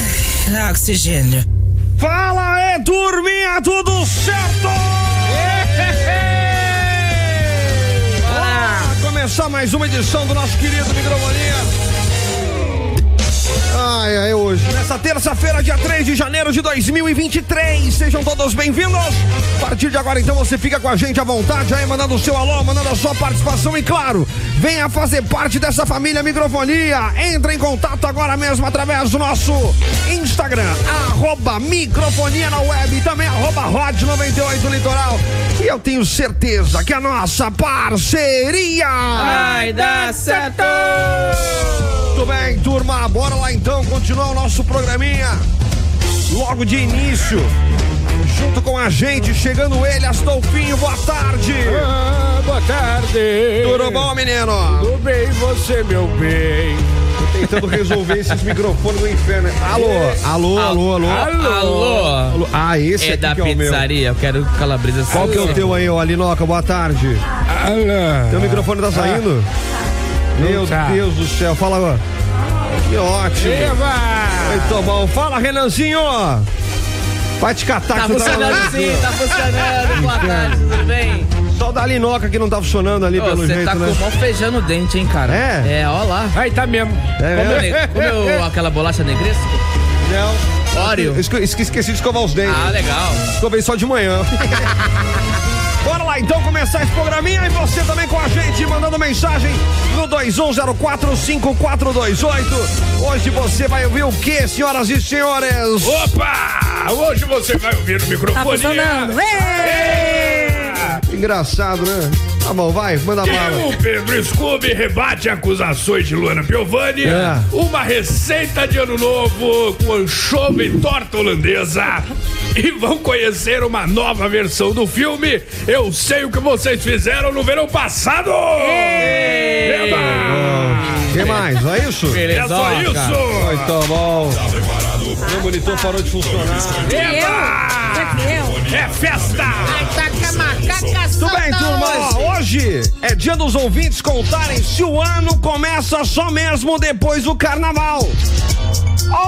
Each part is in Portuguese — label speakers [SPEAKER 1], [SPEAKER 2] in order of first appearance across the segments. [SPEAKER 1] respirar oxigênio.
[SPEAKER 2] Fala aí, turminha, tudo certo? Olá, começar mais uma edição do nosso querido Microfonia. Ai, ai, hoje. Nessa terça-feira, dia 3 de janeiro de 2023. Sejam todos bem-vindos. A partir de agora, então, você fica com a gente à vontade, aí mandando o seu alô, mandando a sua participação e, claro, venha fazer parte dessa família Microfonia. Entre em contato agora mesmo através do nosso Instagram, arroba Microfonia na web e também arroba Rod 98 Litoral. E eu tenho certeza que a nossa parceria
[SPEAKER 1] vai dar certo!
[SPEAKER 2] Muito bem, turma, bora lá então continuar o nosso programinha. Logo de início, junto com a gente, chegando ele, Astolfinho, boa tarde.
[SPEAKER 3] Ah, boa tarde.
[SPEAKER 2] Tudo bom, menino?
[SPEAKER 3] Tudo bem, você, meu bem.
[SPEAKER 2] Tô tentando resolver esses microfones do inferno. Alô, alô, alô, alô.
[SPEAKER 1] Alô. Alô. alô.
[SPEAKER 2] Ah, esse
[SPEAKER 1] é
[SPEAKER 2] aqui
[SPEAKER 1] da
[SPEAKER 2] que é o meu.
[SPEAKER 1] pizzaria. Eu quero calabresa
[SPEAKER 2] Qual que é
[SPEAKER 1] sem
[SPEAKER 2] o teu aí, ô Alinoca? Boa tarde.
[SPEAKER 3] Alô.
[SPEAKER 2] Teu microfone tá saindo?
[SPEAKER 1] Ah.
[SPEAKER 2] Meu
[SPEAKER 3] tá.
[SPEAKER 2] Deus do céu, fala agora. Que ótimo.
[SPEAKER 3] Eva.
[SPEAKER 2] Muito bom. Fala, Renanzinho. Vai te catar
[SPEAKER 1] Tá
[SPEAKER 2] que você tá
[SPEAKER 1] funcionando
[SPEAKER 2] maluco.
[SPEAKER 1] sim, tá funcionando. Boa tarde, tudo bem?
[SPEAKER 2] Só da Linoca que não tá funcionando ali,
[SPEAKER 1] Ô,
[SPEAKER 2] pelo
[SPEAKER 1] Você
[SPEAKER 2] jeito,
[SPEAKER 1] tá com
[SPEAKER 2] né?
[SPEAKER 1] o mó feijão no dente, hein, cara?
[SPEAKER 2] É?
[SPEAKER 1] É, ó lá.
[SPEAKER 3] Aí tá mesmo.
[SPEAKER 2] É
[SPEAKER 1] Comeu,
[SPEAKER 2] mesmo?
[SPEAKER 1] ne- comeu aquela bolacha negresco?
[SPEAKER 2] Não.
[SPEAKER 1] Óreo.
[SPEAKER 2] Esque- esque- esqueci de escovar os dentes.
[SPEAKER 1] Ah, legal.
[SPEAKER 2] Escovei só de manhã. Bora lá então começar esse programinha e você também com a gente, mandando mensagem no 21045428. Hoje você vai ouvir o que, senhoras e senhores?
[SPEAKER 3] Opa! Hoje você vai ouvir o microfone.
[SPEAKER 4] Tá funcionando. Ê!
[SPEAKER 2] Engraçado, né? Tá bom, vai, manda bala.
[SPEAKER 3] O Pedro Scooby rebate acusações de Luana Piovani.
[SPEAKER 2] É.
[SPEAKER 3] Uma receita de ano novo com anchova e torta holandesa. E vão conhecer uma nova versão do filme Eu Sei O Que Vocês Fizeram No Verão Passado. Eba!
[SPEAKER 2] Quem mais? Não é isso?
[SPEAKER 3] É só
[SPEAKER 1] Belezoca.
[SPEAKER 3] isso.
[SPEAKER 2] Muito bom. Meu monitor parou de funcionar.
[SPEAKER 3] Eba!
[SPEAKER 4] Eu?
[SPEAKER 3] É festa!
[SPEAKER 2] Tudo bem, turma? Ó, Hoje é dia dos ouvintes contarem se o ano começa só mesmo depois do carnaval.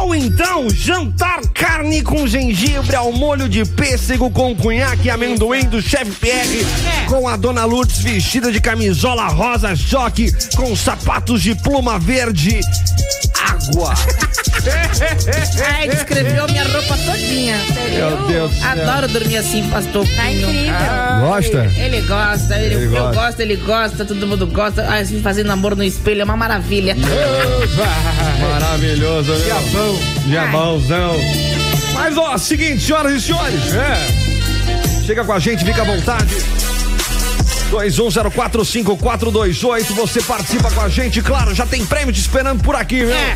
[SPEAKER 2] Ou então jantar carne com gengibre ao molho de pêssego com cunhaque e amendoim do chefe Pierre, com a dona Lourdes vestida de camisola rosa choque, com sapatos de pluma verde. Água.
[SPEAKER 1] Ai, descreveu minha roupa todinha.
[SPEAKER 2] Meu Deus do céu.
[SPEAKER 1] Adoro dormir assim, pastor.
[SPEAKER 4] Tá incrível.
[SPEAKER 2] Gosta?
[SPEAKER 1] Ele gosta, ele,
[SPEAKER 2] Ele
[SPEAKER 1] eu
[SPEAKER 2] gosta.
[SPEAKER 1] gosto, ele gosta, todo mundo gosta. Ai, assim, fazer namoro no espelho é uma maravilha.
[SPEAKER 2] Maravilhoso, né? Diabão. Diabãozão. Mas, ó, seguinte, senhoras e senhores. é. Chega com a gente, fica à vontade. 21045428, você participa com a gente, claro, já tem prêmio te esperando por aqui, viu?
[SPEAKER 1] É.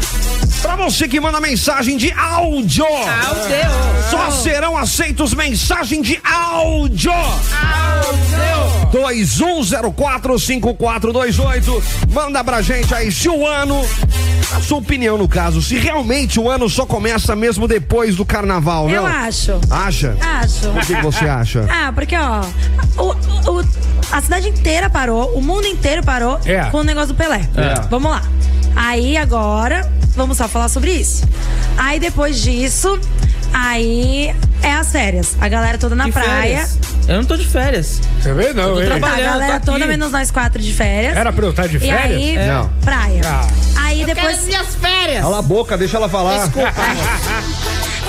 [SPEAKER 2] Pra você que manda mensagem de áudio,
[SPEAKER 1] Ah, o Deus!
[SPEAKER 2] só serão aceitos mensagem de áudio.
[SPEAKER 1] Ah, o Deus!
[SPEAKER 2] 21045428. Manda pra gente aí se o ano, a sua opinião no caso, se realmente o ano só começa mesmo depois do carnaval,
[SPEAKER 4] Eu
[SPEAKER 2] não?
[SPEAKER 4] acho.
[SPEAKER 2] Acha?
[SPEAKER 4] Acho.
[SPEAKER 2] O que que você acha?
[SPEAKER 4] Ah, porque ó, o- o- a cidade inteira parou, o mundo inteiro parou
[SPEAKER 3] É.
[SPEAKER 4] com o negócio do Pelé.
[SPEAKER 2] É.
[SPEAKER 4] Vamos lá. Aí agora, vamos só falar sobre isso. Aí depois disso, aí é as férias. A galera toda na
[SPEAKER 1] De
[SPEAKER 4] praia.
[SPEAKER 1] férias. Eu não tô de férias.
[SPEAKER 3] Também não, hein?
[SPEAKER 4] Tá, a
[SPEAKER 1] Trabalhando,
[SPEAKER 4] galera
[SPEAKER 1] tá
[SPEAKER 4] toda
[SPEAKER 1] aqui.
[SPEAKER 4] menos nós quatro de férias.
[SPEAKER 3] Era pra eu estar de
[SPEAKER 4] e
[SPEAKER 3] férias?
[SPEAKER 4] aí,
[SPEAKER 2] É. Não.
[SPEAKER 4] praia.
[SPEAKER 3] Ah.
[SPEAKER 4] Aí depois.
[SPEAKER 1] minhas férias!
[SPEAKER 2] Cala a boca, deixa ela falar.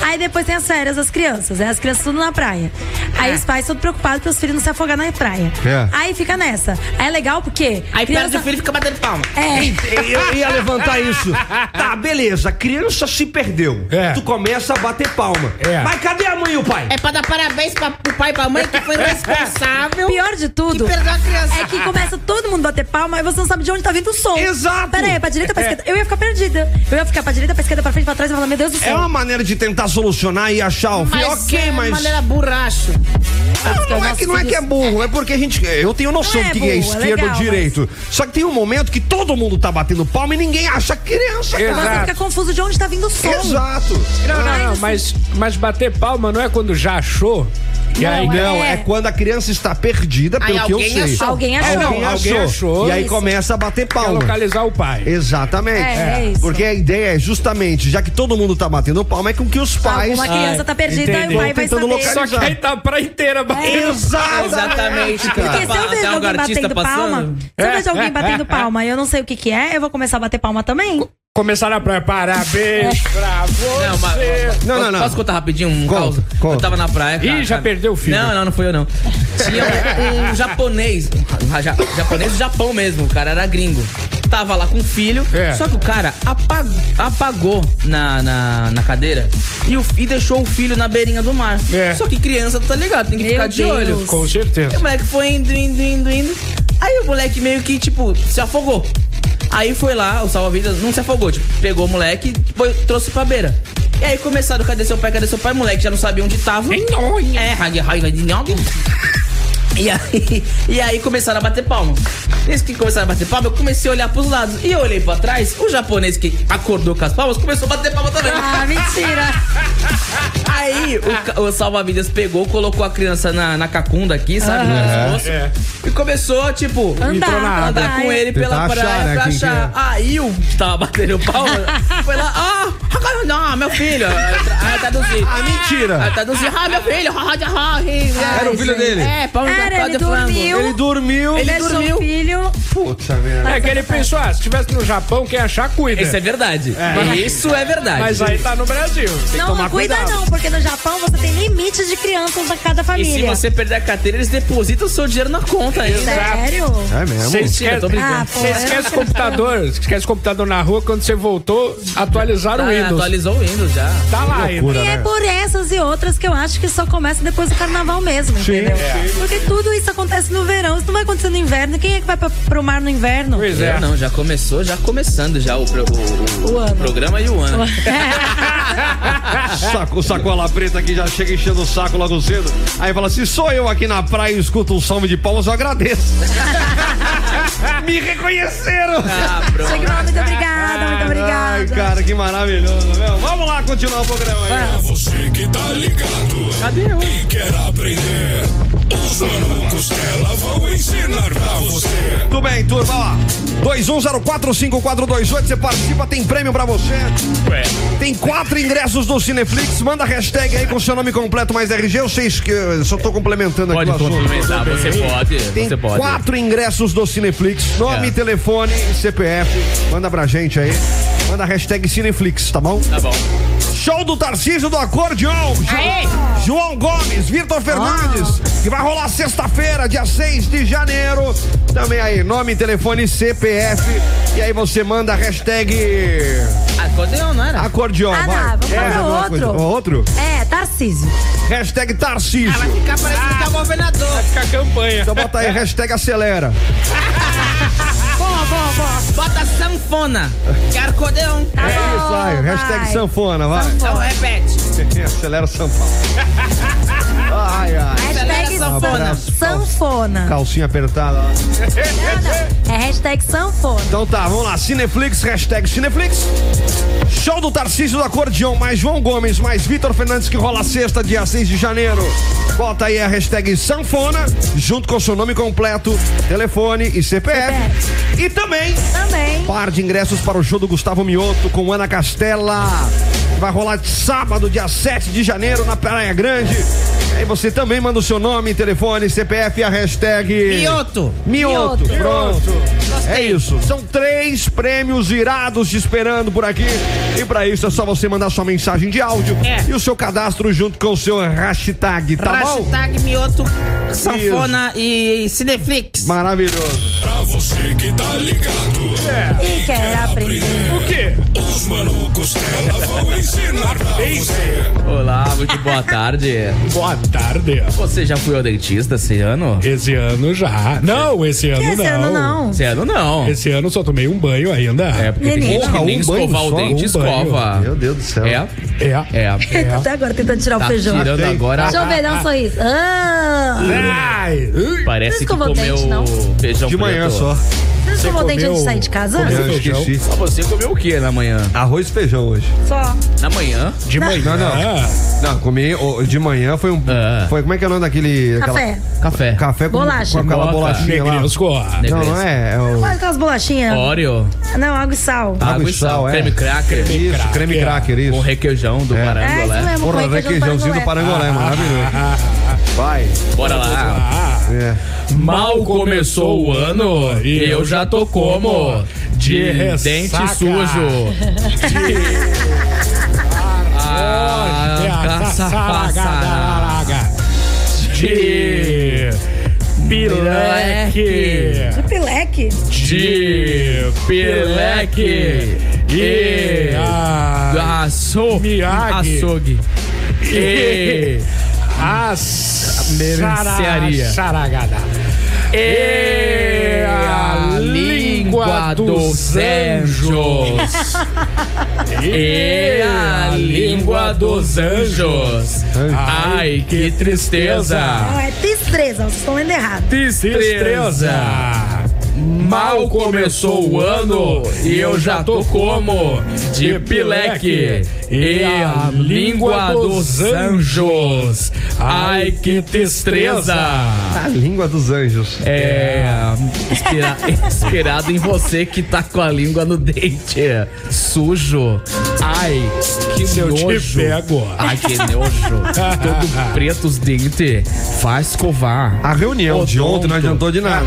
[SPEAKER 4] Aí depois tem as férias das crianças, né? As crianças tudo na praia. Aí os pais todos preocupados para os filhos não se afogar na praia.
[SPEAKER 2] É.
[SPEAKER 4] Aí fica nessa. Aí é legal porque.
[SPEAKER 1] Aí perde
[SPEAKER 4] criança...
[SPEAKER 1] o filho e fica batendo palma.
[SPEAKER 4] É.
[SPEAKER 2] Eu ia levantar isso. Tá, beleza. A criança se perdeu.
[SPEAKER 3] É.
[SPEAKER 2] Tu começa a bater palma.
[SPEAKER 3] É.
[SPEAKER 2] Mas cadê a mãe e o pai?
[SPEAKER 1] É pra dar parabéns pra, pro pai e pra mãe que foi responsável.
[SPEAKER 4] Pior de tudo.
[SPEAKER 1] Que perdeu a criança.
[SPEAKER 4] É que começa todo mundo bater palma e você não sabe de onde tá vindo o som.
[SPEAKER 2] Exato.
[SPEAKER 4] Pera aí, pra direita, pra esquerda. Eu ia ficar perdida. Eu ia ficar pra direita, pra esquerda, pra frente, pra trás e falar, meu Deus do
[SPEAKER 2] É
[SPEAKER 4] céu.
[SPEAKER 2] uma maneira de tentar solucionar e achar o filho.
[SPEAKER 1] Mas
[SPEAKER 2] Ok,
[SPEAKER 1] é
[SPEAKER 2] mas.
[SPEAKER 1] maneira borracho.
[SPEAKER 4] Ah,
[SPEAKER 2] Não, não é que não é que é burro, é porque a gente. Eu tenho noção do
[SPEAKER 4] Não é
[SPEAKER 2] que é
[SPEAKER 4] burro, é
[SPEAKER 2] esquerda ou
[SPEAKER 4] legal,
[SPEAKER 2] direito. Só que tem um momento que todo mundo tá batendo palma e ninguém acha criança, tá cara.
[SPEAKER 4] Você fica confuso de onde tá vindo o som.
[SPEAKER 2] É um Exato.
[SPEAKER 3] Não, não, não,
[SPEAKER 4] Mas,
[SPEAKER 3] mas, mas bater palma não é quando já achou
[SPEAKER 2] E aí-
[SPEAKER 4] Não, é-
[SPEAKER 2] não, é quando a criança está perdida,
[SPEAKER 1] Aí
[SPEAKER 2] pelo que eu
[SPEAKER 1] alguém
[SPEAKER 2] sei.
[SPEAKER 1] achou.
[SPEAKER 4] Alguém achou.
[SPEAKER 2] Alguém
[SPEAKER 3] Alguém achou.
[SPEAKER 2] E aí
[SPEAKER 4] Isso.
[SPEAKER 2] começa a bater
[SPEAKER 5] é
[SPEAKER 3] Pra
[SPEAKER 2] palma.
[SPEAKER 3] localizar o pai.
[SPEAKER 2] Exatamente.
[SPEAKER 4] É, é isso.
[SPEAKER 2] Porque a ideia é justamente, já que todo mundo tá batendo palma, é com que os pais. Ah,
[SPEAKER 4] Alguma criança tá perdida e
[SPEAKER 3] entendi.
[SPEAKER 4] o pai vai
[SPEAKER 2] Tentando
[SPEAKER 4] saber.
[SPEAKER 3] Só
[SPEAKER 2] localizar.
[SPEAKER 3] que aí tá a praia inteira
[SPEAKER 4] É.
[SPEAKER 3] batendo.
[SPEAKER 2] Exatamente,
[SPEAKER 1] Exatamente,
[SPEAKER 2] Ah,
[SPEAKER 1] cara.
[SPEAKER 4] Porque se eu vejo
[SPEAKER 1] Até um
[SPEAKER 4] alguém
[SPEAKER 1] artista
[SPEAKER 4] batendo palma,
[SPEAKER 1] passando.
[SPEAKER 4] se eu vejo alguém batendo palma e eu não sei o que que é, eu vou começar a bater palma também.
[SPEAKER 3] Começaram a praia. Parabéns
[SPEAKER 4] É.
[SPEAKER 3] pra você.
[SPEAKER 1] Não, mas-
[SPEAKER 2] Não, não, não.
[SPEAKER 1] Posso contar rapidinho um
[SPEAKER 2] Conta,
[SPEAKER 1] caos?
[SPEAKER 2] conta.
[SPEAKER 1] Eu tava na praia.
[SPEAKER 3] Ih, já perdeu o fio.
[SPEAKER 1] filho. Não, não, não foi eu não. Tinha um, um japonês, um ja- japonês do Japão mesmo, o cara era gringo. Tava lá com o filho,
[SPEAKER 3] É.
[SPEAKER 1] só que o cara apag- apagou na, na, na cadeira e, o- e deixou o filho na beirinha do mar.
[SPEAKER 3] É.
[SPEAKER 1] Só que criança, tá ligado? Tem que
[SPEAKER 4] Meu
[SPEAKER 1] ficar de
[SPEAKER 4] Deus.
[SPEAKER 1] olho.
[SPEAKER 3] Com
[SPEAKER 1] E o
[SPEAKER 3] certeza.
[SPEAKER 1] moleque é foi indo, indo, indo, indo. Aí o moleque meio que, tipo, se afogou. Aí foi lá, o salva-vidas não se afogou, tipo, pegou o moleque e foi- trouxe pra beira. E aí começaram, cadê seu pai, cadê seu pai? O moleque já não sabia onde tava. É, raiva, raiva de nhoque. E aí, e aí começaram a bater palma. Nesse que começaram a bater palma, eu comecei a olhar pros lados. E eu olhei pra trás, o japonês que acordou com as palmas começou a bater palma também.
[SPEAKER 4] Ah, mentira.
[SPEAKER 1] Aí o, ca- o salva-vidas pegou, colocou a criança na, na cacunda aqui, sabe? no pescoço,
[SPEAKER 3] É.
[SPEAKER 1] E começou, tipo,
[SPEAKER 4] Andar
[SPEAKER 3] na
[SPEAKER 4] na
[SPEAKER 1] andar
[SPEAKER 4] praia.
[SPEAKER 1] com ele
[SPEAKER 2] Tentar
[SPEAKER 1] pela
[SPEAKER 2] achar,
[SPEAKER 1] praia
[SPEAKER 2] né,
[SPEAKER 1] pra
[SPEAKER 2] quem que
[SPEAKER 1] achar.
[SPEAKER 2] é.
[SPEAKER 1] Aí o que tava batendo palma foi lá, ah, agora não, meu filho. Aí traduzi.
[SPEAKER 2] Ah, mentira.
[SPEAKER 1] Aí traduzi, ah, meu filho, ah, de ah, ah.
[SPEAKER 2] Era o filho dele?
[SPEAKER 1] É, palma da
[SPEAKER 4] Cara,
[SPEAKER 1] praia
[SPEAKER 4] ele
[SPEAKER 1] de frango.
[SPEAKER 4] dormiu.
[SPEAKER 2] Ele dormiu.
[SPEAKER 1] Ele
[SPEAKER 4] Deixou
[SPEAKER 1] dormiu.
[SPEAKER 4] o filho.
[SPEAKER 2] Puta merda.
[SPEAKER 3] É que ele pensou, ah, se tivesse no Japão, quem achar, cuida.
[SPEAKER 1] Isso é verdade. Isso é verdade.
[SPEAKER 3] Mas aí tá no Brasil. Tem que
[SPEAKER 4] Não,
[SPEAKER 3] tomar
[SPEAKER 4] não cuida
[SPEAKER 3] cuidado.
[SPEAKER 4] não, porque no Japão você tem limite de crianças a cada
[SPEAKER 1] e se
[SPEAKER 4] família.
[SPEAKER 1] você perder a carteira, eles depositam o seu dinheiro na conta ainda.
[SPEAKER 4] Sério?
[SPEAKER 2] É mesmo?
[SPEAKER 3] Você
[SPEAKER 1] Mentira,
[SPEAKER 3] esquece,
[SPEAKER 1] tô brincando.
[SPEAKER 4] Ah, pô,
[SPEAKER 3] você esquece o computador, você esquece o computador na rua, quando você voltou, atualizaram
[SPEAKER 1] Ah,
[SPEAKER 3] o Windows.
[SPEAKER 1] atualizou o Windows já.
[SPEAKER 3] Tá lá ainda.
[SPEAKER 2] Loucura,
[SPEAKER 4] E é
[SPEAKER 2] né?
[SPEAKER 4] por essas e outras que eu acho que só começa depois do carnaval mesmo, entendeu? Porque tudo isso acontece no verão, isso não vai acontecer no inverno. Quem é que vai pra, pro mar no inverno?
[SPEAKER 3] Pois é.
[SPEAKER 1] Eu não, já começou, já começando já o, pro- o- o-
[SPEAKER 4] O ano.
[SPEAKER 1] programa e o ano.
[SPEAKER 2] Saco, sacola preta que já chega enchendo o saco logo cedo. Aí fala: se sou eu aqui na praia e escuto um salve de palmas, eu agradeço. Me reconheceram!
[SPEAKER 1] Ah,
[SPEAKER 4] Chega
[SPEAKER 1] pronto.
[SPEAKER 4] e fala, muito obrigada, muito obrigada.
[SPEAKER 2] Ai, cara, que maravilhoso, meu. Vamos lá continuar o programa aí.
[SPEAKER 6] Você que tá ligado
[SPEAKER 1] Cadê eu?
[SPEAKER 6] e quer aprender, os malucos dela vão ensinar pra você.
[SPEAKER 2] Tudo bem, turma, ó. 21045428, você participa, tem prêmio pra você. Tem quatro ingressos do Cineflix, manda a hashtag aí com seu nome completo mais RG, eu sei que eu só tô complementando
[SPEAKER 1] Pode
[SPEAKER 2] aqui o assunto.
[SPEAKER 1] complementar, você pode.
[SPEAKER 2] Tem
[SPEAKER 1] Você pode.
[SPEAKER 2] quatro ingressos do Cineflix, nome,
[SPEAKER 1] É.
[SPEAKER 2] telefone, CPF, manda pra gente aí. Manda a hashtag Cineflix, tá bom?
[SPEAKER 1] Tá bom.
[SPEAKER 2] Show do Tarcísio do Acordeon.
[SPEAKER 1] Aê!
[SPEAKER 2] João Gomes, Vitor Fernandes,
[SPEAKER 4] Ah.
[SPEAKER 2] que vai rolar sexta-feira, dia 6 de janeiro. Também aí, nome, telefone, CPF. E aí você manda a hashtag
[SPEAKER 1] Acordeon, não era?
[SPEAKER 2] acordeon. vai.
[SPEAKER 4] Ah, tá,
[SPEAKER 2] Faz
[SPEAKER 4] vamos para
[SPEAKER 2] alguma coisa.
[SPEAKER 4] outro.
[SPEAKER 2] Ó, outro?
[SPEAKER 4] É, Tarcísio.
[SPEAKER 2] Hashtag Tarcísio.
[SPEAKER 1] ficar parecendo que é o governador.
[SPEAKER 3] Fica a campanha.
[SPEAKER 2] Então bota aí, hashtag acelera.
[SPEAKER 1] Bota sanfona. Que acordeon.
[SPEAKER 4] Tá
[SPEAKER 2] É
[SPEAKER 4] bom,
[SPEAKER 2] isso aí, hashtag
[SPEAKER 4] vai.
[SPEAKER 2] sanfona, vai.
[SPEAKER 1] Então repete.
[SPEAKER 2] acelera São Paulo. Ai, ai.
[SPEAKER 4] Hashtag
[SPEAKER 1] Acelera a sanfona.
[SPEAKER 4] sanfona.
[SPEAKER 2] Calcinha apertada.
[SPEAKER 4] É hashtag sanfona.
[SPEAKER 2] Então tá, vamos lá. Cineflix, hashtag Cineflix. Show do Tarcísio do Acordeon, mais João Gomes, mais Vitor Fernandes, que rola sexta, dia 6 de janeiro. Bota aí a hashtag Sanfona, junto com seu nome completo, telefone e CPF. E também,
[SPEAKER 4] Também.
[SPEAKER 2] par de ingressos para o show do Gustavo Mioto com Ana Castela. Vai rolar sábado, dia 7 de janeiro, na Praia Grande. Aí você também manda o seu nome, telefone, CPF e a hashtag...
[SPEAKER 1] Mioto.
[SPEAKER 2] Mioto,
[SPEAKER 4] Mioto.
[SPEAKER 2] pronto. É
[SPEAKER 1] Gostei.
[SPEAKER 2] isso. São três prêmios irados te esperando por aqui. E pra isso é só você mandar sua mensagem de áudio
[SPEAKER 1] É.
[SPEAKER 2] e o seu cadastro junto com o seu hashtag, tá bom?
[SPEAKER 1] Hashtag Mioto, sanfona e Cineflix.
[SPEAKER 2] Maravilhoso.
[SPEAKER 6] Pra você que tá ligado,
[SPEAKER 3] é.
[SPEAKER 4] E quer aprender.
[SPEAKER 3] O quê?
[SPEAKER 6] os malucos dela vão ensinar pra você.
[SPEAKER 1] Olá, muito boa tarde.
[SPEAKER 3] Boa tarde.
[SPEAKER 1] Você já foi ao dentista esse ano?
[SPEAKER 3] Esse ano já. Não, esse ano
[SPEAKER 4] Esse
[SPEAKER 3] não.
[SPEAKER 4] ano não.
[SPEAKER 1] Esse ano não.
[SPEAKER 3] Esse ano só tomei um banho ainda.
[SPEAKER 1] É, porque tem gente
[SPEAKER 2] Porra,
[SPEAKER 1] que nem
[SPEAKER 2] um banho
[SPEAKER 1] escovar
[SPEAKER 2] só,
[SPEAKER 1] o dente,
[SPEAKER 3] um
[SPEAKER 1] escova.
[SPEAKER 2] Meu Deus do céu.
[SPEAKER 1] É,
[SPEAKER 3] É.
[SPEAKER 1] é.
[SPEAKER 4] Até agora tentando tirar
[SPEAKER 1] Tá
[SPEAKER 4] o feijão.
[SPEAKER 1] tirando
[SPEAKER 2] Achei.
[SPEAKER 1] agora.
[SPEAKER 4] Deixa eu ver, dá um sorriso. Ah,
[SPEAKER 3] Ai, ui.
[SPEAKER 1] Parece que
[SPEAKER 4] Não escovou o
[SPEAKER 1] comeu
[SPEAKER 4] dente, não?
[SPEAKER 1] feijão
[SPEAKER 2] De
[SPEAKER 1] preto
[SPEAKER 2] manhã só.
[SPEAKER 4] Não incomodei de
[SPEAKER 5] comeu-
[SPEAKER 4] antes de sair de casa?
[SPEAKER 2] Eu esqueci.
[SPEAKER 1] Só você comeu o que na manhã?
[SPEAKER 2] Arroz e feijão hoje.
[SPEAKER 4] Só.
[SPEAKER 1] Na manhã?
[SPEAKER 5] De manhã.
[SPEAKER 2] Não, não.
[SPEAKER 5] Ah,
[SPEAKER 2] Não, comi ô, de manhã foi um.
[SPEAKER 1] Ah.
[SPEAKER 2] Foi, como é que é o nome daquele. aquela-
[SPEAKER 4] Café.
[SPEAKER 1] Café.
[SPEAKER 2] café com,
[SPEAKER 4] Bolacha.
[SPEAKER 2] com aquela
[SPEAKER 1] Moca.
[SPEAKER 2] bolachinha lá.
[SPEAKER 5] Negresco. ó.
[SPEAKER 1] Negresco.
[SPEAKER 2] Não, não é. é o-
[SPEAKER 4] Faz aquelas bolachinhas.
[SPEAKER 1] Oreo.
[SPEAKER 4] Não, água e sal.
[SPEAKER 1] Tá,
[SPEAKER 2] Água e sal, é.
[SPEAKER 1] Creme cracker.
[SPEAKER 2] isso,
[SPEAKER 5] cracker.
[SPEAKER 2] creme cracker,
[SPEAKER 1] Com
[SPEAKER 2] isso.
[SPEAKER 1] Um requeijão do
[SPEAKER 2] É.
[SPEAKER 4] é, isso
[SPEAKER 1] Parangolé.
[SPEAKER 4] mesmo.
[SPEAKER 2] Porra,
[SPEAKER 4] com
[SPEAKER 2] requeijãozinho do Parangolé, maravilhoso. Vai.
[SPEAKER 1] Bora lá.
[SPEAKER 2] É.
[SPEAKER 1] Ah, Mal começou o ano e eu já tô como de
[SPEAKER 5] De
[SPEAKER 1] dente
[SPEAKER 5] ressaca.
[SPEAKER 1] sujo. Ah,
[SPEAKER 5] É a
[SPEAKER 1] caça passa
[SPEAKER 5] sassaragada.
[SPEAKER 1] de
[SPEAKER 5] Pileque.
[SPEAKER 4] De pileque.
[SPEAKER 1] de peleque e
[SPEAKER 5] E a
[SPEAKER 1] açougue,
[SPEAKER 5] Miage.
[SPEAKER 1] açougue e
[SPEAKER 5] a
[SPEAKER 1] mercearia.
[SPEAKER 5] sara- saragada.
[SPEAKER 1] E a língua dos anjos. E É a língua dos anjos. Ai, que
[SPEAKER 4] Não,
[SPEAKER 1] tristeza.
[SPEAKER 4] é tristeza. Vocês estão lendo errado.
[SPEAKER 1] Tristeza. Mal começou o ano e eu já tô como de pileque. E a língua dos anjos. Ai, que tristeza.
[SPEAKER 2] A língua dos anjos.
[SPEAKER 1] É. inspira- inspirado em você que tá com a língua no dente. Sujo. Ai, que
[SPEAKER 5] Se eu te
[SPEAKER 1] nojo.
[SPEAKER 5] pego.
[SPEAKER 1] Ai, que nojo. Todo preto os dentes. Faz escovar.
[SPEAKER 2] A reunião de ontem
[SPEAKER 1] Odonto.
[SPEAKER 2] não adiantou de nada.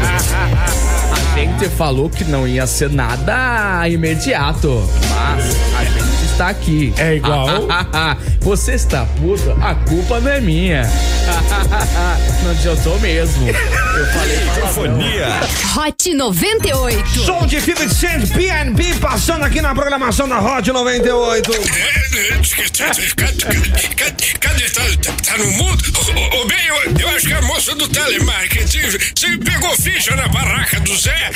[SPEAKER 1] A gente falou que não ia ser nada imediato. Mas a gente está aqui.
[SPEAKER 5] É igual.
[SPEAKER 1] Você está puto? A culpa não é minha. Não adiantou mesmo. Eu falei
[SPEAKER 6] Microfonia.
[SPEAKER 7] Hot 98.
[SPEAKER 2] Som de 50 Cent, PNB, passando aqui na programação da Hot 98.
[SPEAKER 6] Cadê? Cadê? Tá, tá- tá no mundo? Ô, ô, ô, bem, eu, eu acho que a moça do telemarketing se pegou ficha na barraca do Zé.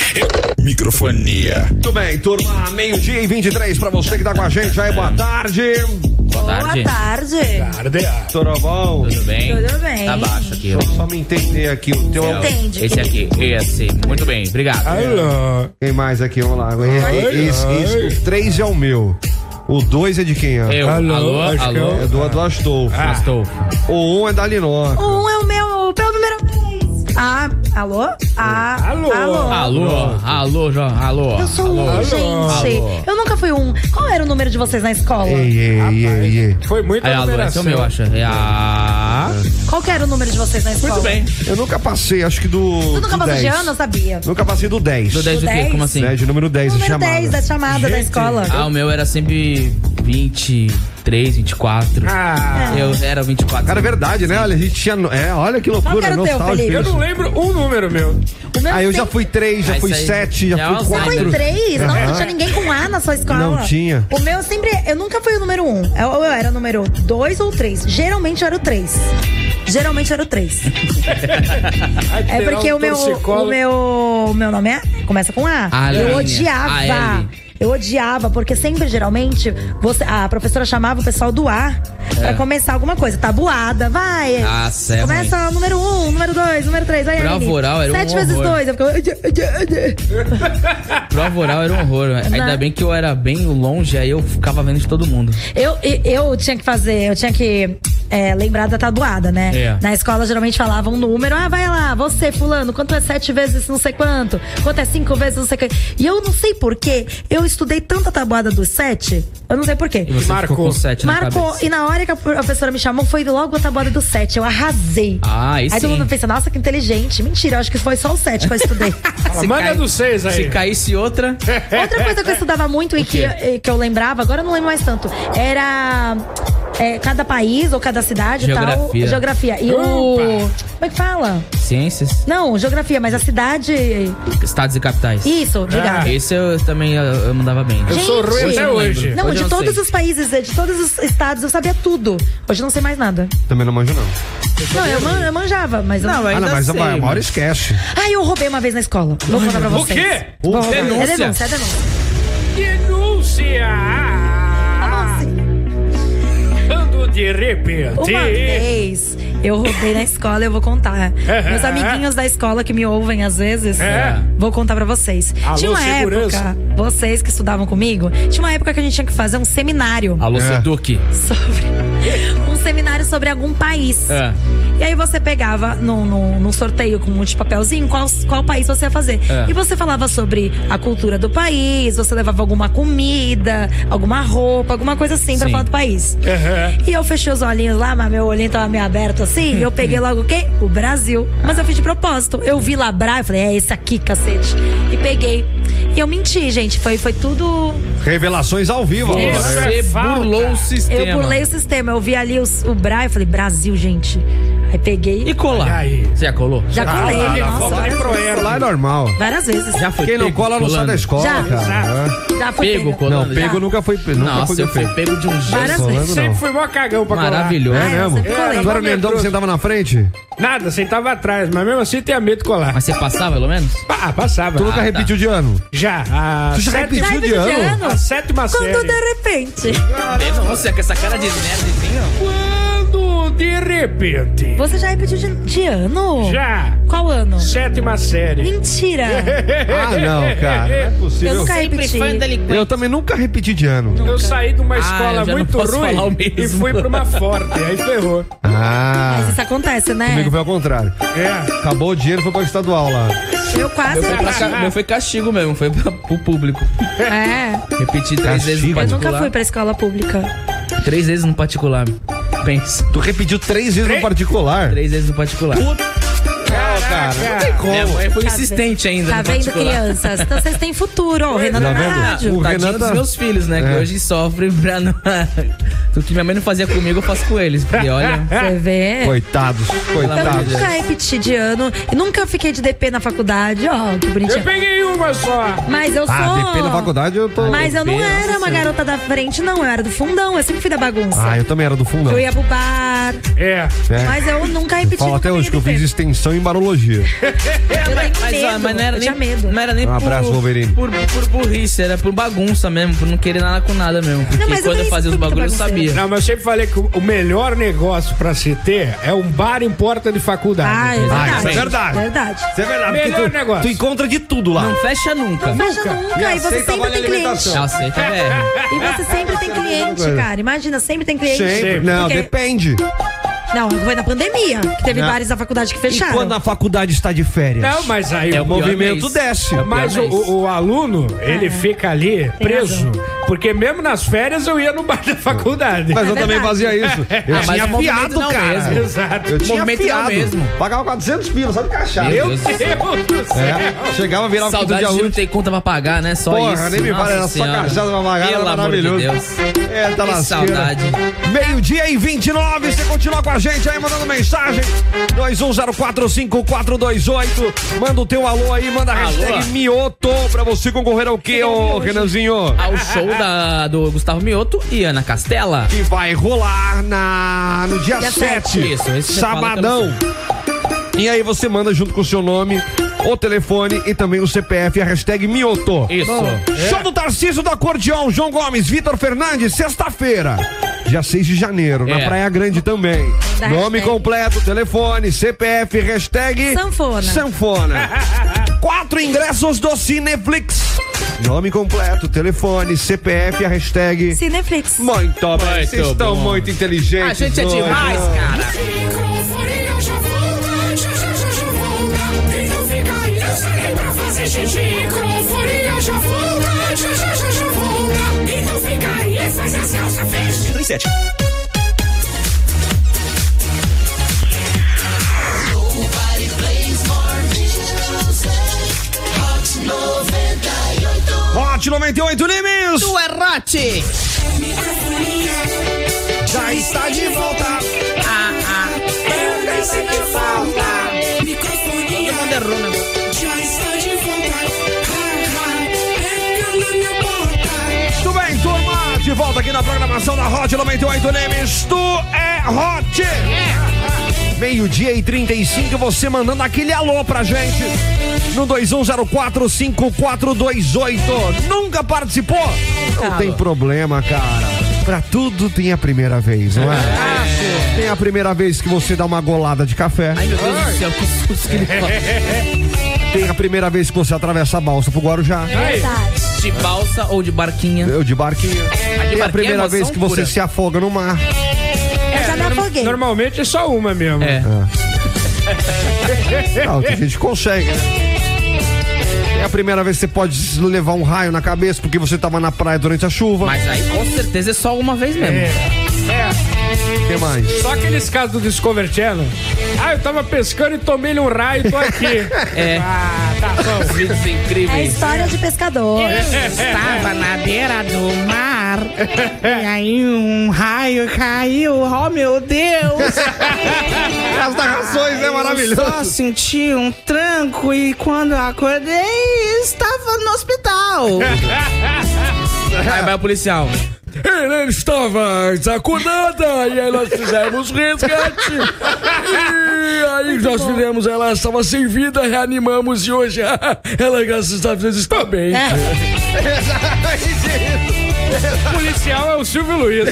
[SPEAKER 6] Microfonia.
[SPEAKER 2] Muito bem, turma, meio-dia e 23 pra você que tá com a gente aí, boa tarde.
[SPEAKER 1] Boa tarde.
[SPEAKER 4] Boa tarde.
[SPEAKER 5] Tarde.
[SPEAKER 2] Tudo bom?
[SPEAKER 1] Tudo bem?
[SPEAKER 4] Tudo bem.
[SPEAKER 1] Tá baixo aqui. ó.
[SPEAKER 2] Só me entender aqui, o teu.
[SPEAKER 4] Entende.
[SPEAKER 1] Esse aqui, esse. Muito bem, obrigado.
[SPEAKER 5] Alô.
[SPEAKER 2] Quem mais aqui? Vamos lá. Esse,
[SPEAKER 5] ai.
[SPEAKER 2] esse- o 3 é o meu. O 2 é de quem é?
[SPEAKER 1] Eu, alô,
[SPEAKER 5] Alô,
[SPEAKER 1] alô,
[SPEAKER 5] acho que Ah.
[SPEAKER 2] É do, do Astolfo.
[SPEAKER 1] Astolfo.
[SPEAKER 2] O 1 um é da Linó.
[SPEAKER 4] Um é o meu pela primeira vez. Ah, alô? Ah,
[SPEAKER 5] Alô.
[SPEAKER 4] Alô.
[SPEAKER 1] Alô, alô, João, alô.
[SPEAKER 4] Eu sou
[SPEAKER 1] alô.
[SPEAKER 4] um, gente.
[SPEAKER 1] Alô.
[SPEAKER 4] Eu nunca fui um. Qual era o número de vocês na escola?
[SPEAKER 2] Ei, ei, ei, ei.
[SPEAKER 5] Foi muito
[SPEAKER 1] É, alô, esse é o meu, acho. É a...
[SPEAKER 4] Qual que era o número de vocês na escola?
[SPEAKER 1] Muito bem.
[SPEAKER 2] Eu nunca passei, acho que do.
[SPEAKER 4] Tu nunca
[SPEAKER 2] do
[SPEAKER 4] passou de
[SPEAKER 2] 10.
[SPEAKER 4] ano, eu sabia.
[SPEAKER 2] Nunca passei do 10.
[SPEAKER 1] Do 10 do quê?
[SPEAKER 4] 10?
[SPEAKER 1] Como assim?
[SPEAKER 2] Né, de número 10,
[SPEAKER 4] Número né?
[SPEAKER 2] chamada.
[SPEAKER 4] 10 da chamada da escola.
[SPEAKER 1] Ah, o meu era sempre 23, 24.
[SPEAKER 5] Ah.
[SPEAKER 1] Eu era 24.
[SPEAKER 2] Cara, é verdade, né? Olha, a gente tinha. É, olha que loucura,
[SPEAKER 4] era o teu,
[SPEAKER 2] nostálgico
[SPEAKER 4] Felipe?
[SPEAKER 5] Eu
[SPEAKER 2] isso.
[SPEAKER 5] não lembro um número meu.
[SPEAKER 4] O meu
[SPEAKER 2] Aí eu já
[SPEAKER 4] sempre-
[SPEAKER 2] fui 3, já
[SPEAKER 1] Ah,
[SPEAKER 2] fui
[SPEAKER 1] isso aí
[SPEAKER 2] 7,
[SPEAKER 1] já é
[SPEAKER 2] já fui
[SPEAKER 1] um
[SPEAKER 4] Você foi
[SPEAKER 2] 4.
[SPEAKER 4] três? Não,
[SPEAKER 2] Aham.
[SPEAKER 4] não tinha ninguém com A na sua escola.
[SPEAKER 2] Não tinha.
[SPEAKER 4] O meu sempre. Eu nunca fui o número um. Eu, ou eu era o número dois ou três. Geralmente eu era o três. Geralmente eu era o três. É porque o meu, o meu. o meu nome é. Começa com A.
[SPEAKER 1] Aline.
[SPEAKER 4] Eu odiava.
[SPEAKER 1] A-L.
[SPEAKER 4] Eu odiava, porque sempre, geralmente, você, a professora chamava o pessoal do A pra começar alguma coisa. Tabuada, vai.
[SPEAKER 1] Ah, cê é
[SPEAKER 4] Começa o número um, número dois, número três. Vai,
[SPEAKER 1] Prova
[SPEAKER 4] Aline.
[SPEAKER 1] oral era um
[SPEAKER 4] Sete vezes
[SPEAKER 1] horror.
[SPEAKER 4] dois. Eu ficava...
[SPEAKER 1] Prova oral era um horror. Ainda bem que eu era bem longe, aí eu ficava vendo de todo mundo.
[SPEAKER 4] Eu, eu eu tinha que fazer, eu tinha que é, lembrar da tabuada, né?
[SPEAKER 1] É.
[SPEAKER 4] Na escola geralmente falava um número, ah, vai lá, você, fulano, quanto é sete vezes não sei quanto, quanto é cinco vezes não sei quanto. E eu não sei porquê, eu estudei tanta tabuada dos sete, eu não sei porquê.
[SPEAKER 1] E você
[SPEAKER 5] Marcou.
[SPEAKER 1] ficou com 7 na
[SPEAKER 4] Marcou,
[SPEAKER 1] cabeça.
[SPEAKER 4] e na hora que a professora me chamou, foi logo a tabuada do sete, eu arrasei.
[SPEAKER 1] Ah, aí
[SPEAKER 4] Aí todo
[SPEAKER 1] sim.
[SPEAKER 4] mundo pensa, nossa, que inteligente. Mentira, eu acho que foi só o sete que eu estudei.
[SPEAKER 1] Se
[SPEAKER 5] Manda
[SPEAKER 1] cai-
[SPEAKER 5] do seis aí.
[SPEAKER 1] Se caísse outra...
[SPEAKER 4] Outra coisa que eu estudava muito e que,
[SPEAKER 1] quê?
[SPEAKER 4] eh, que eu lembrava, agora eu não lembro mais tanto, era eh, cada país ou cada cidade e tal.
[SPEAKER 1] Geografia.
[SPEAKER 4] Geografia. E o. Como é que fala?
[SPEAKER 1] Ciências,
[SPEAKER 4] Não, geografia, mas a cidade.
[SPEAKER 1] estados e capitais.
[SPEAKER 4] Isso, obrigada.
[SPEAKER 1] Esse eu também eu, eu mandava bem.
[SPEAKER 5] Eu sou ruim
[SPEAKER 4] Gente.
[SPEAKER 5] até hoje.
[SPEAKER 4] Não,
[SPEAKER 1] Hoje eu
[SPEAKER 4] de
[SPEAKER 1] não
[SPEAKER 4] todos
[SPEAKER 1] sei.
[SPEAKER 4] os países, eh, de todos os estados, eu sabia tudo. Hoje eu não sei mais nada.
[SPEAKER 2] Também não manjo, não.
[SPEAKER 4] Não, eu, man- eu manjava, mas. eu
[SPEAKER 1] Não,
[SPEAKER 4] não...
[SPEAKER 1] mas-
[SPEAKER 2] Ah, não, mas a
[SPEAKER 1] sei,
[SPEAKER 2] maior
[SPEAKER 1] mas-
[SPEAKER 2] esquece.
[SPEAKER 4] Ah, eu roubei uma vez na escola. Vou contar pra
[SPEAKER 5] O
[SPEAKER 4] vocês.
[SPEAKER 5] quê?
[SPEAKER 4] É
[SPEAKER 1] Denúncia.
[SPEAKER 4] denúncia, é denúncia.
[SPEAKER 5] Denúncia.
[SPEAKER 4] Denúncia.
[SPEAKER 5] Quando de repente.
[SPEAKER 4] assim? Uma vez eu roubei na escola, eu vou contar. Meus amiguinhos da escola que me ouvem às vezes,
[SPEAKER 5] É.
[SPEAKER 4] vou contar pra vocês.
[SPEAKER 5] Alô,
[SPEAKER 4] tinha uma
[SPEAKER 5] segurança.
[SPEAKER 4] época, vocês que estudavam comigo, tinha uma época que a gente tinha que fazer um seminário
[SPEAKER 2] É.
[SPEAKER 1] Alô, Seduc.
[SPEAKER 4] sobre um seminário sobre algum país.
[SPEAKER 1] É.
[SPEAKER 4] E aí você pegava num, num, num sorteio com um monte de papelzinho qual, qual país você ia fazer.
[SPEAKER 1] É.
[SPEAKER 4] E você falava sobre a cultura do país, você levava alguma comida, alguma roupa, alguma coisa assim pra
[SPEAKER 1] Sim.
[SPEAKER 4] falar do país. E eu fechei os olhinhos lá, mas meu olhinho tava meio aberto assim. e eu peguei logo o quê? O Brasil. Mas eu fiz de propósito. Eu vi Labrar, eu falei, é esse aqui, cacete. E peguei. E eu menti, gente. Foi, foi tudo
[SPEAKER 2] Revelações ao vivo.
[SPEAKER 5] Isso.
[SPEAKER 2] agora. né?
[SPEAKER 1] Você
[SPEAKER 5] falta.
[SPEAKER 1] burlou o sistema.
[SPEAKER 4] Eu burlei o sistema, eu vi ali os- o Bra, eu falei, Brasil, gente. Aí peguei,
[SPEAKER 1] E
[SPEAKER 5] Olha
[SPEAKER 1] colar?
[SPEAKER 5] aí.
[SPEAKER 1] Você já colou?
[SPEAKER 4] já colei,
[SPEAKER 5] Ah, lá,
[SPEAKER 4] nossa,
[SPEAKER 5] lá, lá,
[SPEAKER 4] várias,
[SPEAKER 5] lá,
[SPEAKER 2] Lá é normal.
[SPEAKER 4] várias vezes.
[SPEAKER 1] Já foi
[SPEAKER 2] Quem não
[SPEAKER 1] pego
[SPEAKER 2] cola não sai
[SPEAKER 1] colando?
[SPEAKER 2] da escola,
[SPEAKER 4] Já.
[SPEAKER 2] cara. É.
[SPEAKER 4] Já fui
[SPEAKER 1] Pego
[SPEAKER 4] pega.
[SPEAKER 1] colando?
[SPEAKER 2] Não, pego nunca foi nunca
[SPEAKER 1] Nossa,
[SPEAKER 2] foi
[SPEAKER 1] eu fui
[SPEAKER 2] pego.
[SPEAKER 1] pego de um
[SPEAKER 4] Várias
[SPEAKER 1] jeito
[SPEAKER 4] vezes.
[SPEAKER 2] Colando
[SPEAKER 5] Sempre
[SPEAKER 2] não.
[SPEAKER 5] fui mó cagão pra colar.
[SPEAKER 1] maravilhoso.
[SPEAKER 2] É
[SPEAKER 4] Ah, eu sempre colei.
[SPEAKER 2] Tu era o mendão que sentava na frente?
[SPEAKER 5] Nada, sentava atrás, mas mesmo assim tinha medo de colar.
[SPEAKER 1] Mas você passava, pelo menos?
[SPEAKER 5] Ah, passava.
[SPEAKER 2] Tu nunca
[SPEAKER 1] tá.
[SPEAKER 2] repetiu de ano?
[SPEAKER 5] Já. A
[SPEAKER 2] Tu já
[SPEAKER 5] sétima-
[SPEAKER 2] repetiu de
[SPEAKER 4] Sétimo de
[SPEAKER 2] ano?
[SPEAKER 4] ano?
[SPEAKER 5] A sétima
[SPEAKER 4] Quando
[SPEAKER 5] série.
[SPEAKER 4] de repente.
[SPEAKER 1] Nossa, é com essa cara de nerdzinho.
[SPEAKER 5] Quando de repente.
[SPEAKER 4] Você já repetiu de, de ano?
[SPEAKER 5] Já.
[SPEAKER 4] Qual ano?
[SPEAKER 5] Sétima série.
[SPEAKER 4] Mentira!
[SPEAKER 2] Ah, não, cara. Não é
[SPEAKER 4] Eu
[SPEAKER 2] possível.
[SPEAKER 4] nunca repeti.
[SPEAKER 2] Eu também nunca repeti de ano.
[SPEAKER 5] Eu saí de uma escola
[SPEAKER 1] Ah, eu já não
[SPEAKER 5] muito
[SPEAKER 1] posso falar o
[SPEAKER 5] ruim
[SPEAKER 1] mesmo.
[SPEAKER 5] e fui pra uma forte. Aí ferrou.
[SPEAKER 4] Mas
[SPEAKER 2] Ah,
[SPEAKER 4] isso acontece, né?
[SPEAKER 2] comigo foi ao contrário.
[SPEAKER 5] É.
[SPEAKER 2] Acabou o dinheiro, foi pra estadual lá.
[SPEAKER 4] Eu quase.
[SPEAKER 1] Meu foi, pra
[SPEAKER 4] Ah,
[SPEAKER 1] ca- meu foi castigo mesmo, foi pra, pro público.
[SPEAKER 4] É,
[SPEAKER 1] Repeti três
[SPEAKER 2] Castigo?
[SPEAKER 1] vezes no
[SPEAKER 2] Eu
[SPEAKER 4] eu
[SPEAKER 1] particular.
[SPEAKER 4] nunca fui pra escola pública.
[SPEAKER 1] Três vezes no particular. Pensa.
[SPEAKER 2] Tu repetiu três vezes no particular. Ah,
[SPEAKER 1] Três vezes no particular.
[SPEAKER 2] Cara, não tem
[SPEAKER 1] Minha
[SPEAKER 2] como.
[SPEAKER 1] mãe foi insistente ainda
[SPEAKER 4] Tá
[SPEAKER 1] no
[SPEAKER 4] vendo,
[SPEAKER 1] particular.
[SPEAKER 4] crianças? Então vocês têm futuro. Ó, o Renan
[SPEAKER 2] Tá
[SPEAKER 4] tá na
[SPEAKER 2] vendo?
[SPEAKER 4] rádio.
[SPEAKER 2] O
[SPEAKER 1] Tadinho
[SPEAKER 2] Renan tá-
[SPEAKER 1] dos meus filhos, né?
[SPEAKER 2] É.
[SPEAKER 1] Que hoje sofrem pra não... Tudo que minha mãe não fazia comigo, eu faço com eles. Porque olha...
[SPEAKER 2] É?
[SPEAKER 4] Você vê?
[SPEAKER 2] Coitados,
[SPEAKER 4] Eu
[SPEAKER 2] coitados.
[SPEAKER 4] nunca repeti de ano, e nunca fiquei de DP na faculdade, ó, que
[SPEAKER 5] Eu
[SPEAKER 4] bonitinho.
[SPEAKER 5] peguei uma só.
[SPEAKER 4] Mas eu
[SPEAKER 2] Ah,
[SPEAKER 4] sou.
[SPEAKER 2] depende da faculdade, eu tô.
[SPEAKER 4] Mas eu não
[SPEAKER 1] Pensa.
[SPEAKER 4] era uma garota da frente, não, eu era do fundão, eu sempre fui da bagunça.
[SPEAKER 2] Ah, eu também era do fundão.
[SPEAKER 4] Eu ia pro bar,
[SPEAKER 5] É.
[SPEAKER 2] É.
[SPEAKER 4] mas eu nunca
[SPEAKER 2] Eu
[SPEAKER 4] repeti.
[SPEAKER 2] Falo até
[SPEAKER 4] nunca
[SPEAKER 2] hoje que eu
[SPEAKER 4] peguei
[SPEAKER 2] fiz
[SPEAKER 4] DP.
[SPEAKER 2] extensão em barologia.
[SPEAKER 4] Eu tenho
[SPEAKER 1] Mas, ó,
[SPEAKER 4] medo,
[SPEAKER 1] mas não era
[SPEAKER 4] eu
[SPEAKER 1] nem,
[SPEAKER 4] tinha medo.
[SPEAKER 1] não era nem
[SPEAKER 2] Um abraço,
[SPEAKER 1] por,
[SPEAKER 2] Wolverine.
[SPEAKER 1] por, por burrice, era por bagunça mesmo, por não querer nada com nada mesmo. Porque
[SPEAKER 4] mas eu
[SPEAKER 1] quando eu
[SPEAKER 4] também
[SPEAKER 1] fazia os
[SPEAKER 4] fui muito
[SPEAKER 1] bagulhos, eu
[SPEAKER 4] bagunceira.
[SPEAKER 1] sabia.
[SPEAKER 5] Não, mas eu sempre falei que o o melhor negócio pra se ter é um bar em porta de
[SPEAKER 4] Ah, é
[SPEAKER 5] faculdade.
[SPEAKER 2] Ah, isso é
[SPEAKER 4] verdade.
[SPEAKER 2] verdade.
[SPEAKER 4] verdade.
[SPEAKER 2] Isso é verdade.
[SPEAKER 5] Melhor
[SPEAKER 2] porque tu,
[SPEAKER 5] negócio.
[SPEAKER 2] tu encontra de tudo lá.
[SPEAKER 1] Não fecha nunca.
[SPEAKER 4] Mas eu nunca, e você
[SPEAKER 2] aceita
[SPEAKER 4] sempre
[SPEAKER 2] vale
[SPEAKER 4] tem cliente.
[SPEAKER 2] alimentação.
[SPEAKER 1] Não, aceita, velho.
[SPEAKER 4] E você sempre tem cliente, cara. Imagina, sempre tem cliente.
[SPEAKER 2] Sempre. Não,
[SPEAKER 4] Porque-
[SPEAKER 2] depende.
[SPEAKER 4] Não, foi na pandemia, que teve
[SPEAKER 2] Não.
[SPEAKER 4] bares da faculdade que
[SPEAKER 2] E
[SPEAKER 4] fecharam.
[SPEAKER 2] quando a faculdade está de férias?
[SPEAKER 5] Não, mas aí
[SPEAKER 1] É
[SPEAKER 5] o
[SPEAKER 1] o
[SPEAKER 2] o um
[SPEAKER 1] Pior É.
[SPEAKER 2] movimento
[SPEAKER 1] mês.
[SPEAKER 2] desce.
[SPEAKER 5] Mas o,
[SPEAKER 1] Pior mês.
[SPEAKER 5] o- o aluno, ele fica ali preso. Porque mesmo nas férias eu ia no bar da faculdade.
[SPEAKER 2] Mas eu
[SPEAKER 4] É
[SPEAKER 2] também
[SPEAKER 4] verdade.
[SPEAKER 2] fazia isso. Eu
[SPEAKER 1] mas
[SPEAKER 2] tinha
[SPEAKER 1] o movimento
[SPEAKER 2] fiado,
[SPEAKER 1] não é o
[SPEAKER 2] cara.
[SPEAKER 1] mesmo.
[SPEAKER 5] Exato.
[SPEAKER 2] Eu tinha
[SPEAKER 1] movimento não é
[SPEAKER 2] fiado.
[SPEAKER 1] o mesmo.
[SPEAKER 2] Pagava 400 pilas, só de cachaça.
[SPEAKER 1] Meu
[SPEAKER 2] Eu-
[SPEAKER 1] Deus.
[SPEAKER 5] Deus do céu.
[SPEAKER 2] É, chegava, virava tudo de
[SPEAKER 1] Saudade de não
[SPEAKER 2] aluno.
[SPEAKER 1] ter conta pra pagar, né? Só
[SPEAKER 2] Porra,
[SPEAKER 1] isso.
[SPEAKER 2] nem me
[SPEAKER 1] Nossa
[SPEAKER 2] fala, era só
[SPEAKER 1] Senhora.
[SPEAKER 2] cajado pra pagar, era
[SPEAKER 1] Pelo amor de
[SPEAKER 2] maravilhoso.
[SPEAKER 1] Deus.
[SPEAKER 2] É, tá
[SPEAKER 1] Que
[SPEAKER 2] lasqueira.
[SPEAKER 1] saudade.
[SPEAKER 2] Meio-dia e 29, você continua com a gente aí mandando mensagem. 21045428. Manda o teu alô aí, manda a
[SPEAKER 1] Alô. um
[SPEAKER 2] hashtag Mioto pra você concorrer ao quê, ô Renanzinho?
[SPEAKER 1] Ao show da, do Gustavo Mioto e Ana Castela.
[SPEAKER 2] Que vai rolar na, no dia 7.
[SPEAKER 1] Isso, esse você
[SPEAKER 2] sabadão.
[SPEAKER 1] fala
[SPEAKER 2] E aí você manda junto com o seu nome, o telefone e também o CPF, a hashtag Mioto.
[SPEAKER 1] Isso. É.
[SPEAKER 2] Show do Tarcísio do Acordeão, João Gomes, Vitor Fernandes, sexta-feira. Dia 6 de janeiro, na
[SPEAKER 1] É.
[SPEAKER 2] Praia Grande também.
[SPEAKER 4] Da
[SPEAKER 2] Nome
[SPEAKER 4] hashtag.
[SPEAKER 2] completo, telefone, CPF, hashtag.
[SPEAKER 4] Sanfona.
[SPEAKER 2] Sanfona. Quatro ingressos do Cineflix. Nome completo, telefone, CPF, a hashtag.
[SPEAKER 4] Cineflix.
[SPEAKER 2] Muito bem,
[SPEAKER 1] Muito
[SPEAKER 2] vocês estão
[SPEAKER 1] bom.
[SPEAKER 2] muito inteligentes.
[SPEAKER 1] A gente é
[SPEAKER 2] hoje.
[SPEAKER 1] demais, cara.
[SPEAKER 6] Microfone, eu já volto, já, já, já, já volto. E não fica aí, eu saí pra fazer xixi. Microfone, eu já volto, já, já, já, já volto. E não fica aí, faz a salsa, fez.
[SPEAKER 2] Hot 98 Limes!
[SPEAKER 1] Tu é Rati.
[SPEAKER 2] Já está de volta.
[SPEAKER 6] Ah, Eu nem sei que falta. Microfone, eu já está de volta. Ah, Ha, ha, pega na minha porta.
[SPEAKER 2] Muito bem, turma, de volta aqui na programação da Hot 98 Lemes. Tu é Hot!
[SPEAKER 1] É.
[SPEAKER 2] Meio-dia e 35, você mandando aquele alô pra gente no 21045428. Nunca participou? Não tem problema, cara. Pra tudo tem a primeira vez, não é? Tem a primeira vez que você dá uma golada de café.
[SPEAKER 1] Ai, meu Deus do céu, que susto que ele fala.
[SPEAKER 2] Tem a primeira vez que você atravessa a balsa pro Guarujá.
[SPEAKER 4] Verdade.
[SPEAKER 1] De balsa ou de barquinha.
[SPEAKER 2] Eu de barquinho. Tem
[SPEAKER 1] barquinho
[SPEAKER 2] a
[SPEAKER 1] É. é
[SPEAKER 2] primeira
[SPEAKER 1] emoção
[SPEAKER 2] vez que você
[SPEAKER 1] pura.
[SPEAKER 2] se afoga no mar.
[SPEAKER 4] Eu
[SPEAKER 2] É,
[SPEAKER 4] já me afoguei.
[SPEAKER 5] Normalmente é só uma mesmo.
[SPEAKER 1] É.
[SPEAKER 2] Não, tem gente que consegue, né? É a primeira vez que você pode levar um raio na cabeça porque você tava na praia durante a chuva.
[SPEAKER 1] Mas aí com certeza é só uma vez mesmo.
[SPEAKER 2] O que mais?
[SPEAKER 5] Só aqueles casos do Discovery Channel. Ah, eu tava pescando e tomei um raio e tô aqui.
[SPEAKER 1] É.
[SPEAKER 5] Ah, tá bom.
[SPEAKER 1] Vídeos
[SPEAKER 4] É
[SPEAKER 1] incríveis.
[SPEAKER 4] história de pescador.
[SPEAKER 2] É.
[SPEAKER 1] Estava na beira do mar. E aí um raio caiu. Oh meu Deus!
[SPEAKER 2] As narrações é
[SPEAKER 1] Só
[SPEAKER 2] maravilhoso.
[SPEAKER 1] senti um tranco e quando acordei estava no hospital. Aí vai o policial.
[SPEAKER 3] Ele estava desacordada e aí nós fizemos resgate. E aí nós fizemos, ela estava sem vida, reanimamos e hoje ela, graças a Deus, está bem.
[SPEAKER 5] é. O policial é o Silvio Luiz.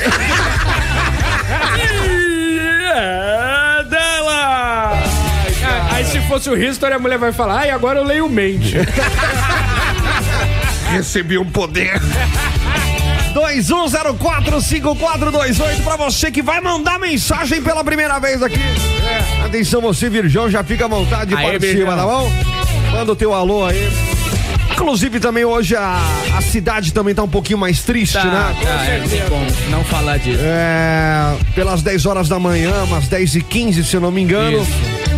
[SPEAKER 5] E é dela! Ah, Aí se fosse o History, a mulher vai falar, ai, agora eu leio mente.
[SPEAKER 2] Recebi um poder. 21045428 pra você que vai mandar mensagem pela primeira vez aqui. Atenção, você, Virgão, já fica à vontade e
[SPEAKER 1] É. Aê,
[SPEAKER 2] participa,
[SPEAKER 1] Virgão.
[SPEAKER 2] tá bom? Manda o teu alô aí. Inclusive, também hoje a, a cidade também tá um pouquinho mais triste,
[SPEAKER 1] Tá,
[SPEAKER 2] né?
[SPEAKER 1] tá, é, não tem como não falar disso.
[SPEAKER 2] É, pelas 10 horas da manhã, umas 10 e 15 se eu não me engano,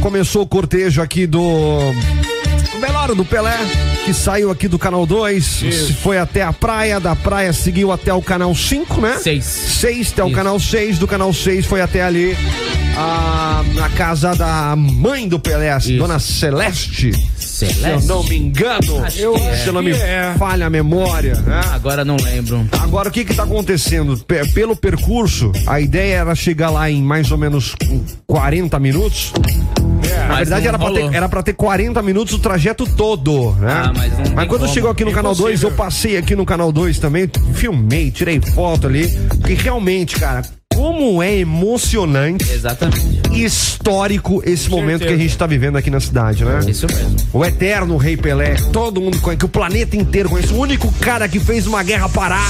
[SPEAKER 2] começou o cortejo aqui do Belário do Pelé, que saiu aqui do canal 2, foi até a praia, da praia seguiu até o canal 5, né?
[SPEAKER 1] Seis.
[SPEAKER 2] 6 até o
[SPEAKER 1] Isso.
[SPEAKER 2] canal 6, do canal 6 foi até ali a, a casa da mãe do Pelé, a dona Celeste, se eu
[SPEAKER 1] Celeste?
[SPEAKER 2] não me engano, se eu não me
[SPEAKER 5] que é.
[SPEAKER 2] falha a memória, né?
[SPEAKER 1] Agora não lembro.
[SPEAKER 2] Agora, o que que tá acontecendo? Pe- pelo percurso, a ideia era chegar lá em mais ou menos hum, 40 minutos. Na
[SPEAKER 1] É. Mas
[SPEAKER 2] verdade,
[SPEAKER 1] não
[SPEAKER 2] era pra,
[SPEAKER 1] rolou.
[SPEAKER 2] ter, era pra ter 40 minutos o trajeto todo, né?
[SPEAKER 1] Ah, mas não tem
[SPEAKER 2] quando
[SPEAKER 1] como. É
[SPEAKER 2] chegou aqui no Canal 2, eu passei aqui no Canal 2 também, filmei, tirei foto ali, porque realmente, cara, como é emocionante
[SPEAKER 1] Exatamente.
[SPEAKER 2] e histórico esse momento que a gente tá vivendo aqui na cidade, né?
[SPEAKER 1] Isso mesmo.
[SPEAKER 2] O eterno Rei Pelé, todo mundo conhece, que o planeta inteiro conhece, o único cara que fez uma guerra parar.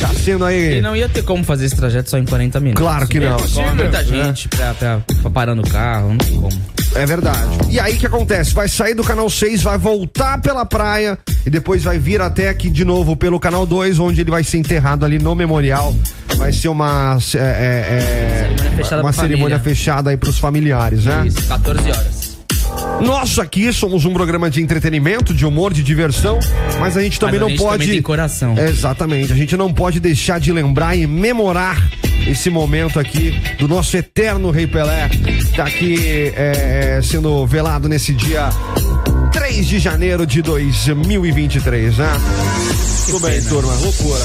[SPEAKER 2] Tá sendo aí.
[SPEAKER 1] É. E não ia ter como fazer esse trajeto só em 40 minutos.
[SPEAKER 2] Claro que não.
[SPEAKER 1] Só muita gente pra, pra- pra parar no carro, não tem como.
[SPEAKER 2] É verdade. E aí o que acontece? Vai sair do canal 6, vai voltar pela praia e depois vai vir até aqui de novo pelo canal 2, onde ele vai ser enterrado ali no memorial. Vai ser uma é,
[SPEAKER 1] Cerimônia
[SPEAKER 2] é, é,
[SPEAKER 1] fechada
[SPEAKER 2] uma
[SPEAKER 1] pra
[SPEAKER 2] cerimônia
[SPEAKER 1] família.
[SPEAKER 2] fechada aí pros familiares, né?
[SPEAKER 1] Isso, 14 horas.
[SPEAKER 2] Nós aqui somos um programa de entretenimento, de humor, de diversão, mas a gente também
[SPEAKER 1] Mas a
[SPEAKER 2] não
[SPEAKER 1] gente
[SPEAKER 2] pode.
[SPEAKER 1] também tem coração.
[SPEAKER 2] Exatamente, a gente não pode deixar de lembrar e memorar esse momento aqui do nosso eterno Rei Pelé, que tá aqui é, é, sendo velado nesse dia 3 de janeiro de 2023, né? Tudo bem, turma, loucura.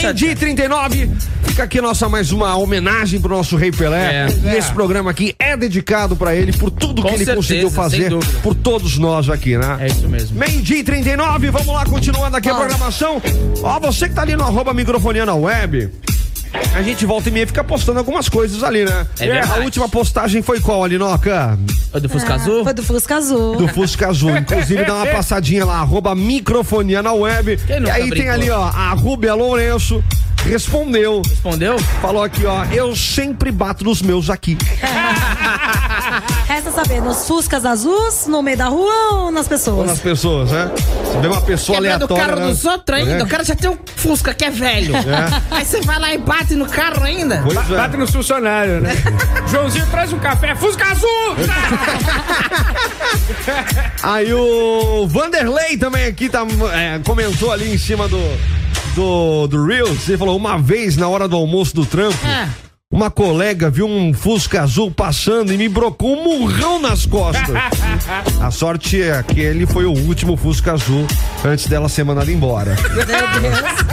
[SPEAKER 2] Em dia 39, fica aqui nossa mais uma homenagem pro nosso Rei Pelé.
[SPEAKER 1] É.
[SPEAKER 2] E esse programa aqui é dedicado pra ele por tudo
[SPEAKER 1] Com
[SPEAKER 2] que ele
[SPEAKER 1] certeza,
[SPEAKER 2] conseguiu
[SPEAKER 1] sem
[SPEAKER 2] fazer
[SPEAKER 1] dúvida.
[SPEAKER 2] por todos nós aqui, né?
[SPEAKER 1] É isso mesmo.
[SPEAKER 2] Meio-dia e 39, vamos lá, continuando aqui a programação. Ó, você que tá ali no arroba microfonia na web. A gente volta e meia fica postando algumas coisas ali, né?
[SPEAKER 1] É verdade.
[SPEAKER 2] a última postagem foi qual, Alinoca?
[SPEAKER 1] O do Fusca
[SPEAKER 4] Ah,
[SPEAKER 1] Azul?
[SPEAKER 4] Foi do Fusca Azul.
[SPEAKER 2] Do Fusca Azul. Inclusive, dá uma passadinha lá, arroba microfonia na web.
[SPEAKER 1] Quem
[SPEAKER 2] E
[SPEAKER 1] nunca
[SPEAKER 2] aí tem
[SPEAKER 1] brincou?
[SPEAKER 2] ali, ó, a Rubia Lourenço respondeu.
[SPEAKER 1] Respondeu?
[SPEAKER 2] Falou aqui, ó, eu sempre bato nos meus aqui.
[SPEAKER 4] Resta saber, nos Fuscas Azuis, no meio da rua ou nas
[SPEAKER 2] As
[SPEAKER 4] pessoas?
[SPEAKER 2] pessoas, né? Você vê uma pessoa
[SPEAKER 1] Quebrando o
[SPEAKER 2] aleatória.
[SPEAKER 1] carro
[SPEAKER 2] né?
[SPEAKER 1] dos outros ainda.
[SPEAKER 2] É.
[SPEAKER 1] O cara já tem um Fusca que é velho. Aí você vai lá e bate no carro ainda.
[SPEAKER 2] Pois é.
[SPEAKER 5] Bate nos funcionários, né? Joãozinho traz um café, Fusca Azul!
[SPEAKER 2] Aí o Vanderlei também aqui tá, é, comentou ali em cima do, do, do Reels. Ele falou: uma vez na hora do almoço do trampo,
[SPEAKER 1] É.
[SPEAKER 2] uma colega viu um Fusca azul passando e me brocou um murrão nas costas. A sorte é que ele foi o último Fusca azul antes dela ser mandada embora.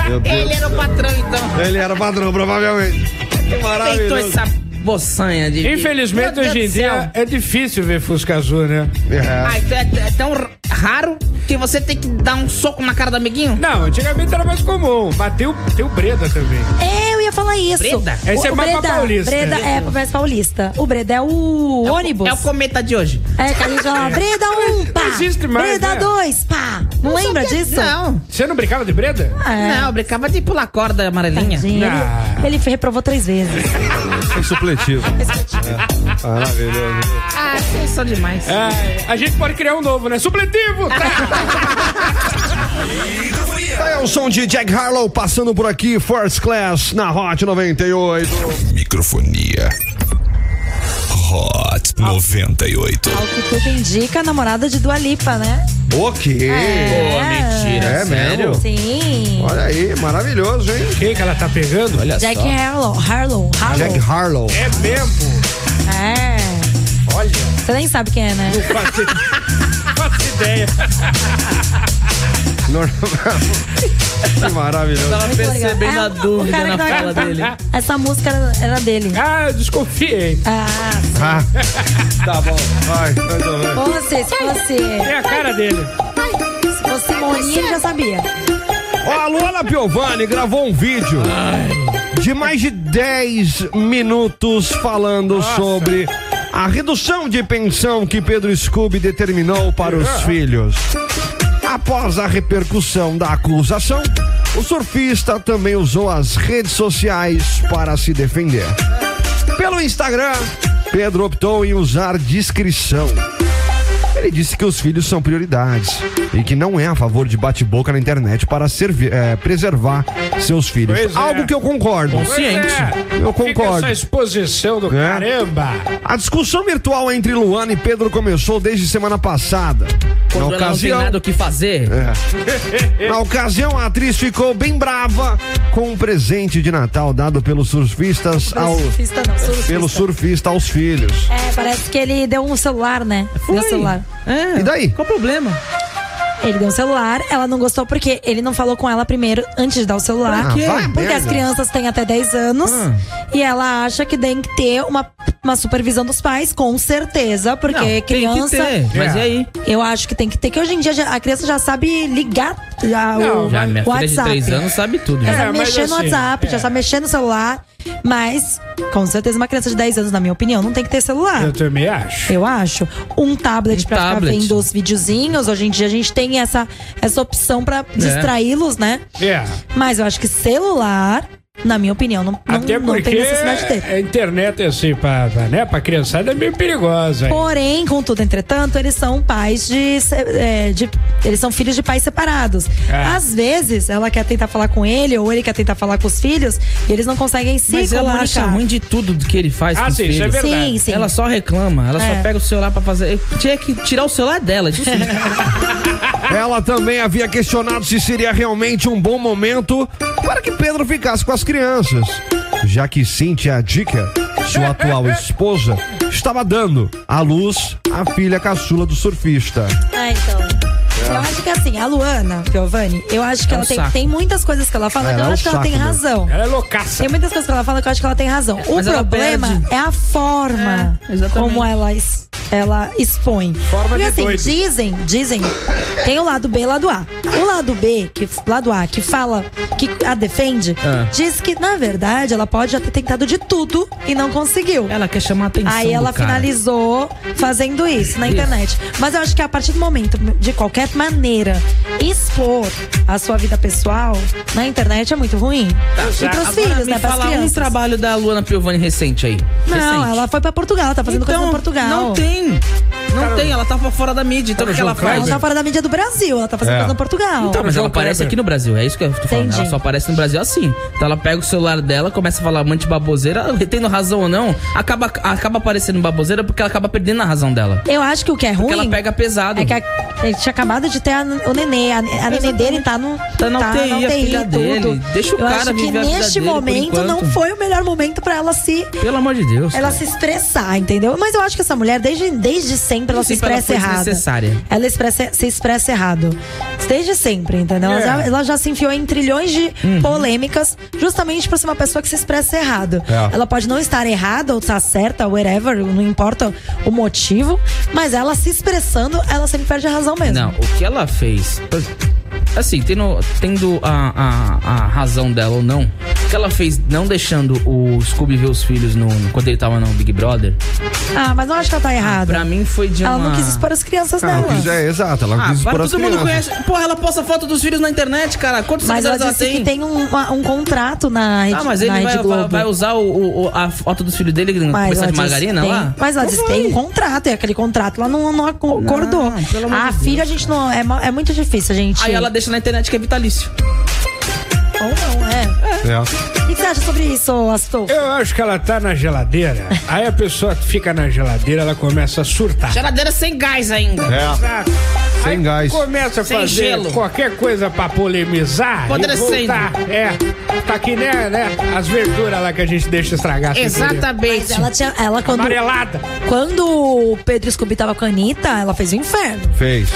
[SPEAKER 2] Meu Deus.
[SPEAKER 1] Ele era o patrão, então.
[SPEAKER 2] Ele era padrão, provavelmente. Que
[SPEAKER 1] Peitou
[SPEAKER 2] maravilhoso.
[SPEAKER 1] essa boçanha de.
[SPEAKER 5] Infelizmente,
[SPEAKER 1] Meu Deus
[SPEAKER 5] hoje em
[SPEAKER 1] do céu.
[SPEAKER 5] dia, é difícil ver Fusca Azul, né?
[SPEAKER 2] É.
[SPEAKER 1] Ai, Ah, é, é tão r- raro que você tem que dar um soco na cara do amiguinho?
[SPEAKER 5] Não, antigamente era mais comum. Mas tem o, tem o Breda também.
[SPEAKER 4] É, eu ia falar isso.
[SPEAKER 1] Breda?
[SPEAKER 4] O-
[SPEAKER 5] Esse é
[SPEAKER 4] o
[SPEAKER 5] mais pra paulista.
[SPEAKER 4] Breda é mais paulista. O Breda é o
[SPEAKER 1] É o-
[SPEAKER 4] ônibus.
[SPEAKER 1] É o cometa de hoje.
[SPEAKER 4] É, que a gente fala, Breda 1, pá.
[SPEAKER 5] existe mais,
[SPEAKER 4] Breda
[SPEAKER 5] né?
[SPEAKER 4] 2, pá. Não lembra
[SPEAKER 1] Só que- é-
[SPEAKER 4] disso?
[SPEAKER 1] Não.
[SPEAKER 5] Você não brincava de Breda?
[SPEAKER 4] É.
[SPEAKER 1] Não, eu brincava de pular corda amarelinha.
[SPEAKER 4] Tadinho, ele-
[SPEAKER 5] Ah.
[SPEAKER 4] Ele, reprovou três vezes.
[SPEAKER 2] Foi supletivo. É. Maravilhoso.
[SPEAKER 1] Ah, vocês são demais.
[SPEAKER 5] É, a gente pode criar um novo, né? Supletivo! Tá.
[SPEAKER 2] Tá, É o som de Jack Harlow passando por aqui, First Class, na Hot 98.
[SPEAKER 8] Microfonia. Hot 98.
[SPEAKER 4] Ao que tudo indica, a namorada de Dua Lipa, né?
[SPEAKER 2] Ok.
[SPEAKER 1] Pô, mentira.
[SPEAKER 2] É mesmo?
[SPEAKER 4] Sim.
[SPEAKER 2] Olha aí, maravilhoso, hein?
[SPEAKER 5] Quem que ela tá pegando? Olha.
[SPEAKER 4] Jack Harlow. Harlow. Harlow.
[SPEAKER 2] Jack Harlow.
[SPEAKER 5] É mesmo?
[SPEAKER 4] É.
[SPEAKER 5] Olha.
[SPEAKER 4] Você nem sabe quem é, né?
[SPEAKER 5] Faço, faço ideia.
[SPEAKER 2] que maravilhoso.
[SPEAKER 1] Tava
[SPEAKER 4] É
[SPEAKER 1] percebendo
[SPEAKER 4] um
[SPEAKER 1] a dúvida na fala dele.
[SPEAKER 4] Essa música era, era dele.
[SPEAKER 5] Ah, eu desconfiei.
[SPEAKER 4] Ah,
[SPEAKER 2] Ah. Tá bom. Vai, vai, vai. vai.
[SPEAKER 4] você, se fosse.
[SPEAKER 5] É a cara dele.
[SPEAKER 4] Se fosse Moninha, já sabia.
[SPEAKER 2] Ó, a Luana Piovani gravou um vídeo de mais de 10 minutos falando sobre a redução de pensão que Pedro Scooby determinou para os
[SPEAKER 5] Ah.
[SPEAKER 2] filhos. Após a repercussão da acusação, o surfista também usou as redes sociais para se defender. Pelo Instagram, Pedro optou em usar discrição. Ele disse que os filhos são prioridades e que não é a favor de bate-boca na internet para servi- eh, preservar seus filhos.
[SPEAKER 5] Pois é.
[SPEAKER 2] Algo que eu concordo.
[SPEAKER 1] Consciente.
[SPEAKER 2] Eu
[SPEAKER 5] Fica
[SPEAKER 2] concordo.
[SPEAKER 5] essa exposição do caramba.
[SPEAKER 2] A discussão virtual entre Luana e Pedro começou desde semana passada.
[SPEAKER 1] Quando
[SPEAKER 2] na
[SPEAKER 1] ela não tem
[SPEAKER 2] ocasião, É.
[SPEAKER 1] nada o que fazer.
[SPEAKER 2] na ocasião, a atriz ficou bem brava com um presente de Natal dado pelos surfistas ao,
[SPEAKER 4] Surfista não, surfista.
[SPEAKER 2] pelo surfista aos filhos.
[SPEAKER 4] É, parece que ele deu um celular, né? Deu
[SPEAKER 1] Foi.
[SPEAKER 4] celular.
[SPEAKER 1] É.
[SPEAKER 2] E daí?
[SPEAKER 1] Qual o problema?
[SPEAKER 4] Ele deu um celular, ela não gostou porque ele não falou com ela primeiro antes de dar o celular.
[SPEAKER 2] Ah,
[SPEAKER 1] quê? Ah.
[SPEAKER 2] vai
[SPEAKER 4] Porque
[SPEAKER 2] merda.
[SPEAKER 4] as crianças têm até 10 anos e ela acha que tem que ter uma, uma supervisão dos pais, com certeza, porque
[SPEAKER 1] Não,
[SPEAKER 4] criança.
[SPEAKER 1] Tem que ter. Mas
[SPEAKER 5] É.
[SPEAKER 1] e aí?
[SPEAKER 4] Eu acho que tem que ter, que hoje em dia já- a criança já sabe ligar já o
[SPEAKER 1] Já, minha filha é de
[SPEAKER 4] WhatsApp.
[SPEAKER 1] 3 anos sabe tudo.
[SPEAKER 4] Já
[SPEAKER 1] né?
[SPEAKER 4] sabe
[SPEAKER 5] mas
[SPEAKER 4] mexer no
[SPEAKER 5] assim,
[SPEAKER 4] WhatsApp, já sabe mexer no celular. Mas, com certeza, uma criança de 10 anos, na minha opinião, não tem que ter celular.
[SPEAKER 5] Eu também acho.
[SPEAKER 4] Eu acho. Um tablet
[SPEAKER 1] Um
[SPEAKER 4] pra
[SPEAKER 1] tablet.
[SPEAKER 4] ficar vendo os videozinhos. Hoje em dia a gente tem essa, essa opção pra distraí-los, né?
[SPEAKER 5] É.
[SPEAKER 4] Mas eu acho que celular, na minha opinião, não, não,
[SPEAKER 5] Até
[SPEAKER 4] não
[SPEAKER 5] porque é,
[SPEAKER 4] tem necessidade de ter.
[SPEAKER 5] a internet, assim, pra, pra, né, pra criançada é meio perigosa. hein?
[SPEAKER 4] Porém, contudo, entretanto, eles são pais de. se- é, de- eles são filhos de pais separados.
[SPEAKER 5] É.
[SPEAKER 4] Às vezes, ela quer tentar falar com ele, ou ele quer tentar falar com os filhos, e eles não conseguem se
[SPEAKER 1] Mas ela acha
[SPEAKER 4] comunicar.
[SPEAKER 1] ruim de tudo do que ele faz
[SPEAKER 5] Ah,
[SPEAKER 1] com os
[SPEAKER 5] sim, isso é
[SPEAKER 1] filhos.
[SPEAKER 5] verdade.
[SPEAKER 4] Sim, sim.
[SPEAKER 1] Ela só reclama, ela
[SPEAKER 4] É.
[SPEAKER 1] só pega o celular pra fazer. Eu tinha que tirar o celular dela. disso sim.
[SPEAKER 4] É.
[SPEAKER 2] Ela também havia questionado se seria realmente um bom momento para que Pedro ficasse com as crianças, já que Cíntia Dica, sua atual esposa, estava dando à luz a filha caçula do surfista.
[SPEAKER 4] Ah, então. Eu acho que assim, a Luana, Giovanni, eu acho que
[SPEAKER 1] Ah. É um
[SPEAKER 4] ela tem,
[SPEAKER 1] saco.
[SPEAKER 4] tem muitas coisas que ela fala
[SPEAKER 2] Ela
[SPEAKER 4] que eu
[SPEAKER 2] é um
[SPEAKER 4] acho que ela
[SPEAKER 2] saco
[SPEAKER 4] tem
[SPEAKER 2] mesmo.
[SPEAKER 4] razão.
[SPEAKER 5] Ela é loucaça.
[SPEAKER 4] Tem muitas coisas que ela fala que eu acho que ela tem razão. O
[SPEAKER 1] É, mas ela
[SPEAKER 4] problema
[SPEAKER 1] perde.
[SPEAKER 4] é a forma
[SPEAKER 1] É, exatamente.
[SPEAKER 4] como ela, es- ela expõe.
[SPEAKER 5] Forma
[SPEAKER 4] Porque
[SPEAKER 5] de
[SPEAKER 4] assim,
[SPEAKER 5] doido.
[SPEAKER 4] dizem, dizem, tem o lado B e o lado A. O lado B, que lado A, que fala, que a defende,
[SPEAKER 1] Ah.
[SPEAKER 4] diz que, na verdade, ela pode já ter tentado de tudo e não conseguiu.
[SPEAKER 1] Ela quer chamar a atenção.
[SPEAKER 4] Aí ela
[SPEAKER 1] do cara.
[SPEAKER 4] finalizou fazendo isso na internet. Mas eu acho que a partir do momento, de qualquer maneira, expor a sua vida pessoal na internet é muito ruim. E pros
[SPEAKER 1] Tá Agora
[SPEAKER 4] filhos,
[SPEAKER 1] me
[SPEAKER 4] né? Pras
[SPEAKER 1] fala um
[SPEAKER 4] crianças.
[SPEAKER 1] trabalho da Luana Piovani recente aí.
[SPEAKER 4] Não,
[SPEAKER 1] recente.
[SPEAKER 4] ela foi pra Portugal, ela tá fazendo coisa
[SPEAKER 1] Então,
[SPEAKER 4] em Portugal.
[SPEAKER 1] Não tem. Não tem, ela tá pra fora da mídia. Então o que ela
[SPEAKER 5] João
[SPEAKER 1] faz?
[SPEAKER 4] Ela tá fora da mídia do Brasil, ela tá fazendo
[SPEAKER 2] É.
[SPEAKER 4] coisa em Portugal.
[SPEAKER 1] Então, mas ela
[SPEAKER 5] João
[SPEAKER 1] aparece
[SPEAKER 5] Kleber.
[SPEAKER 1] aqui no Brasil, é isso que eu tô falando.
[SPEAKER 4] Entendi.
[SPEAKER 1] Ela só aparece no Brasil assim. Então ela pega o celular dela, começa a falar um monte de baboseira, tendo razão ou não, acaba, acaba aparecendo baboseira porque ela acaba perdendo a razão dela.
[SPEAKER 4] eu acho que o que é ruim
[SPEAKER 1] Porque ela pega pesado.
[SPEAKER 4] é que a, ele tinha acabado de ter a- o nenê. A, a nenê dele tá no.
[SPEAKER 1] Tá na UTI, a filha
[SPEAKER 4] tudo.
[SPEAKER 1] dele. Deixa o
[SPEAKER 4] eu
[SPEAKER 1] cara
[SPEAKER 4] acho que
[SPEAKER 1] viver a vida
[SPEAKER 4] neste
[SPEAKER 1] dele por
[SPEAKER 4] momento não
[SPEAKER 1] enquanto.
[SPEAKER 4] foi o melhor momento pra ela se
[SPEAKER 1] Pelo amor de Deus.
[SPEAKER 4] ela se estressar, entendeu? Mas eu acho que essa mulher, desde, desde sempre, ela se
[SPEAKER 1] Sempre ela
[SPEAKER 4] expressa
[SPEAKER 1] foi
[SPEAKER 4] errado.
[SPEAKER 1] desnecessária.
[SPEAKER 4] Ela expressa, se expressa errado. Desde sempre, entendeu?
[SPEAKER 1] É.
[SPEAKER 4] Ela, já, ela já se enfiou em trilhões de
[SPEAKER 1] Uhum.
[SPEAKER 4] polêmicas justamente por ser uma pessoa que se expressa errado.
[SPEAKER 2] É.
[SPEAKER 4] Ela pode não estar errada ou estar certa, whatever, não importa o motivo, mas ela se expressando, ela sempre perde a razão mesmo.
[SPEAKER 1] Não, o que ela fez. Assim, tendo, tendo a, a, a razão dela ou não, o que ela fez não deixando o Scooby ver os filhos no, no- quando ele tava no Big Brother,
[SPEAKER 4] Ah, mas não acho que ela tá errada.
[SPEAKER 1] pra mim foi de uma.
[SPEAKER 4] Ela não quis expor as crianças
[SPEAKER 2] Ela
[SPEAKER 4] dela.
[SPEAKER 2] quis- é, exato, ela
[SPEAKER 1] Ah,
[SPEAKER 2] quis
[SPEAKER 1] para
[SPEAKER 2] expor as
[SPEAKER 1] todo mundo
[SPEAKER 2] crianças.
[SPEAKER 1] conhece. Porra, ela posta foto dos filhos na internet, cara. Quantos
[SPEAKER 4] Mas ela
[SPEAKER 1] seguidores ela
[SPEAKER 4] disse
[SPEAKER 1] tem?
[SPEAKER 4] que tem um, uma- um contrato na Rede,
[SPEAKER 1] Ah, mas ele
[SPEAKER 4] na
[SPEAKER 1] vai,
[SPEAKER 4] Rede
[SPEAKER 1] vai-
[SPEAKER 4] Globo.
[SPEAKER 1] vai usar o, o- o- a foto dos filhos dele na
[SPEAKER 4] Mas
[SPEAKER 1] conversa
[SPEAKER 4] ela
[SPEAKER 1] de
[SPEAKER 4] disse,
[SPEAKER 1] margarina
[SPEAKER 4] tem,
[SPEAKER 1] lá?
[SPEAKER 4] Mas ela disse, tem um contrato, e aquele contrato lá não, não acor- acordou. a filha, a gente não. É, ma- é muito difícil, a gente.
[SPEAKER 1] Aí ela deixa na internet que é vitalício.
[SPEAKER 4] Ou não, é.
[SPEAKER 2] É.
[SPEAKER 4] O que você acha sobre isso, Astolfo?
[SPEAKER 5] Eu acho que ela tá na geladeira, aí a pessoa fica na geladeira, ela começa a surtar.
[SPEAKER 1] Geladeira sem gás ainda.
[SPEAKER 2] É.
[SPEAKER 5] Exato.
[SPEAKER 2] Sem
[SPEAKER 5] Aí
[SPEAKER 2] gás.
[SPEAKER 5] Começa a
[SPEAKER 1] Sem
[SPEAKER 5] fazer
[SPEAKER 1] gelo.
[SPEAKER 5] qualquer coisa pra polemizar. e
[SPEAKER 1] Apodrecendo.
[SPEAKER 5] voltar. É. Tá que nem né, as verduras lá que a gente deixa estragar. sem
[SPEAKER 4] Mas ela tinha. Ela
[SPEAKER 5] querer.
[SPEAKER 4] quando.
[SPEAKER 5] Amarelada.
[SPEAKER 4] Quando o Pedro Scooby tava com a Anitta, ela fez o inferno.
[SPEAKER 2] Fez.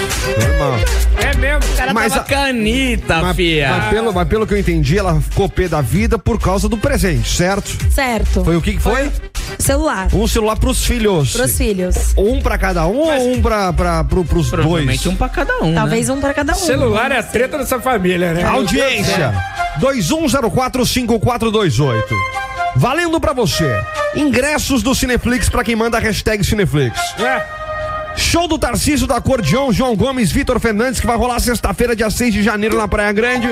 [SPEAKER 2] Normal.
[SPEAKER 5] É mesmo. Cara,
[SPEAKER 2] Mas, a-
[SPEAKER 1] Canita,
[SPEAKER 2] mas-
[SPEAKER 1] fia.
[SPEAKER 2] mas pelo, mas pelo que eu entendi, ela ficou pé da vida por causa do presente, certo?
[SPEAKER 4] Certo.
[SPEAKER 2] Foi o que que foi?
[SPEAKER 4] Celular.
[SPEAKER 2] Um celular pros filhos.
[SPEAKER 4] Pros filhos.
[SPEAKER 2] Um pra cada um ou um pra, pra, pro, pros dois?
[SPEAKER 1] Provavelmente um pra cada um.
[SPEAKER 4] Talvez
[SPEAKER 1] né?
[SPEAKER 4] um pra cada um.
[SPEAKER 5] celular é a treta dessa família, né?
[SPEAKER 1] um.
[SPEAKER 2] Audiência 21045428. Valendo pra você. Ingressos do Cineflix pra quem manda a hashtag Cineflix.
[SPEAKER 5] É.
[SPEAKER 2] Show do Tarcísio do Acordeon, João Gomes, Vitor Fernandes, que vai rolar sexta-feira, dia 6 de janeiro, na Praia Grande,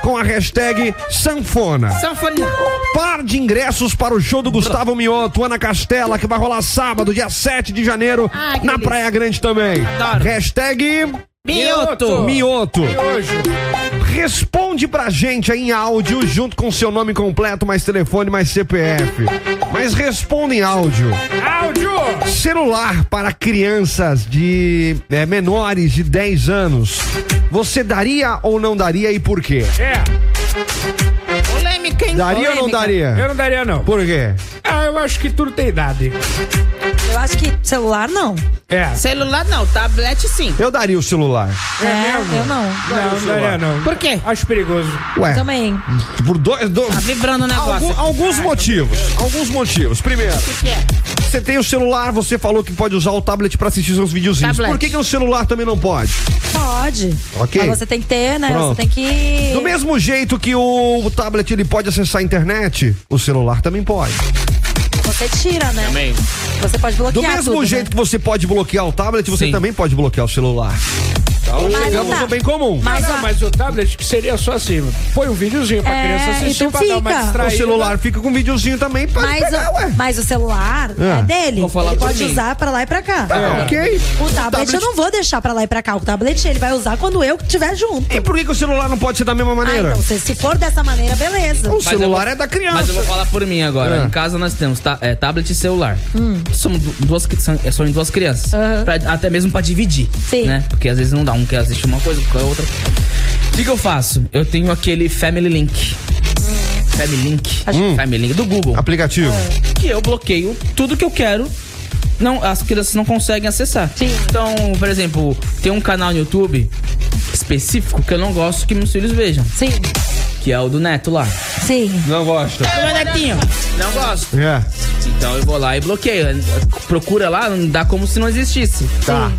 [SPEAKER 2] com a hashtag Sanfona.
[SPEAKER 1] Sanfone-
[SPEAKER 2] Par de ingressos para o show do Gustavo Mioto, Ana Castela, que vai rolar sábado, dia 7 de janeiro,
[SPEAKER 1] Ai, que
[SPEAKER 2] na
[SPEAKER 1] delícia.
[SPEAKER 2] Praia Grande também.
[SPEAKER 1] Adoro.
[SPEAKER 2] Hashtag
[SPEAKER 1] Mioto.
[SPEAKER 2] Mioto.
[SPEAKER 5] Hoje.
[SPEAKER 2] Responde pra gente aí em áudio, junto com seu nome completo, mais telefone, mais CPF. Mas responda em áudio.
[SPEAKER 5] Áudio.
[SPEAKER 2] Celular para crianças de eh, menores de 10 anos. Você daria ou não daria e por quê?
[SPEAKER 5] É.
[SPEAKER 1] Polêmica, hein?
[SPEAKER 2] Daria ou não
[SPEAKER 1] Polêmica.
[SPEAKER 2] daria?
[SPEAKER 5] Eu não daria, não.
[SPEAKER 2] Por quê?
[SPEAKER 5] Ah, eu acho que tudo tem idade.
[SPEAKER 4] Eu acho que celular não.
[SPEAKER 5] É.
[SPEAKER 1] Celular não, tablet sim.
[SPEAKER 2] Eu daria o celular.
[SPEAKER 4] É, eu não.
[SPEAKER 5] Não, não daria, não.
[SPEAKER 1] Por quê?
[SPEAKER 5] Acho perigoso.
[SPEAKER 2] Ué,
[SPEAKER 4] Também.
[SPEAKER 2] por dois. do-
[SPEAKER 1] Tá vibrando o negócio.
[SPEAKER 2] Algu- alguns motivos. Alguns motivos. Primeiro, você tem o celular, você falou que pode usar o tablet pra assistir seus videozinhos.
[SPEAKER 1] Tablet.
[SPEAKER 2] Por que, que o celular também não pode?
[SPEAKER 4] Pode.
[SPEAKER 2] Ok.
[SPEAKER 4] Mas você tem que ter, né?
[SPEAKER 2] Pronto.
[SPEAKER 4] Você tem que.
[SPEAKER 2] Do mesmo jeito que o, o tablet ele pode acessar a internet, o celular também pode.
[SPEAKER 4] Você tira, né?
[SPEAKER 1] Também.
[SPEAKER 4] Você pode
[SPEAKER 2] Do
[SPEAKER 4] bloquear.
[SPEAKER 2] mesmo
[SPEAKER 4] tudo,
[SPEAKER 2] jeito
[SPEAKER 4] né?
[SPEAKER 2] que você pode bloquear o tablet, você
[SPEAKER 1] Sim.
[SPEAKER 2] também pode bloquear o celular. Então
[SPEAKER 4] Mas
[SPEAKER 2] chegamos
[SPEAKER 4] tá.
[SPEAKER 2] no bem comum.
[SPEAKER 4] Mas,
[SPEAKER 5] Não,
[SPEAKER 4] a-
[SPEAKER 5] mas o tablet que seria só assim. Põe um videozinho pra
[SPEAKER 4] É,
[SPEAKER 5] criança assistir
[SPEAKER 4] então
[SPEAKER 5] pra dar uma
[SPEAKER 2] O
[SPEAKER 4] fica.
[SPEAKER 5] distraída.
[SPEAKER 2] celular fica com um videozinho também pra
[SPEAKER 4] né? mas,
[SPEAKER 2] pegar,
[SPEAKER 4] o,
[SPEAKER 2] ué.
[SPEAKER 4] mas o celular
[SPEAKER 2] É.
[SPEAKER 4] é, dele.
[SPEAKER 1] Vou falar
[SPEAKER 4] Ele
[SPEAKER 1] por
[SPEAKER 4] pode
[SPEAKER 1] mim.
[SPEAKER 4] usar pra lá e pra cá.
[SPEAKER 2] É, ok.
[SPEAKER 4] O tablet eu não vou deixar pra lá e pra cá. O tablet ele vai usar quando eu estiver junto.
[SPEAKER 2] E por que, que o celular não pode ser da mesma
[SPEAKER 4] Ah,
[SPEAKER 2] maneira?
[SPEAKER 4] então, se, se for dessa maneira, beleza.
[SPEAKER 2] O
[SPEAKER 1] Mas eu
[SPEAKER 2] celular
[SPEAKER 1] vou-
[SPEAKER 2] é da
[SPEAKER 1] Mas eu vou
[SPEAKER 2] criança.
[SPEAKER 1] falar por mim agora.
[SPEAKER 2] Ah.
[SPEAKER 1] Em casa nós temos ta- é, tablet e celular. Somos du- duas, cri- são, é, são em duas crianças.
[SPEAKER 4] Hum. Aham.
[SPEAKER 1] Pra- até mesmo pra dividir.
[SPEAKER 4] Sim.
[SPEAKER 1] Né? Porque às vezes não dá. Um quer assistir uma coisa, outro quer outra. O que, que eu faço? Eu tenho aquele Family Link. Family Link. Family Link do Google.
[SPEAKER 2] Ah. Aplicativo.
[SPEAKER 1] que eu bloqueio tudo que eu quero. Não, as crianças não conseguem acessar.
[SPEAKER 4] Sim.
[SPEAKER 1] Então, por exemplo, tem um canal no YouTube específico que eu não gosto que meus filhos vejam,
[SPEAKER 4] Sim,
[SPEAKER 1] que é o do Neto lá.
[SPEAKER 4] sim.
[SPEAKER 2] Não gosta.
[SPEAKER 1] Meu netinho, não gosto.
[SPEAKER 2] É.
[SPEAKER 1] Então eu vou lá e bloqueio. Procura lá, não dá como se não existisse.
[SPEAKER 2] Tá.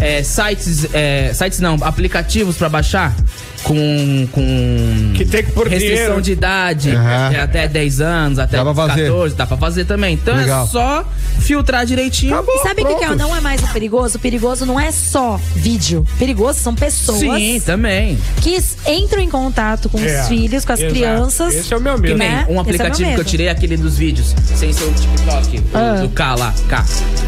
[SPEAKER 1] É, sites, é, sites não, aplicativos pra baixar com com
[SPEAKER 5] Que tem que pôr
[SPEAKER 1] restrição
[SPEAKER 5] dinheiro.
[SPEAKER 1] de idade,
[SPEAKER 2] Aham.
[SPEAKER 1] é até 10 anos, até
[SPEAKER 2] Dá pra fazer.
[SPEAKER 1] 14, dá pra fazer também. Então
[SPEAKER 2] Legal.
[SPEAKER 1] é só filtrar direitinho.
[SPEAKER 2] Acabou.
[SPEAKER 4] E sabe o que, que é, não é mais o perigoso? O perigoso não é só vídeo. Perigoso são pessoas
[SPEAKER 1] Sim, também.
[SPEAKER 4] que s- entram em contato com
[SPEAKER 5] É,
[SPEAKER 4] os filhos, com as
[SPEAKER 5] então. exato.
[SPEAKER 4] crianças.
[SPEAKER 5] Esse é o meu medo.
[SPEAKER 4] Né? Esse é o
[SPEAKER 1] Um
[SPEAKER 4] meu
[SPEAKER 1] aplicativo que eu
[SPEAKER 4] medo.
[SPEAKER 1] tirei é aquele dos vídeos, sem ser o TikTok, o do K lá, K.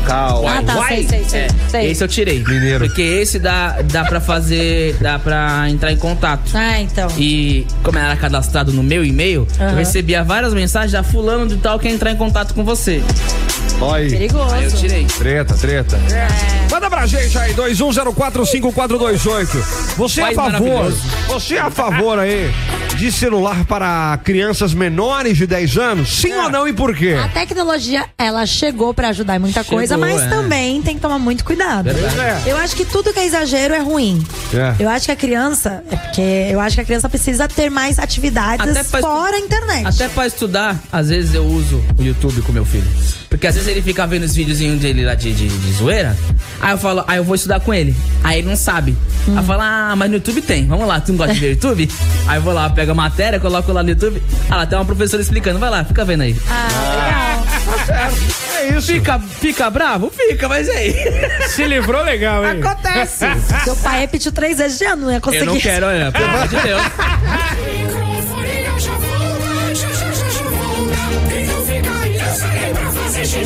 [SPEAKER 4] Ah, tá, sei, sei, sei.
[SPEAKER 1] É,
[SPEAKER 4] sei.
[SPEAKER 1] Esse eu tirei.
[SPEAKER 2] Mineiro.
[SPEAKER 1] Porque esse dá, dá pra fazer, dá pra entrar em contato.
[SPEAKER 4] Ah, então.
[SPEAKER 1] E como era "Ah, cadastrado no meu e-mail, eu recebia várias mensagens da fulano de tal que entrar em contato com você.
[SPEAKER 2] Olha aí.
[SPEAKER 4] Perigoso.
[SPEAKER 1] Eu tirei.
[SPEAKER 2] Treta, treta. Manda pra gente aí, 21045428. Você é a
[SPEAKER 1] Pai
[SPEAKER 2] favor,
[SPEAKER 1] maravilhoso.
[SPEAKER 2] você é a favor aí de celular para crianças menores de 10 anos? Sim
[SPEAKER 4] É.
[SPEAKER 2] ou não e por quê?
[SPEAKER 4] A tecnologia, ela chegou pra ajudar em muita
[SPEAKER 1] Chegou,
[SPEAKER 4] coisa, mas
[SPEAKER 1] é.
[SPEAKER 4] também tem que tomar muito cuidado.
[SPEAKER 2] Verdade.
[SPEAKER 4] Eu acho que tudo que é exagero é ruim.
[SPEAKER 2] É.
[SPEAKER 4] Eu acho que a criança, é porque eu acho que a criança precisa ter mais
[SPEAKER 1] Até
[SPEAKER 4] atividades
[SPEAKER 1] pra estu-
[SPEAKER 4] fora a internet.
[SPEAKER 1] Até pra estudar, às vezes eu uso o YouTube com meu filho. Porque às vezes ele fica vendo os videozinhos dele lá de, de, de zoeira. Aí eu falo, aí eu vou estudar com ele. Aí ele não sabe. Aí eu falo, ah, mas no YouTube tem. Vamos lá, tu não gosta de ver YouTube? Aí eu vou lá, pego a matéria, coloco lá no YouTube. Ah lá, tem uma professora explicando. Vai lá, fica vendo aí.
[SPEAKER 2] É isso.
[SPEAKER 1] Fica, fica bravo? Fica, mas é e aí.
[SPEAKER 5] Se livrou legal, hein?
[SPEAKER 4] Acontece. Seu pai repetiu três vezes de ano, não ia conseguir.
[SPEAKER 1] Eu não quero, olha, pelo amor de Deus.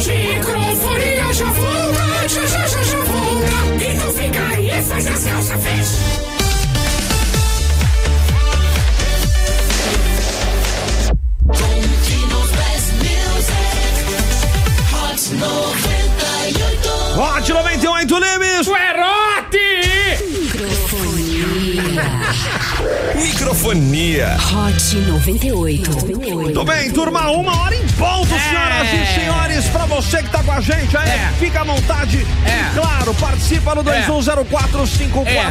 [SPEAKER 6] Microfonia ah, já volta, já, já, já, já volta. Ah, Quem não fica eu saí pra fazer xixi. Microfonia já volta, já, já, já, já volta. Quem não fica aí faz as calças fez.
[SPEAKER 2] Hot 98 Lemes.
[SPEAKER 5] Erote!
[SPEAKER 8] Microfonia.
[SPEAKER 7] Hot 98.
[SPEAKER 2] Tudo bem, turma, uma hora em ponto, senhoras e senhores, pra você que tá com a gente aí, fica à vontade. E, claro, participa no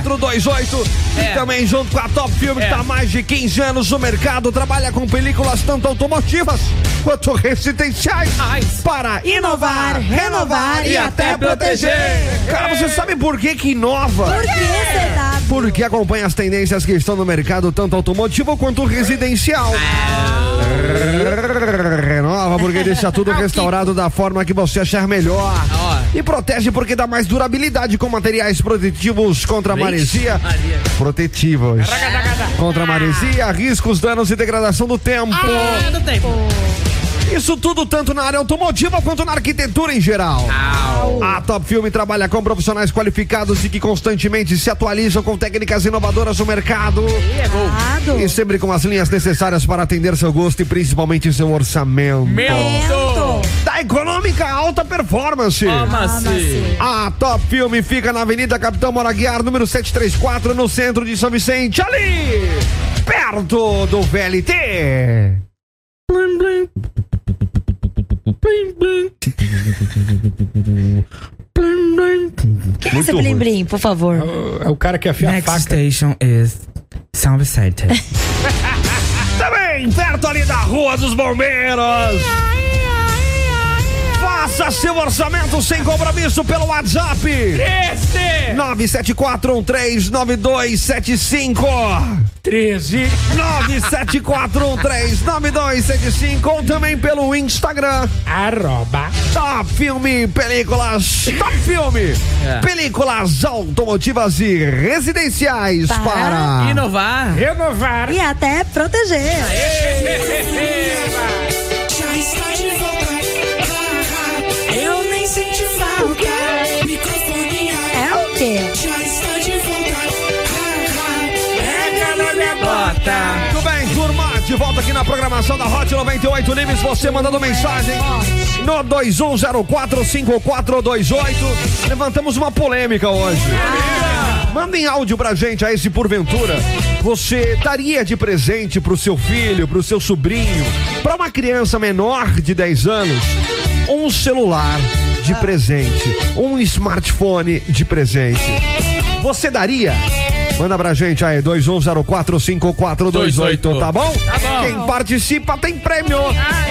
[SPEAKER 2] 21045428 e também junto com a Top Filme, que tá há mais de 15 anos no mercado, trabalha com películas tanto automotivas quanto residenciais para inovar, renovar e até proteger. É. Cara, você sabe por que que inova?
[SPEAKER 4] Por que você dá?
[SPEAKER 2] Porque acompanha as tendências que estão no mercado, tanto automotivo quanto residencial. Renova porque deixa tudo restaurado da forma que você achar melhor. E protege porque dá mais durabilidade com materiais protetivos contra a maresia. Protetivos. Contra a maresia, riscos, danos e degradação do tempo.
[SPEAKER 4] É.
[SPEAKER 1] Ah, não tem.
[SPEAKER 2] Isso tudo tanto na área automotiva quanto na arquitetura em geral. A Top Filme trabalha com profissionais qualificados e que constantemente se atualizam com técnicas inovadoras no mercado.
[SPEAKER 4] Errado.
[SPEAKER 2] E sempre com as linhas necessárias para atender seu gosto e principalmente seu orçamento.
[SPEAKER 4] é um Lento.
[SPEAKER 2] Da econômica alta performance.
[SPEAKER 1] Toma se
[SPEAKER 2] A Top Filme fica na Avenida Capitão Moraguiar, número 734, no centro de São Vicente, ali perto do VLT.
[SPEAKER 4] Quem é esse blim-blim, por favor?
[SPEAKER 5] É o cara que afia a faca.
[SPEAKER 1] station is São Vicente.
[SPEAKER 2] Também perto ali da Rua dos Bombeiros. Faça seu orçamento sem compromisso pelo WhatsApp.
[SPEAKER 5] Esse!
[SPEAKER 2] 974139275.
[SPEAKER 5] 13.
[SPEAKER 2] 974139275 ou também pelo Instagram.
[SPEAKER 5] Arroba.
[SPEAKER 2] Top Filme Películas. Top Filme.
[SPEAKER 1] É.
[SPEAKER 2] Películas automotivas e residenciais
[SPEAKER 4] Para
[SPEAKER 2] para...
[SPEAKER 4] Ah.
[SPEAKER 1] Inovar.
[SPEAKER 5] Renovar.
[SPEAKER 4] E até proteger.
[SPEAKER 6] Já está de volta. Ah, ah, Eu nem senti falta. Microfonia
[SPEAKER 4] É o quê?
[SPEAKER 6] já está de volta. Ah, ah,
[SPEAKER 5] na minha bota.
[SPEAKER 2] Tudo bem, turma? De volta aqui na programação da Hot 98 Nimes, você mandando mensagem no 21045428. Levantamos uma polêmica hoje. Mandem áudio pra gente aí se porventura você daria de presente pro seu filho, pro seu sobrinho, pra uma criança menor de 10 anos, um celular de presente, um smartphone de presente. Você daria? Manda pra gente aí, 21045428, tá bom? Tá bom. tá. Quem participa tem prêmio.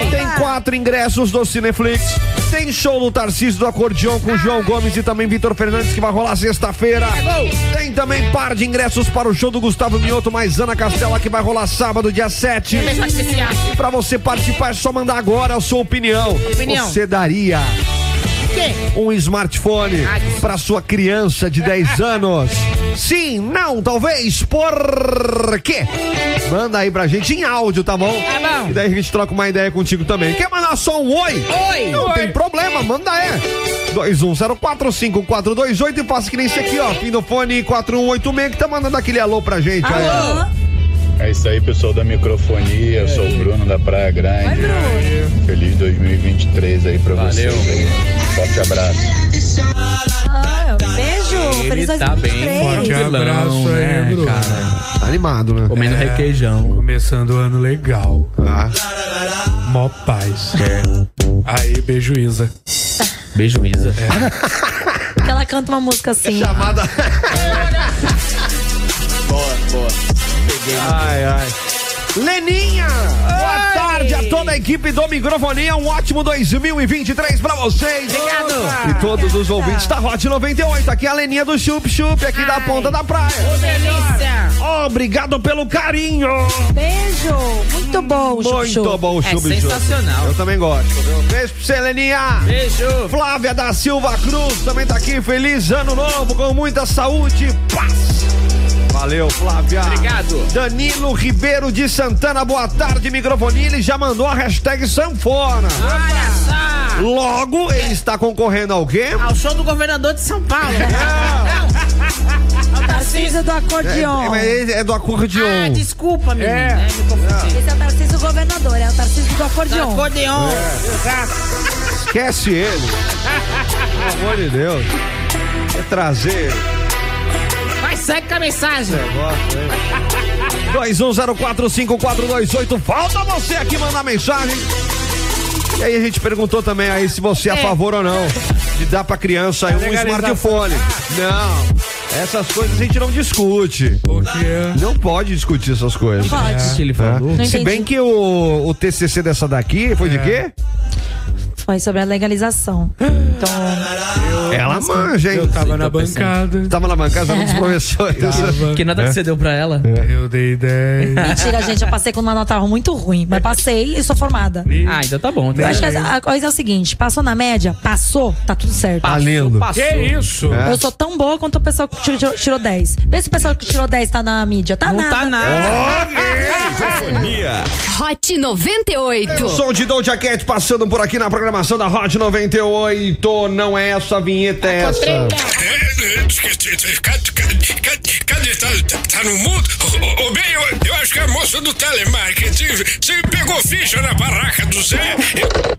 [SPEAKER 2] tem quatro ingressos do Cineflix. Tem show do Tarcísio do Acordeão com João Gomes e também Vitor Fernandes, que vai rolar sexta-feira. Tem também par de ingressos para o show do Gustavo Mioto mais Ana Castela, que vai rolar sábado, dia 7. E pra você participar, é só mandar agora a sua opinião. Você daria um smartphone para sua criança de 10 anos? Sim, não, talvez, por quê? Manda aí pra gente em áudio, tá bom? Tá bom. E daí a gente troca uma ideia contigo também. Quer mandar só um oi? Oi! Não tem problema, manda é. 21045428 e faça que nem esse aqui, ó. Fim do fone 4186 que tá mandando aquele alô pra gente. Alô?
[SPEAKER 9] É isso aí, pessoal da microfonia. Eu sou o Bruno da Praia
[SPEAKER 4] Vai,
[SPEAKER 9] Grande.
[SPEAKER 4] Bruno.
[SPEAKER 9] Feliz 2023 aí pra
[SPEAKER 10] Valeu.
[SPEAKER 9] vocês. Aí. Forte abraço.
[SPEAKER 4] Ah, beijo. Feliz
[SPEAKER 10] Ele tá bem
[SPEAKER 4] 2023.
[SPEAKER 10] forte.
[SPEAKER 5] abraço
[SPEAKER 10] Vilão,
[SPEAKER 5] aí,
[SPEAKER 10] né,
[SPEAKER 5] Bruno.
[SPEAKER 10] cara?
[SPEAKER 2] Tá animado, né?
[SPEAKER 10] Comendo requeijão.
[SPEAKER 5] Começando o ano legal. tá?
[SPEAKER 2] Ah.
[SPEAKER 5] Mó paz.
[SPEAKER 2] É.
[SPEAKER 5] Aí, beijo, Isa.
[SPEAKER 10] Beijo, Isa.
[SPEAKER 4] Que ela canta uma música assim.
[SPEAKER 2] Chamada. Ai, ai. Leninha! Boa tarde a toda a equipe do Microfonia. Um ótimo 2023 pra vocês. Obrigado. E todos os ouvintes da Hot 98. Aqui é a Leninha do Chup Chup, aqui da Ponta da Praia. Obrigado pelo carinho.
[SPEAKER 4] Beijo. Muito bom, Chuchu.
[SPEAKER 2] Muito bom o
[SPEAKER 10] É
[SPEAKER 2] Chup Chup.
[SPEAKER 10] sensacional.
[SPEAKER 2] Eu também gosto. viu? Beijo pra você, Leninha.
[SPEAKER 10] Beijo.
[SPEAKER 2] Flávia da Silva Cruz também tá aqui. Feliz ano novo, com muita saúde e paz. Valeu, Flávia.
[SPEAKER 10] Obrigado.
[SPEAKER 2] Danilo Ribeiro de Santana, boa tarde, microfone. Ele já mandou a hashtag sanfona.
[SPEAKER 10] Olha
[SPEAKER 2] Logo, ele está concorrendo a alguém.
[SPEAKER 10] só. Ao show do governador de São Paulo.
[SPEAKER 4] É.
[SPEAKER 1] Tá assim,
[SPEAKER 4] Tarcísio do acordeon.
[SPEAKER 2] É, é, é do
[SPEAKER 10] Ah,
[SPEAKER 2] acordeon.
[SPEAKER 10] desculpa, menino. É. me confundi.
[SPEAKER 4] Esse é o Tarcísio governador, é o Tarcísio do
[SPEAKER 10] Do
[SPEAKER 4] acordeon.
[SPEAKER 10] Acordeon.
[SPEAKER 2] Esquece ele. Pelo amor de Deus. É trazer.
[SPEAKER 10] É. Vai, segue com a mensagem.
[SPEAKER 2] É. 21045428. Falta você aqui mandar mensagem. E aí a gente perguntou também aí se você é a favor ou não de dar pra criança aí um
[SPEAKER 5] Legalização.
[SPEAKER 2] smartphone. Não. Essas coisas a gente não discute. Não pode discutir essas coisas. tá?
[SPEAKER 1] Ah,
[SPEAKER 10] O que ele falou?
[SPEAKER 4] Não
[SPEAKER 2] Se
[SPEAKER 4] entendi. É.
[SPEAKER 2] bem que o, o TCC dessa daqui foi de quê?
[SPEAKER 4] Foi sobre a legalização. Então,
[SPEAKER 2] Ela manja, hein?
[SPEAKER 5] Eu tava na
[SPEAKER 10] pensando.
[SPEAKER 5] bancada.
[SPEAKER 2] Tava na bancada
[SPEAKER 4] É.
[SPEAKER 2] um dos professores.
[SPEAKER 5] Tava.
[SPEAKER 10] Que nada que você deu pra ela.
[SPEAKER 2] É.
[SPEAKER 5] Eu dei 10.
[SPEAKER 4] mentira, gente, eu passei com uma nota muito ruim, mas passei e sou formada.
[SPEAKER 10] Ah, então tá bom.
[SPEAKER 4] Eu
[SPEAKER 10] Tá
[SPEAKER 4] acho que a a coisa é o seguinte, passou na média, passou, tá tudo certo.
[SPEAKER 10] Passou,
[SPEAKER 2] lindo.
[SPEAKER 10] passou.
[SPEAKER 5] Que isso?
[SPEAKER 2] É.
[SPEAKER 4] Eu sou tão boa quanto o pessoal que tirou, tirou 10. Vê se o pessoal que tirou 10 tá na mídia. Tá
[SPEAKER 10] Não
[SPEAKER 4] nada.
[SPEAKER 10] tá nada.
[SPEAKER 11] Microfonia.
[SPEAKER 7] Hot 98.
[SPEAKER 2] Som de Doja Cat passando por aqui na programação da Hot 98. Não é essa a vinheta, é essa.
[SPEAKER 9] Cadê? Tá, no mundo? Ô, bem, eu, acho que a moça do telemarketing. Você pegou ficha na barraca do Zé?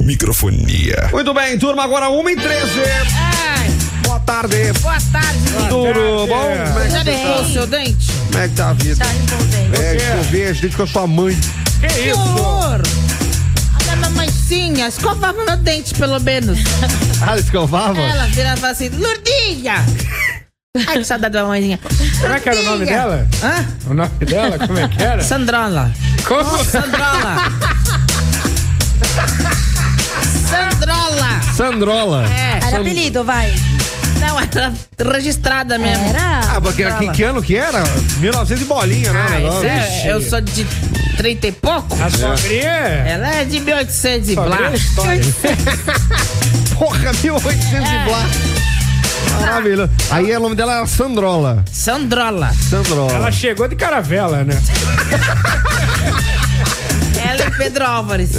[SPEAKER 11] Microfonia.
[SPEAKER 2] Muito bem, turma, agora 1 e 13 Boa tarde.
[SPEAKER 10] Boa tarde.
[SPEAKER 2] Tudo bom? Como é,
[SPEAKER 10] Já deixou o seu dente?
[SPEAKER 2] como é que tá a vida? É, choveu, desde que eu sou a mãe.
[SPEAKER 10] Que horror. Olha, mamãezinha, escovava meu dente, pelo menos.
[SPEAKER 2] Ah,
[SPEAKER 10] Então
[SPEAKER 2] escovava?
[SPEAKER 10] Ela virava assim, Lurdinha. Ai, que saudade da mamãezinha.
[SPEAKER 5] Será que era o nome dela?
[SPEAKER 10] Hã?
[SPEAKER 5] O nome dela? Como é que era?
[SPEAKER 10] Sandrola.
[SPEAKER 5] Como?
[SPEAKER 10] Sandrola. Sandrola.
[SPEAKER 5] Sandrola.
[SPEAKER 10] É.
[SPEAKER 4] Era apelido, vai.
[SPEAKER 10] Não, era registrada mesmo.
[SPEAKER 4] Era?
[SPEAKER 2] Ah, porque que, que ano que era? 1900 e bolinha, né?
[SPEAKER 10] Ah, isso
[SPEAKER 2] Agora-
[SPEAKER 10] é, eu sou de 30 e pouco.
[SPEAKER 2] É.
[SPEAKER 5] A sogrinha?
[SPEAKER 10] Ela é de 1800 e blá.
[SPEAKER 5] Sogrinha é história.
[SPEAKER 10] é-
[SPEAKER 2] Porra, 1800 e blá. Maravilha. Aí é, o nome dela era Sandrola.
[SPEAKER 10] Sandrola.
[SPEAKER 2] Sandrola.
[SPEAKER 5] Ela chegou de caravela, né?
[SPEAKER 10] Ela é e Pedro Álvares.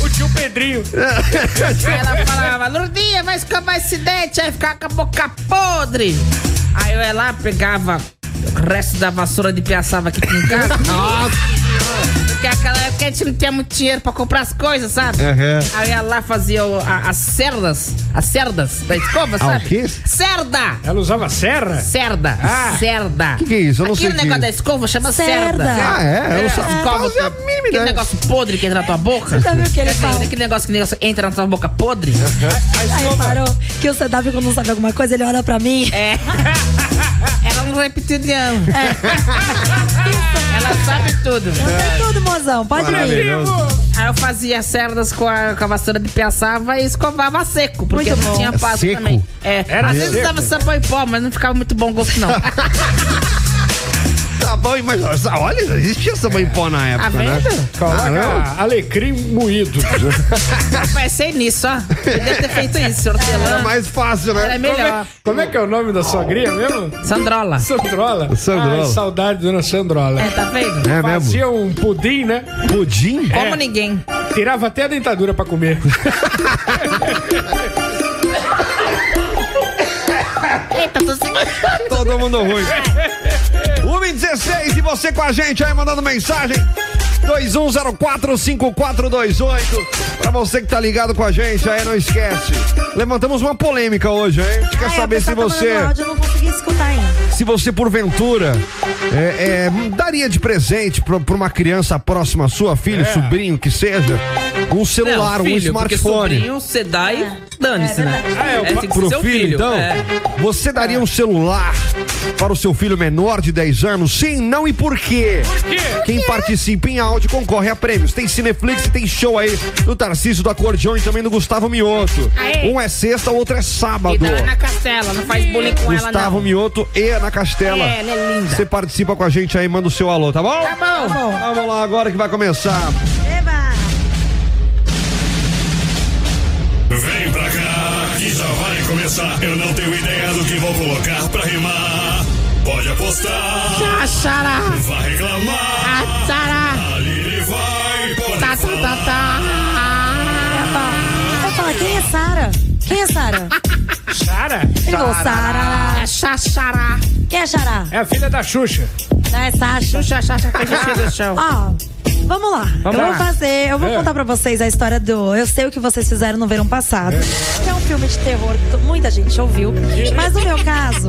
[SPEAKER 5] O tio Pedrinho.
[SPEAKER 10] Aí ela falava, Lourdinha, vai escovar esse dente, aí ficava com a boca podre. Aí eu ia lá, pegava o resto da vassoura de piaçava aqui em casa. Nossa. Porque aquela época a gente não tinha muito dinheiro pra comprar as coisas, sabe?
[SPEAKER 2] Aham.
[SPEAKER 10] Aí eu ia lá fazia o- a- as cerdas, as cerdas da escova, sabe?
[SPEAKER 2] Ah, quê?
[SPEAKER 10] Cerda!
[SPEAKER 5] Ela usava serra?
[SPEAKER 10] Cerda!
[SPEAKER 5] Ah.
[SPEAKER 10] Cerda!
[SPEAKER 2] Que que é isso? Eu não sei
[SPEAKER 10] Aquele
[SPEAKER 2] o que
[SPEAKER 10] negócio
[SPEAKER 2] é
[SPEAKER 10] da escova chama cerda.
[SPEAKER 4] Cerda.
[SPEAKER 2] Ah, é? Eu não sabia.
[SPEAKER 10] Escova,
[SPEAKER 2] Fazia a mínima
[SPEAKER 10] aquele
[SPEAKER 2] ideia.
[SPEAKER 10] negócio podre que entra na tua boca.
[SPEAKER 4] Você viu o
[SPEAKER 10] É,
[SPEAKER 4] que ele fala?
[SPEAKER 10] Aquele negócio que negócio entra na tua boca podre.
[SPEAKER 4] Aí parou que o CW, quando não sabe alguma coisa, ele olha pra mim.
[SPEAKER 10] É. Ela não repetiu de ano.
[SPEAKER 1] É.
[SPEAKER 10] Ela sabe tudo.
[SPEAKER 4] Eu sei tudo, mozão. Pode vir.
[SPEAKER 10] Aí eu fazia cerdas com a, com a vassoura de piaçava e escovava a seco, porque
[SPEAKER 4] Muito
[SPEAKER 10] não
[SPEAKER 4] bom.
[SPEAKER 10] tinha passo
[SPEAKER 2] Seco?
[SPEAKER 10] também. É.
[SPEAKER 5] Era
[SPEAKER 10] Às vezes
[SPEAKER 5] seco?
[SPEAKER 10] usava sabão em pó, mas não ficava muito bom o gosto, não.
[SPEAKER 2] Tá bom, mas olha, existia sabão em pó na
[SPEAKER 10] Tá
[SPEAKER 2] época, né?
[SPEAKER 10] vendo?
[SPEAKER 5] Coloca alecrim moído.
[SPEAKER 10] Eu pensei nisso, ó. Podia ter feito isso,
[SPEAKER 2] Era
[SPEAKER 10] hortelã.
[SPEAKER 2] mais fácil, né?
[SPEAKER 10] Era melhor.
[SPEAKER 5] Como é que é o nome da sogrinha mesmo?
[SPEAKER 10] Sandrola.
[SPEAKER 5] Sandrola.
[SPEAKER 2] Sandrola.
[SPEAKER 5] Ai, saudade, dona Sandrola.
[SPEAKER 10] É, tá vendo?
[SPEAKER 2] É mesmo?
[SPEAKER 5] Fazia um pudim, né?
[SPEAKER 2] Pudim?
[SPEAKER 10] Como ninguém.
[SPEAKER 5] Tirava até a dentadura pra comer.
[SPEAKER 10] Eita, tô se manchando.
[SPEAKER 2] Todo mundo ruim. 1 e 16 e você com a gente aí mandando mensagem. 21045428. Pra você que tá ligado com a gente aí, não esquece. Levantamos uma polêmica hoje, hein? A gente quer
[SPEAKER 4] Ai, a
[SPEAKER 2] saber se
[SPEAKER 4] pessoa tá
[SPEAKER 2] você.
[SPEAKER 4] mandando áudio, eu não consegui escutar ainda.
[SPEAKER 2] se você porventura é, é, daria de presente pra, pra uma criança próxima sua, filho, sobrinho, que seja, um celular,
[SPEAKER 1] É. Não,
[SPEAKER 2] um
[SPEAKER 1] filho, porque
[SPEAKER 2] smartphone.
[SPEAKER 1] sobrinho, você dá e dane-se, né?
[SPEAKER 2] É,
[SPEAKER 1] tem que ser
[SPEAKER 2] pro
[SPEAKER 1] seu
[SPEAKER 2] filho, então,
[SPEAKER 1] é.
[SPEAKER 2] você daria um celular para o seu filho menor de 10 anos? Sim, não e por quê? Quem participa em áudio concorre a prêmios. Tem Cineflix e tem show aí do Tarcísio do Acordeão e também do Gustavo Mioto.
[SPEAKER 10] Aê.
[SPEAKER 2] Um é sexta, o outro é
[SPEAKER 10] E
[SPEAKER 2] sábado.
[SPEAKER 10] da Ana Castela, não faz bullying com ela,
[SPEAKER 2] Gustavo
[SPEAKER 10] não.
[SPEAKER 2] Mioto e Ana Castela.
[SPEAKER 10] É, ela é linda.
[SPEAKER 2] Você participa com a gente aí, manda o seu alô, tá bom?
[SPEAKER 10] Tá bom.
[SPEAKER 2] Vamos lá agora que vai começar.
[SPEAKER 4] Eba!
[SPEAKER 9] Vem pra cá, que já vai começar. Eu não tenho ideia do que vou colocar pra rimar. Pode apostar,
[SPEAKER 10] Achará,
[SPEAKER 9] vai reclamar.
[SPEAKER 10] achará,
[SPEAKER 9] Ali ele vai, pode
[SPEAKER 10] tá, tá, tá, tá.
[SPEAKER 4] Vai falar, quem é Sara? Quem é Sara?
[SPEAKER 5] Cara,
[SPEAKER 4] Ele falou, Sara.
[SPEAKER 10] É xaxará.
[SPEAKER 4] Quem é Xará?
[SPEAKER 5] é a filha da Xuxa.
[SPEAKER 4] Não, é Sasha. Ah,
[SPEAKER 10] Xuxa, xaxará, que a gente fez o chão.
[SPEAKER 4] Ó, vamos lá. eu
[SPEAKER 5] lá.
[SPEAKER 4] vou fazer, eu vou
[SPEAKER 2] É.
[SPEAKER 4] contar pra vocês a história do Eu Sei O Que Vocês Fizeram no Verão Passado. Que é um filme de terror que t- muita gente ouviu. Mas no meu caso,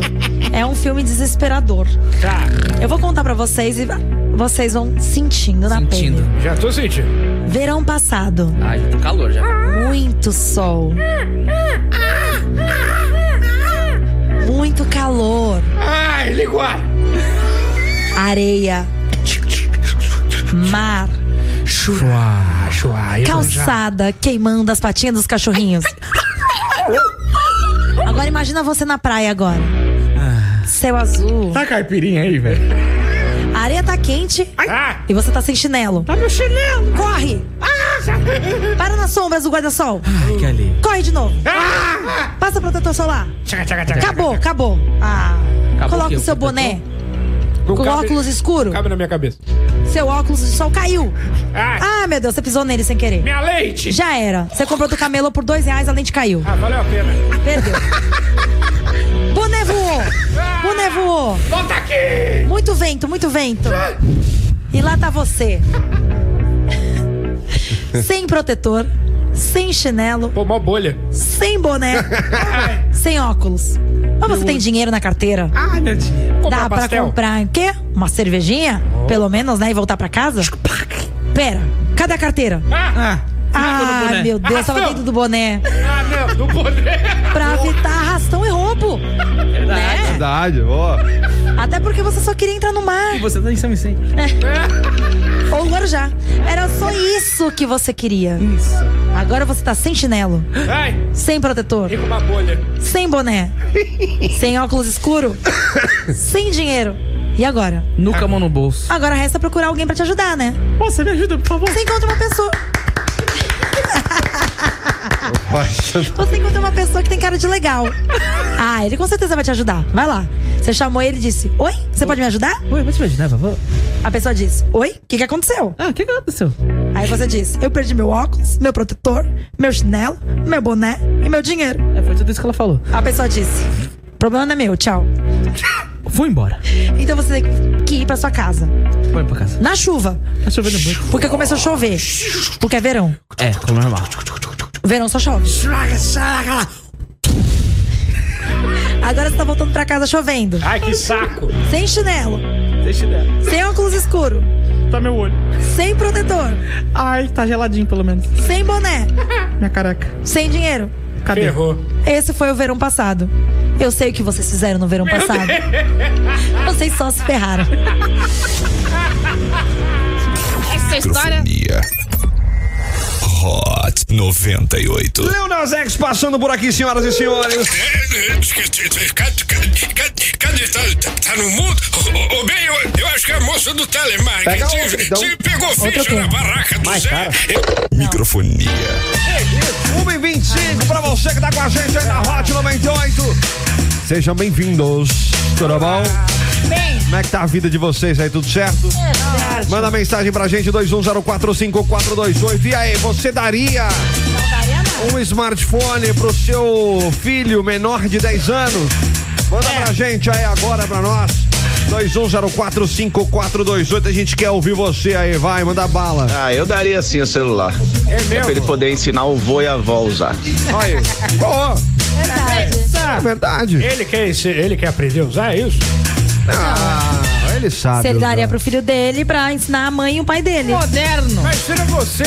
[SPEAKER 4] é um filme desesperador.
[SPEAKER 5] Tá,
[SPEAKER 4] Eu vou contar pra vocês e vocês vão sentindo na
[SPEAKER 1] Sentindo.
[SPEAKER 4] pele.
[SPEAKER 5] já tô sentindo.
[SPEAKER 4] Verão passado,
[SPEAKER 1] Tá Ai, já tá calor já.
[SPEAKER 4] muito sol. Muito calor.
[SPEAKER 5] Ai, liguar.
[SPEAKER 4] Areia. Mar.
[SPEAKER 5] Chua, chua.
[SPEAKER 4] calçada queimando as patinhas dos cachorrinhos. Agora imagina você na praia agora. Céu azul.
[SPEAKER 5] Tá caipirinha aí, velho.
[SPEAKER 4] A areia tá quente
[SPEAKER 5] Ah,
[SPEAKER 4] e você tá sem chinelo.
[SPEAKER 10] Tá no chinelo.
[SPEAKER 4] Corre! Para nas sombras do guarda-sol.
[SPEAKER 1] Ai, que ali.
[SPEAKER 4] Corre de novo. Passa protetor solar.
[SPEAKER 5] ah, tchaca, tchaca, tchaca.
[SPEAKER 4] Acabou, acabou. Ah.
[SPEAKER 1] Acabou o
[SPEAKER 4] Coloca
[SPEAKER 1] quê?
[SPEAKER 4] o seu
[SPEAKER 1] O protetor?
[SPEAKER 4] boné, com óculos escuro.
[SPEAKER 5] Cabe na minha cabeça.
[SPEAKER 4] Seu óculos de sol caiu.
[SPEAKER 5] Ah,
[SPEAKER 4] Ah, meu Deus, você pisou nele sem querer.
[SPEAKER 5] minha leite.
[SPEAKER 4] Já era. Você comprou do camelo por dois reais, a lente caiu.
[SPEAKER 5] Ah, valeu a pena.
[SPEAKER 4] Perdeu. Boné voou! Boné voou!
[SPEAKER 5] Volta aqui.
[SPEAKER 4] Muito vento, muito vento. E lá tá você. Sem protetor, sem chinelo,
[SPEAKER 5] Pô, mó bolha.
[SPEAKER 4] sem boné, sem óculos. Mas você tem dinheiro na carteira?
[SPEAKER 1] Ai, Ah, meu dinheiro. Oh.
[SPEAKER 4] Dá
[SPEAKER 5] Comprar
[SPEAKER 4] pra
[SPEAKER 5] pastel.
[SPEAKER 4] comprar o quê? Uma cervejinha? Pelo menos, né? E voltar pra casa? Pera, cadê a carteira?
[SPEAKER 1] Ah,
[SPEAKER 4] Ah,
[SPEAKER 1] boné.
[SPEAKER 4] meu Deus, tava
[SPEAKER 5] Arrastou.
[SPEAKER 4] dentro do boné.
[SPEAKER 5] Ah, não, do boné.
[SPEAKER 4] Pra evitar arrastão e roubo.
[SPEAKER 1] verdade.
[SPEAKER 4] Né?
[SPEAKER 2] Verdade, ó.
[SPEAKER 4] Até porque você só queria entrar no mar.
[SPEAKER 1] E você tá em São Vicente.
[SPEAKER 4] Ou Guarujá. Era só isso que você queria.
[SPEAKER 1] Isso.
[SPEAKER 4] Agora você tá sem chinelo,
[SPEAKER 5] Ai,
[SPEAKER 4] sem protetor,
[SPEAKER 5] e com uma bolha.
[SPEAKER 4] sem boné, sem óculos escuro, sem dinheiro. E agora?
[SPEAKER 1] Nunca a mão no bolso.
[SPEAKER 4] Agora resta procurar alguém pra te ajudar, né?
[SPEAKER 1] Você me ajuda, por favor.
[SPEAKER 4] Você encontra uma pessoa. Você encontra uma pessoa que tem cara de legal. Ah, ele com certeza vai te ajudar. Vai lá. Você chamou ele e disse: Oi, você pode me ajudar?
[SPEAKER 1] Oi, vou te ajudar, por favor.
[SPEAKER 4] A pessoa diz: Oi, o que, que aconteceu?
[SPEAKER 1] Ah, o que que aconteceu?
[SPEAKER 4] Aí você diz: Eu perdi meu óculos, meu protetor, meu chinelo, meu boné e meu dinheiro.
[SPEAKER 1] É, foi tudo isso que ela falou.
[SPEAKER 4] A pessoa disse: problema não é meu, tchau.
[SPEAKER 1] Fui embora.
[SPEAKER 4] Então você tem que ir pra sua casa.
[SPEAKER 1] Foi pra casa.
[SPEAKER 4] Na chuva.
[SPEAKER 1] Tá chovendo muito.
[SPEAKER 4] Porque começou a chover. Porque é verão.
[SPEAKER 1] É, como é normal.
[SPEAKER 4] Verão só chove. Agora você tá voltando pra casa chovendo.
[SPEAKER 5] Ai, que saco.
[SPEAKER 4] Sem chinelo.
[SPEAKER 1] Deixa dela.
[SPEAKER 4] Sem óculos escuro.
[SPEAKER 1] Tá meu olho.
[SPEAKER 4] Sem protetor.
[SPEAKER 1] Ai, tá geladinho pelo menos.
[SPEAKER 4] Sem boné.
[SPEAKER 1] Minha careca.
[SPEAKER 4] Sem dinheiro.
[SPEAKER 1] Cadê?
[SPEAKER 5] Ferrou.
[SPEAKER 4] Esse foi o verão passado. Eu sei o que vocês fizeram no verão passado. Vocês só se ferraram.
[SPEAKER 10] Essa é história...
[SPEAKER 8] Microfonia. Hot 98.
[SPEAKER 2] Lil Nas X passando por aqui, senhoras e senhores.
[SPEAKER 9] Cadê? Tá, tá no mundo? Ô, ô, bem, eu, eu acho que é a moça do telemarketing.
[SPEAKER 2] Pega outra, então.
[SPEAKER 9] Se pegou
[SPEAKER 4] eu
[SPEAKER 9] ficha
[SPEAKER 4] tenho.
[SPEAKER 9] na barraca do Zé.
[SPEAKER 8] Microfonia.
[SPEAKER 2] 1h25 pra você que tá com a gente aí na Hot 98. Sejam bem-vindos. Tudo bom? Como é que tá a vida de vocês aí? Tudo certo? Manda mensagem pra gente, 21045428. E aí, você daria um smartphone pro seu filho menor de 10 anos? Manda pra gente aí agora pra nós. 21045428, a gente quer ouvir você aí, vai, manda bala.
[SPEAKER 12] Ah, eu daria assim o celular.
[SPEAKER 2] É
[SPEAKER 12] Pra ele poder ensinar o vô e a avó a usar.
[SPEAKER 2] Olha aí. Boa. É verdade.
[SPEAKER 5] Ele quer, ensi- ele quer aprender a usar é isso?
[SPEAKER 2] Ah, ele sabe.
[SPEAKER 4] Se ele daria pro filho dele pra ensinar a mãe e o pai dele.
[SPEAKER 5] Moderno. Mas tira você.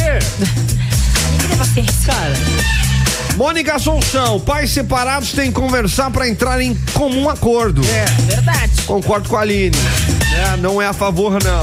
[SPEAKER 2] Mônica Assunção, pais separados têm que conversar pra entrar em comum acordo. É,
[SPEAKER 13] verdade.
[SPEAKER 2] Concordo com a Aline. É, não é a favor, não.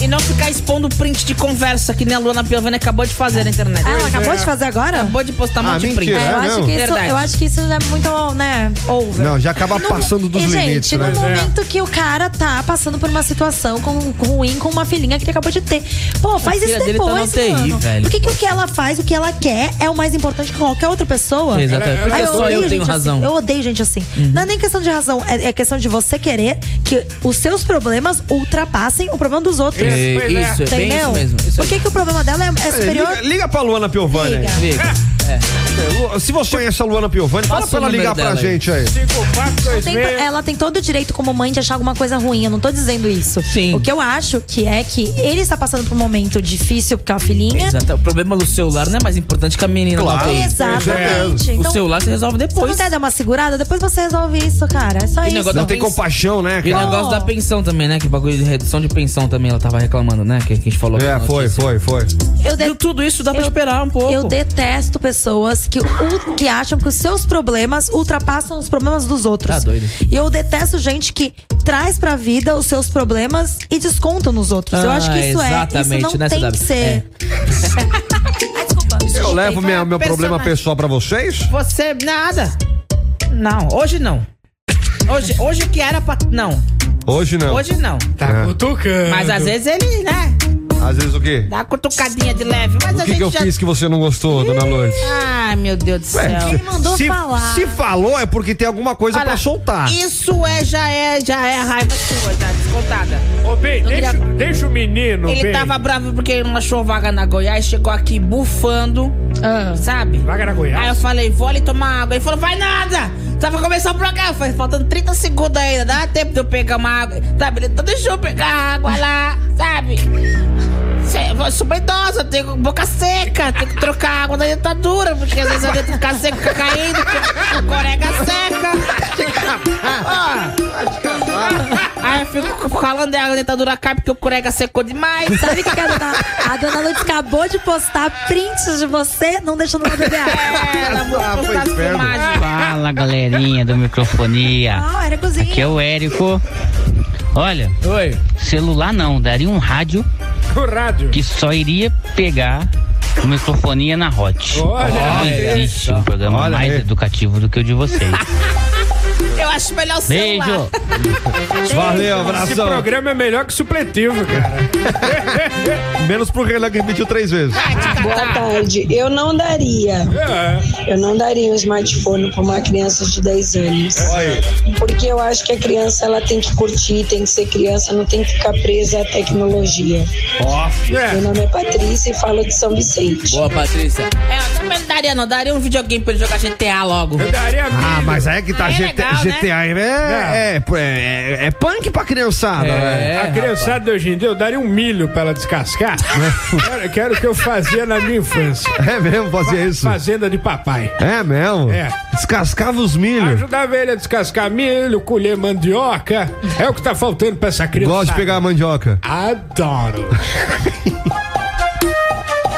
[SPEAKER 10] E não ficar expondo print de conversa que nem a Luana Piovani acabou de fazer na internet.
[SPEAKER 4] Ah, ela acabou de fazer agora?
[SPEAKER 10] Acabou de postar um
[SPEAKER 2] Ah,
[SPEAKER 10] monte de print.
[SPEAKER 2] mentira,
[SPEAKER 4] É, eu,
[SPEAKER 2] É
[SPEAKER 4] acho
[SPEAKER 2] mesmo?
[SPEAKER 4] que isso,
[SPEAKER 10] Verdade.
[SPEAKER 4] eu acho que isso é muito, né, over.
[SPEAKER 2] Não, já acaba passando dos
[SPEAKER 4] e,
[SPEAKER 2] limites,
[SPEAKER 4] gente,
[SPEAKER 2] né?
[SPEAKER 4] no
[SPEAKER 10] É.
[SPEAKER 4] momento que o cara tá passando por uma situação com, com ruim com uma filhinha que ele acabou de ter. Pô, faz
[SPEAKER 10] filha
[SPEAKER 4] isso
[SPEAKER 10] dele tá na
[SPEAKER 4] depois,
[SPEAKER 10] UTI,
[SPEAKER 4] mano.
[SPEAKER 10] velho.
[SPEAKER 4] Por que, que o que ela faz, o que ela quer, é o mais importante que qualquer outra pessoa?
[SPEAKER 10] Exatamente. Porque
[SPEAKER 4] Ai,
[SPEAKER 10] só
[SPEAKER 4] odeio
[SPEAKER 10] eu
[SPEAKER 4] gente
[SPEAKER 10] tenho
[SPEAKER 4] assim.
[SPEAKER 10] razão. Uhum.
[SPEAKER 4] Eu odeio gente assim. Não é nem questão de razão, é, é questão de você querer que os seus problemas ultrapassem o problema dos outros.
[SPEAKER 10] É, Isso, isso, é bem isso
[SPEAKER 4] Entendeu?
[SPEAKER 10] mesmo, isso
[SPEAKER 4] Por
[SPEAKER 10] aí.
[SPEAKER 4] que, que o problema dela é, é superior?
[SPEAKER 2] Liga, liga pra Luana Piovani. aí.
[SPEAKER 10] Liga.
[SPEAKER 2] Lu- Se você conhece a Luana Piovani, fala
[SPEAKER 10] Passa
[SPEAKER 2] pra
[SPEAKER 10] o
[SPEAKER 2] ela
[SPEAKER 10] número
[SPEAKER 2] ligar pra
[SPEAKER 10] dela aí.
[SPEAKER 2] gente aí.
[SPEAKER 4] tem-
[SPEAKER 10] é
[SPEAKER 4] ela tem todo o direito como mãe de achar alguma coisa ruim, eu não tô dizendo isso.
[SPEAKER 10] Sim.
[SPEAKER 4] O que eu acho que é que ele está passando por um momento difícil com a filhinha.
[SPEAKER 1] tá,
[SPEAKER 4] Ah,
[SPEAKER 10] Exato. O problema do celular não é mais importante que a menina lá.
[SPEAKER 4] Exatamente.
[SPEAKER 10] é. O
[SPEAKER 4] Então, se
[SPEAKER 10] celular se resolve
[SPEAKER 4] você
[SPEAKER 10] depois.
[SPEAKER 4] não quer dar uma segurada, depois você resolve isso, cara. É só
[SPEAKER 10] E
[SPEAKER 4] isso.
[SPEAKER 10] negócio
[SPEAKER 2] Não
[SPEAKER 10] da
[SPEAKER 2] tem
[SPEAKER 10] pens-
[SPEAKER 2] compaixão, né,
[SPEAKER 10] E o
[SPEAKER 2] cara?
[SPEAKER 10] negócio da pensão também, né? Que bagulho de redução de pensão também ela tava reclamando, né? Que, que a gente falou. aqui
[SPEAKER 2] É,
[SPEAKER 10] na
[SPEAKER 2] foi,
[SPEAKER 10] notícia.
[SPEAKER 2] foi, foi.
[SPEAKER 4] Eu de-
[SPEAKER 10] E tudo isso dá pra
[SPEAKER 4] Eu-
[SPEAKER 10] esperar um pouco.
[SPEAKER 4] Eu detesto pessoas que, u- que acham que os seus problemas ultrapassam os problemas dos outros.
[SPEAKER 10] Tá doido.
[SPEAKER 4] E eu detesto gente que traz pra vida os seus problemas e desconta nos outros. eu
[SPEAKER 10] Ah,
[SPEAKER 4] acho que isso é.
[SPEAKER 10] exatamente,
[SPEAKER 4] Isso não
[SPEAKER 10] né,
[SPEAKER 4] tem
[SPEAKER 10] CW?
[SPEAKER 4] que ser.
[SPEAKER 10] É.
[SPEAKER 4] Ai, desculpa.
[SPEAKER 2] Eu levo minha, meu problema
[SPEAKER 13] personagem.
[SPEAKER 2] pessoal pra vocês?
[SPEAKER 10] Você, nada. Não, hoje não. Hoje, hoje que era pra. Não,
[SPEAKER 2] Hoje não.
[SPEAKER 10] hoje não.
[SPEAKER 5] Tá cutucando.
[SPEAKER 10] Mas às vezes ele, né?
[SPEAKER 2] Às vezes o quê?
[SPEAKER 10] Dá uma cutucadinha de leve. Mas
[SPEAKER 2] O
[SPEAKER 10] a
[SPEAKER 2] que,
[SPEAKER 10] gente
[SPEAKER 2] que eu
[SPEAKER 10] já.
[SPEAKER 2] fiz que você não gostou, dona Lourdes?
[SPEAKER 10] Ai, meu Deus do
[SPEAKER 2] Ué,
[SPEAKER 10] céu.
[SPEAKER 4] Ele mandou
[SPEAKER 2] se,
[SPEAKER 4] falar.
[SPEAKER 2] se falou é porque tem alguma coisa
[SPEAKER 10] Olha
[SPEAKER 2] pra
[SPEAKER 10] lá.
[SPEAKER 2] soltar.
[SPEAKER 10] Isso é, já é, já é raiva sua, tá descontada.
[SPEAKER 5] Ô, bem, deixa, deixa o menino,
[SPEAKER 10] Ele
[SPEAKER 5] bem.
[SPEAKER 10] tava bravo porque ele não achou vaga na Goiás, chegou aqui bufando,
[SPEAKER 4] Ah.
[SPEAKER 10] sabe?
[SPEAKER 5] Vaga na
[SPEAKER 10] Aí Ah, eu
[SPEAKER 5] Goiás.
[SPEAKER 10] falei, vou ali tomar água. Ele falou, vai nada! Tava começando o programa, foi faltando 30 segundos ainda, dá tempo de eu pegar uma água. Sabe, ele então deixou eu pegar a água lá, sabe? Cê- Eu sou uma idosa, eu tenho boca seca, tenho que trocar a água da dentadura, porque às vezes a dentadura fica seca, fica caindo, fica com a corega seca. Ó. Aí eu fico falando, "Ah, a dentadura cai porque o corega secou demais.
[SPEAKER 4] Sabe o que que a dona, a dona Lourdes acabou de postar prints de você não deixando ela beber água?
[SPEAKER 10] É, Ela mudou
[SPEAKER 2] Ah,
[SPEAKER 10] pra
[SPEAKER 2] foi
[SPEAKER 10] ficar
[SPEAKER 2] inferno.
[SPEAKER 10] filmagem.
[SPEAKER 1] Fala galerinha do microfonia,
[SPEAKER 4] Não, era cozinha.
[SPEAKER 1] que é o Érico. Olha,
[SPEAKER 10] Oi.
[SPEAKER 1] celular não, daria um rádio
[SPEAKER 5] O rádio.
[SPEAKER 1] que só iria pegar o microfonia na Hot.
[SPEAKER 5] Olha.
[SPEAKER 1] Não existe um programa
[SPEAKER 2] Olha
[SPEAKER 1] mais
[SPEAKER 2] aí.
[SPEAKER 1] educativo do que o de vocês.
[SPEAKER 10] Eu acho melhor o celular.
[SPEAKER 1] Beijo!
[SPEAKER 2] Valeu,
[SPEAKER 5] Esse
[SPEAKER 2] abração.
[SPEAKER 5] programa é melhor que supletivo, cara.
[SPEAKER 2] Menos pro Renan que repetiu três vezes.
[SPEAKER 14] Boa tarde. Eu não daria.
[SPEAKER 5] É.
[SPEAKER 14] Eu não daria um smartphone para uma criança de 10 anos. Porque eu acho que a criança ela tem que curtir, tem que ser criança, não tem que ficar presa à tecnologia. Meu nome é Patrícia e falo de São Vicente.
[SPEAKER 10] Boa, Patrícia. É, eu também não daria, não. Daria um videogame pra ele jogar GTA logo.
[SPEAKER 5] Eu daria mil.
[SPEAKER 2] Ah, mas aí é que tá
[SPEAKER 10] Ah, é
[SPEAKER 2] GT-
[SPEAKER 10] legal, né?
[SPEAKER 2] GTA. É, é, é, é, é punk pra criançada, né? velho.
[SPEAKER 5] a criançada de hoje em dia, eu daria um milho pra ela descascar. Quero- Quero o que eu fazia na minha infância.
[SPEAKER 2] É mesmo fazer isso?
[SPEAKER 5] Fazenda de papai.
[SPEAKER 2] É mesmo?
[SPEAKER 5] É.
[SPEAKER 2] Descascava os milho.
[SPEAKER 5] Ajudava ele a descascar milho, colher mandioca. É o que tá faltando pra essa criança.
[SPEAKER 2] Gosto de pegar a mandioca.
[SPEAKER 5] Adoro.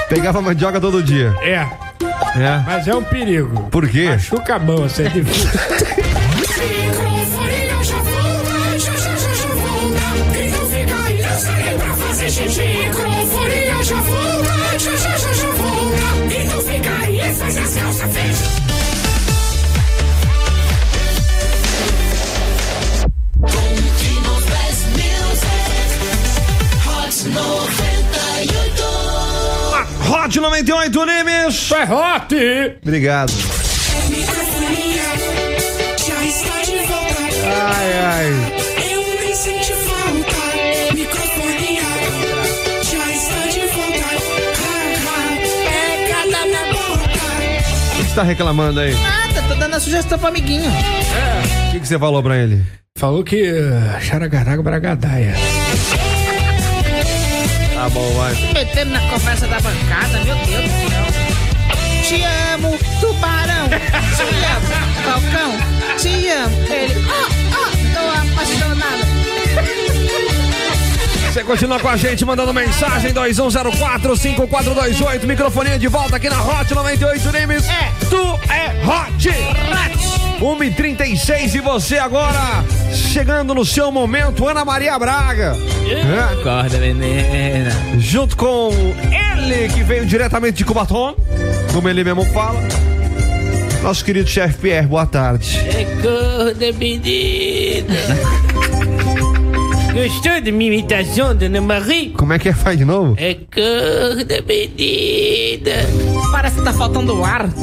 [SPEAKER 2] Pegava mandioca todo dia.
[SPEAKER 5] É,
[SPEAKER 2] É.
[SPEAKER 5] mas é um perigo.
[SPEAKER 2] Por quê?
[SPEAKER 5] Machuca a mão, assim, é difícil.
[SPEAKER 6] Microfonia já volta, já já já já volta. E não fica aí, eu saí pra fazer xixi. Microfonia já volta, já já já já volta. E não fica aí, faz as calças fechadas.
[SPEAKER 2] Hot 98 Nimes.
[SPEAKER 5] Isso é hot!
[SPEAKER 2] Obrigado.
[SPEAKER 6] Já está de volta.
[SPEAKER 2] Ai, ai.
[SPEAKER 6] Eu nem senti falta. Microfonia já está de volta. Ah, ah, é cada na boca.
[SPEAKER 2] O que você tá reclamando aí?
[SPEAKER 10] Nada, tô dando a sugestão pro amiguinho.
[SPEAKER 2] que, que você falou pra ele?
[SPEAKER 9] Falou que
[SPEAKER 5] eh,
[SPEAKER 9] uh, Xaragaraga Bragadaia.
[SPEAKER 2] Tá bom, vai.
[SPEAKER 5] Metendo na conversa da bancada, meu Deus do céu. Te amo, tubarão. Te amo, falcão. Te amo. Ele, oh,
[SPEAKER 10] Ah,
[SPEAKER 5] oh, tô apaixonado.
[SPEAKER 2] Você continua com a gente mandando mensagem 21045428, microfonia de volta aqui na Hot 98 Nimes. É. Tu é Hot. 1h36 e você agora chegando no seu momento, Ana Maria Braga. É.
[SPEAKER 1] Acorda, menina.
[SPEAKER 2] Junto com ele que veio diretamente de Cubatão, como ele mesmo fala. Nosso querido chefe Pierre, boa tarde.
[SPEAKER 5] Acorda, menina. Gostou da minha imitação, dona Marie?
[SPEAKER 2] Como é que é? Faz de novo?
[SPEAKER 5] Acorda, menina. Parece que tá faltando ar. Né?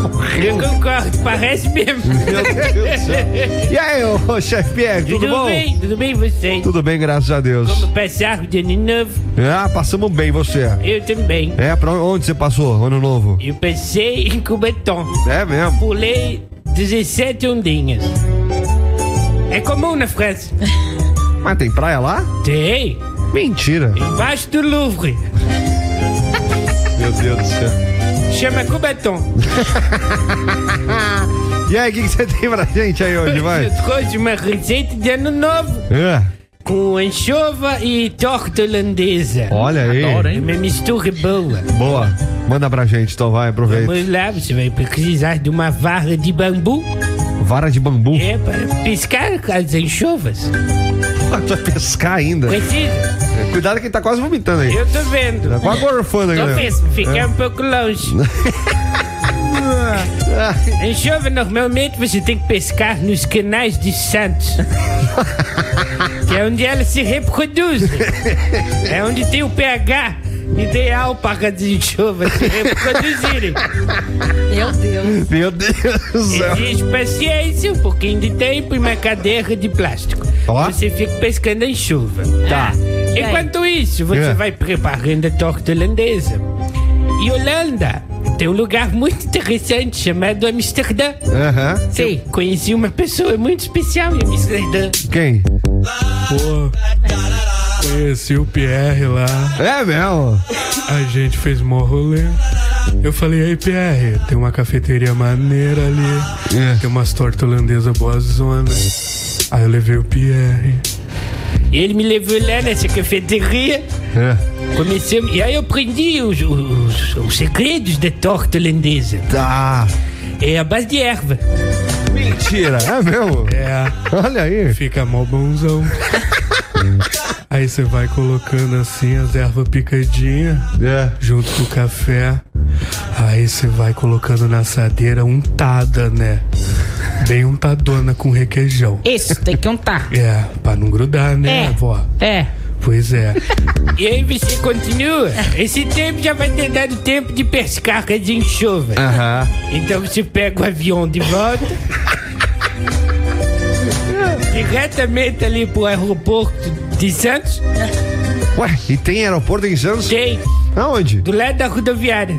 [SPEAKER 2] Morreu.
[SPEAKER 5] concordo, parece mesmo.
[SPEAKER 2] Meu Deus do céu. E aí, ô, ô, chefe Pierre, tudo,
[SPEAKER 5] Tudo
[SPEAKER 2] bom?
[SPEAKER 5] bem, tudo bem vocês?
[SPEAKER 2] Tudo bem, graças a Deus.
[SPEAKER 5] Como passar o ano novo?
[SPEAKER 2] Ah, passamos bem você.
[SPEAKER 5] Eu também.
[SPEAKER 2] É, pra onde você passou, ano novo?
[SPEAKER 5] Eu passei em Cubatão.
[SPEAKER 2] É mesmo?
[SPEAKER 5] Pulei 17 ondinhas. É comum na França.
[SPEAKER 2] Mas tem praia lá?
[SPEAKER 5] Tem.
[SPEAKER 2] Mentira.
[SPEAKER 5] Embaixo do Louvre.
[SPEAKER 2] Meu Deus do céu.
[SPEAKER 5] Chama Cubatão.
[SPEAKER 2] E aí, o que, que você tem pra gente aí hoje, vai?
[SPEAKER 5] Eu trouxe uma receita de ano novo.
[SPEAKER 2] É.
[SPEAKER 5] Com anchova e torta holandesa.
[SPEAKER 2] Olha aí. Adoro, hein?
[SPEAKER 5] Uma mistura boa.
[SPEAKER 2] Boa. Manda pra gente, então vai, aproveita.
[SPEAKER 5] Vamos lá, você vai precisar de uma vara de bambu.
[SPEAKER 2] Vara de bambu.
[SPEAKER 5] É, para pescar as anchovas.
[SPEAKER 2] Ah, tu vai pescar ainda.
[SPEAKER 5] Precisa.
[SPEAKER 2] É, Cuidado que ele tá quase vomitando aí.
[SPEAKER 5] Eu tô vendo.
[SPEAKER 2] Tá quase gorfando aqui.
[SPEAKER 5] Tô
[SPEAKER 2] né?
[SPEAKER 5] mesmo, fiquei
[SPEAKER 2] É.
[SPEAKER 5] um pouco longe. Anchova, normalmente você tem que pescar nos canais de Santos. que é onde elas se reproduzem. É onde tem o pH ideal para as anchovas se reproduzirem.
[SPEAKER 4] Meu Deus.
[SPEAKER 2] Meu Deus do céu.
[SPEAKER 5] Exige paciência, um pouquinho de tempo e uma cadeira de plástico.
[SPEAKER 2] Ó.
[SPEAKER 5] Você fica pescando em chuva. Ah,
[SPEAKER 2] Tá.
[SPEAKER 5] Enquanto isso, você
[SPEAKER 2] É.
[SPEAKER 5] vai preparando a torta holandesa. E Holanda tem um lugar muito interessante chamado Amsterdã.
[SPEAKER 2] Aham.
[SPEAKER 5] Sim. Eu conheci uma pessoa muito especial em Amsterdã.
[SPEAKER 2] Quem?
[SPEAKER 9] Pô, conheci o Pierre lá,
[SPEAKER 2] É mesmo?
[SPEAKER 9] a gente fez mó rolê. Eu falei, aí Pierre, tem uma cafeteria maneira ali,
[SPEAKER 2] É.
[SPEAKER 9] tem umas tortas holandesas boas zonas. Aí eu levei o Pierre.
[SPEAKER 5] E ele me levou lá nessa cafeteria.
[SPEAKER 2] É.
[SPEAKER 5] Começamos, e aí eu aprendi os, os- os segredos da torta holandesa.
[SPEAKER 2] Tá.
[SPEAKER 5] É a base de erva.
[SPEAKER 2] Mentira. É mesmo?
[SPEAKER 9] É,
[SPEAKER 2] Olha aí.
[SPEAKER 9] fica mó bonzão. Aí você vai colocando assim as ervas picadinhas.
[SPEAKER 2] É.
[SPEAKER 9] junto com o café. Aí você vai colocando na assadeira untada, né? Bem untadona com requeijão.
[SPEAKER 5] Isso, tem que untar.
[SPEAKER 9] É, pra não grudar, né,
[SPEAKER 5] É.
[SPEAKER 9] avó?
[SPEAKER 5] É.
[SPEAKER 9] Pois é.
[SPEAKER 5] E aí você continua. Esse tempo já vai ter dado tempo de pescar com as
[SPEAKER 2] Ah.
[SPEAKER 5] enxovas.
[SPEAKER 2] Aham.
[SPEAKER 5] Então você pega o avião de volta. diretamente ali pro aeroporto de Santos.
[SPEAKER 2] Ué, e tem aeroporto em Santos?
[SPEAKER 5] Tem,
[SPEAKER 2] Aonde?
[SPEAKER 5] do lado da rodoviária.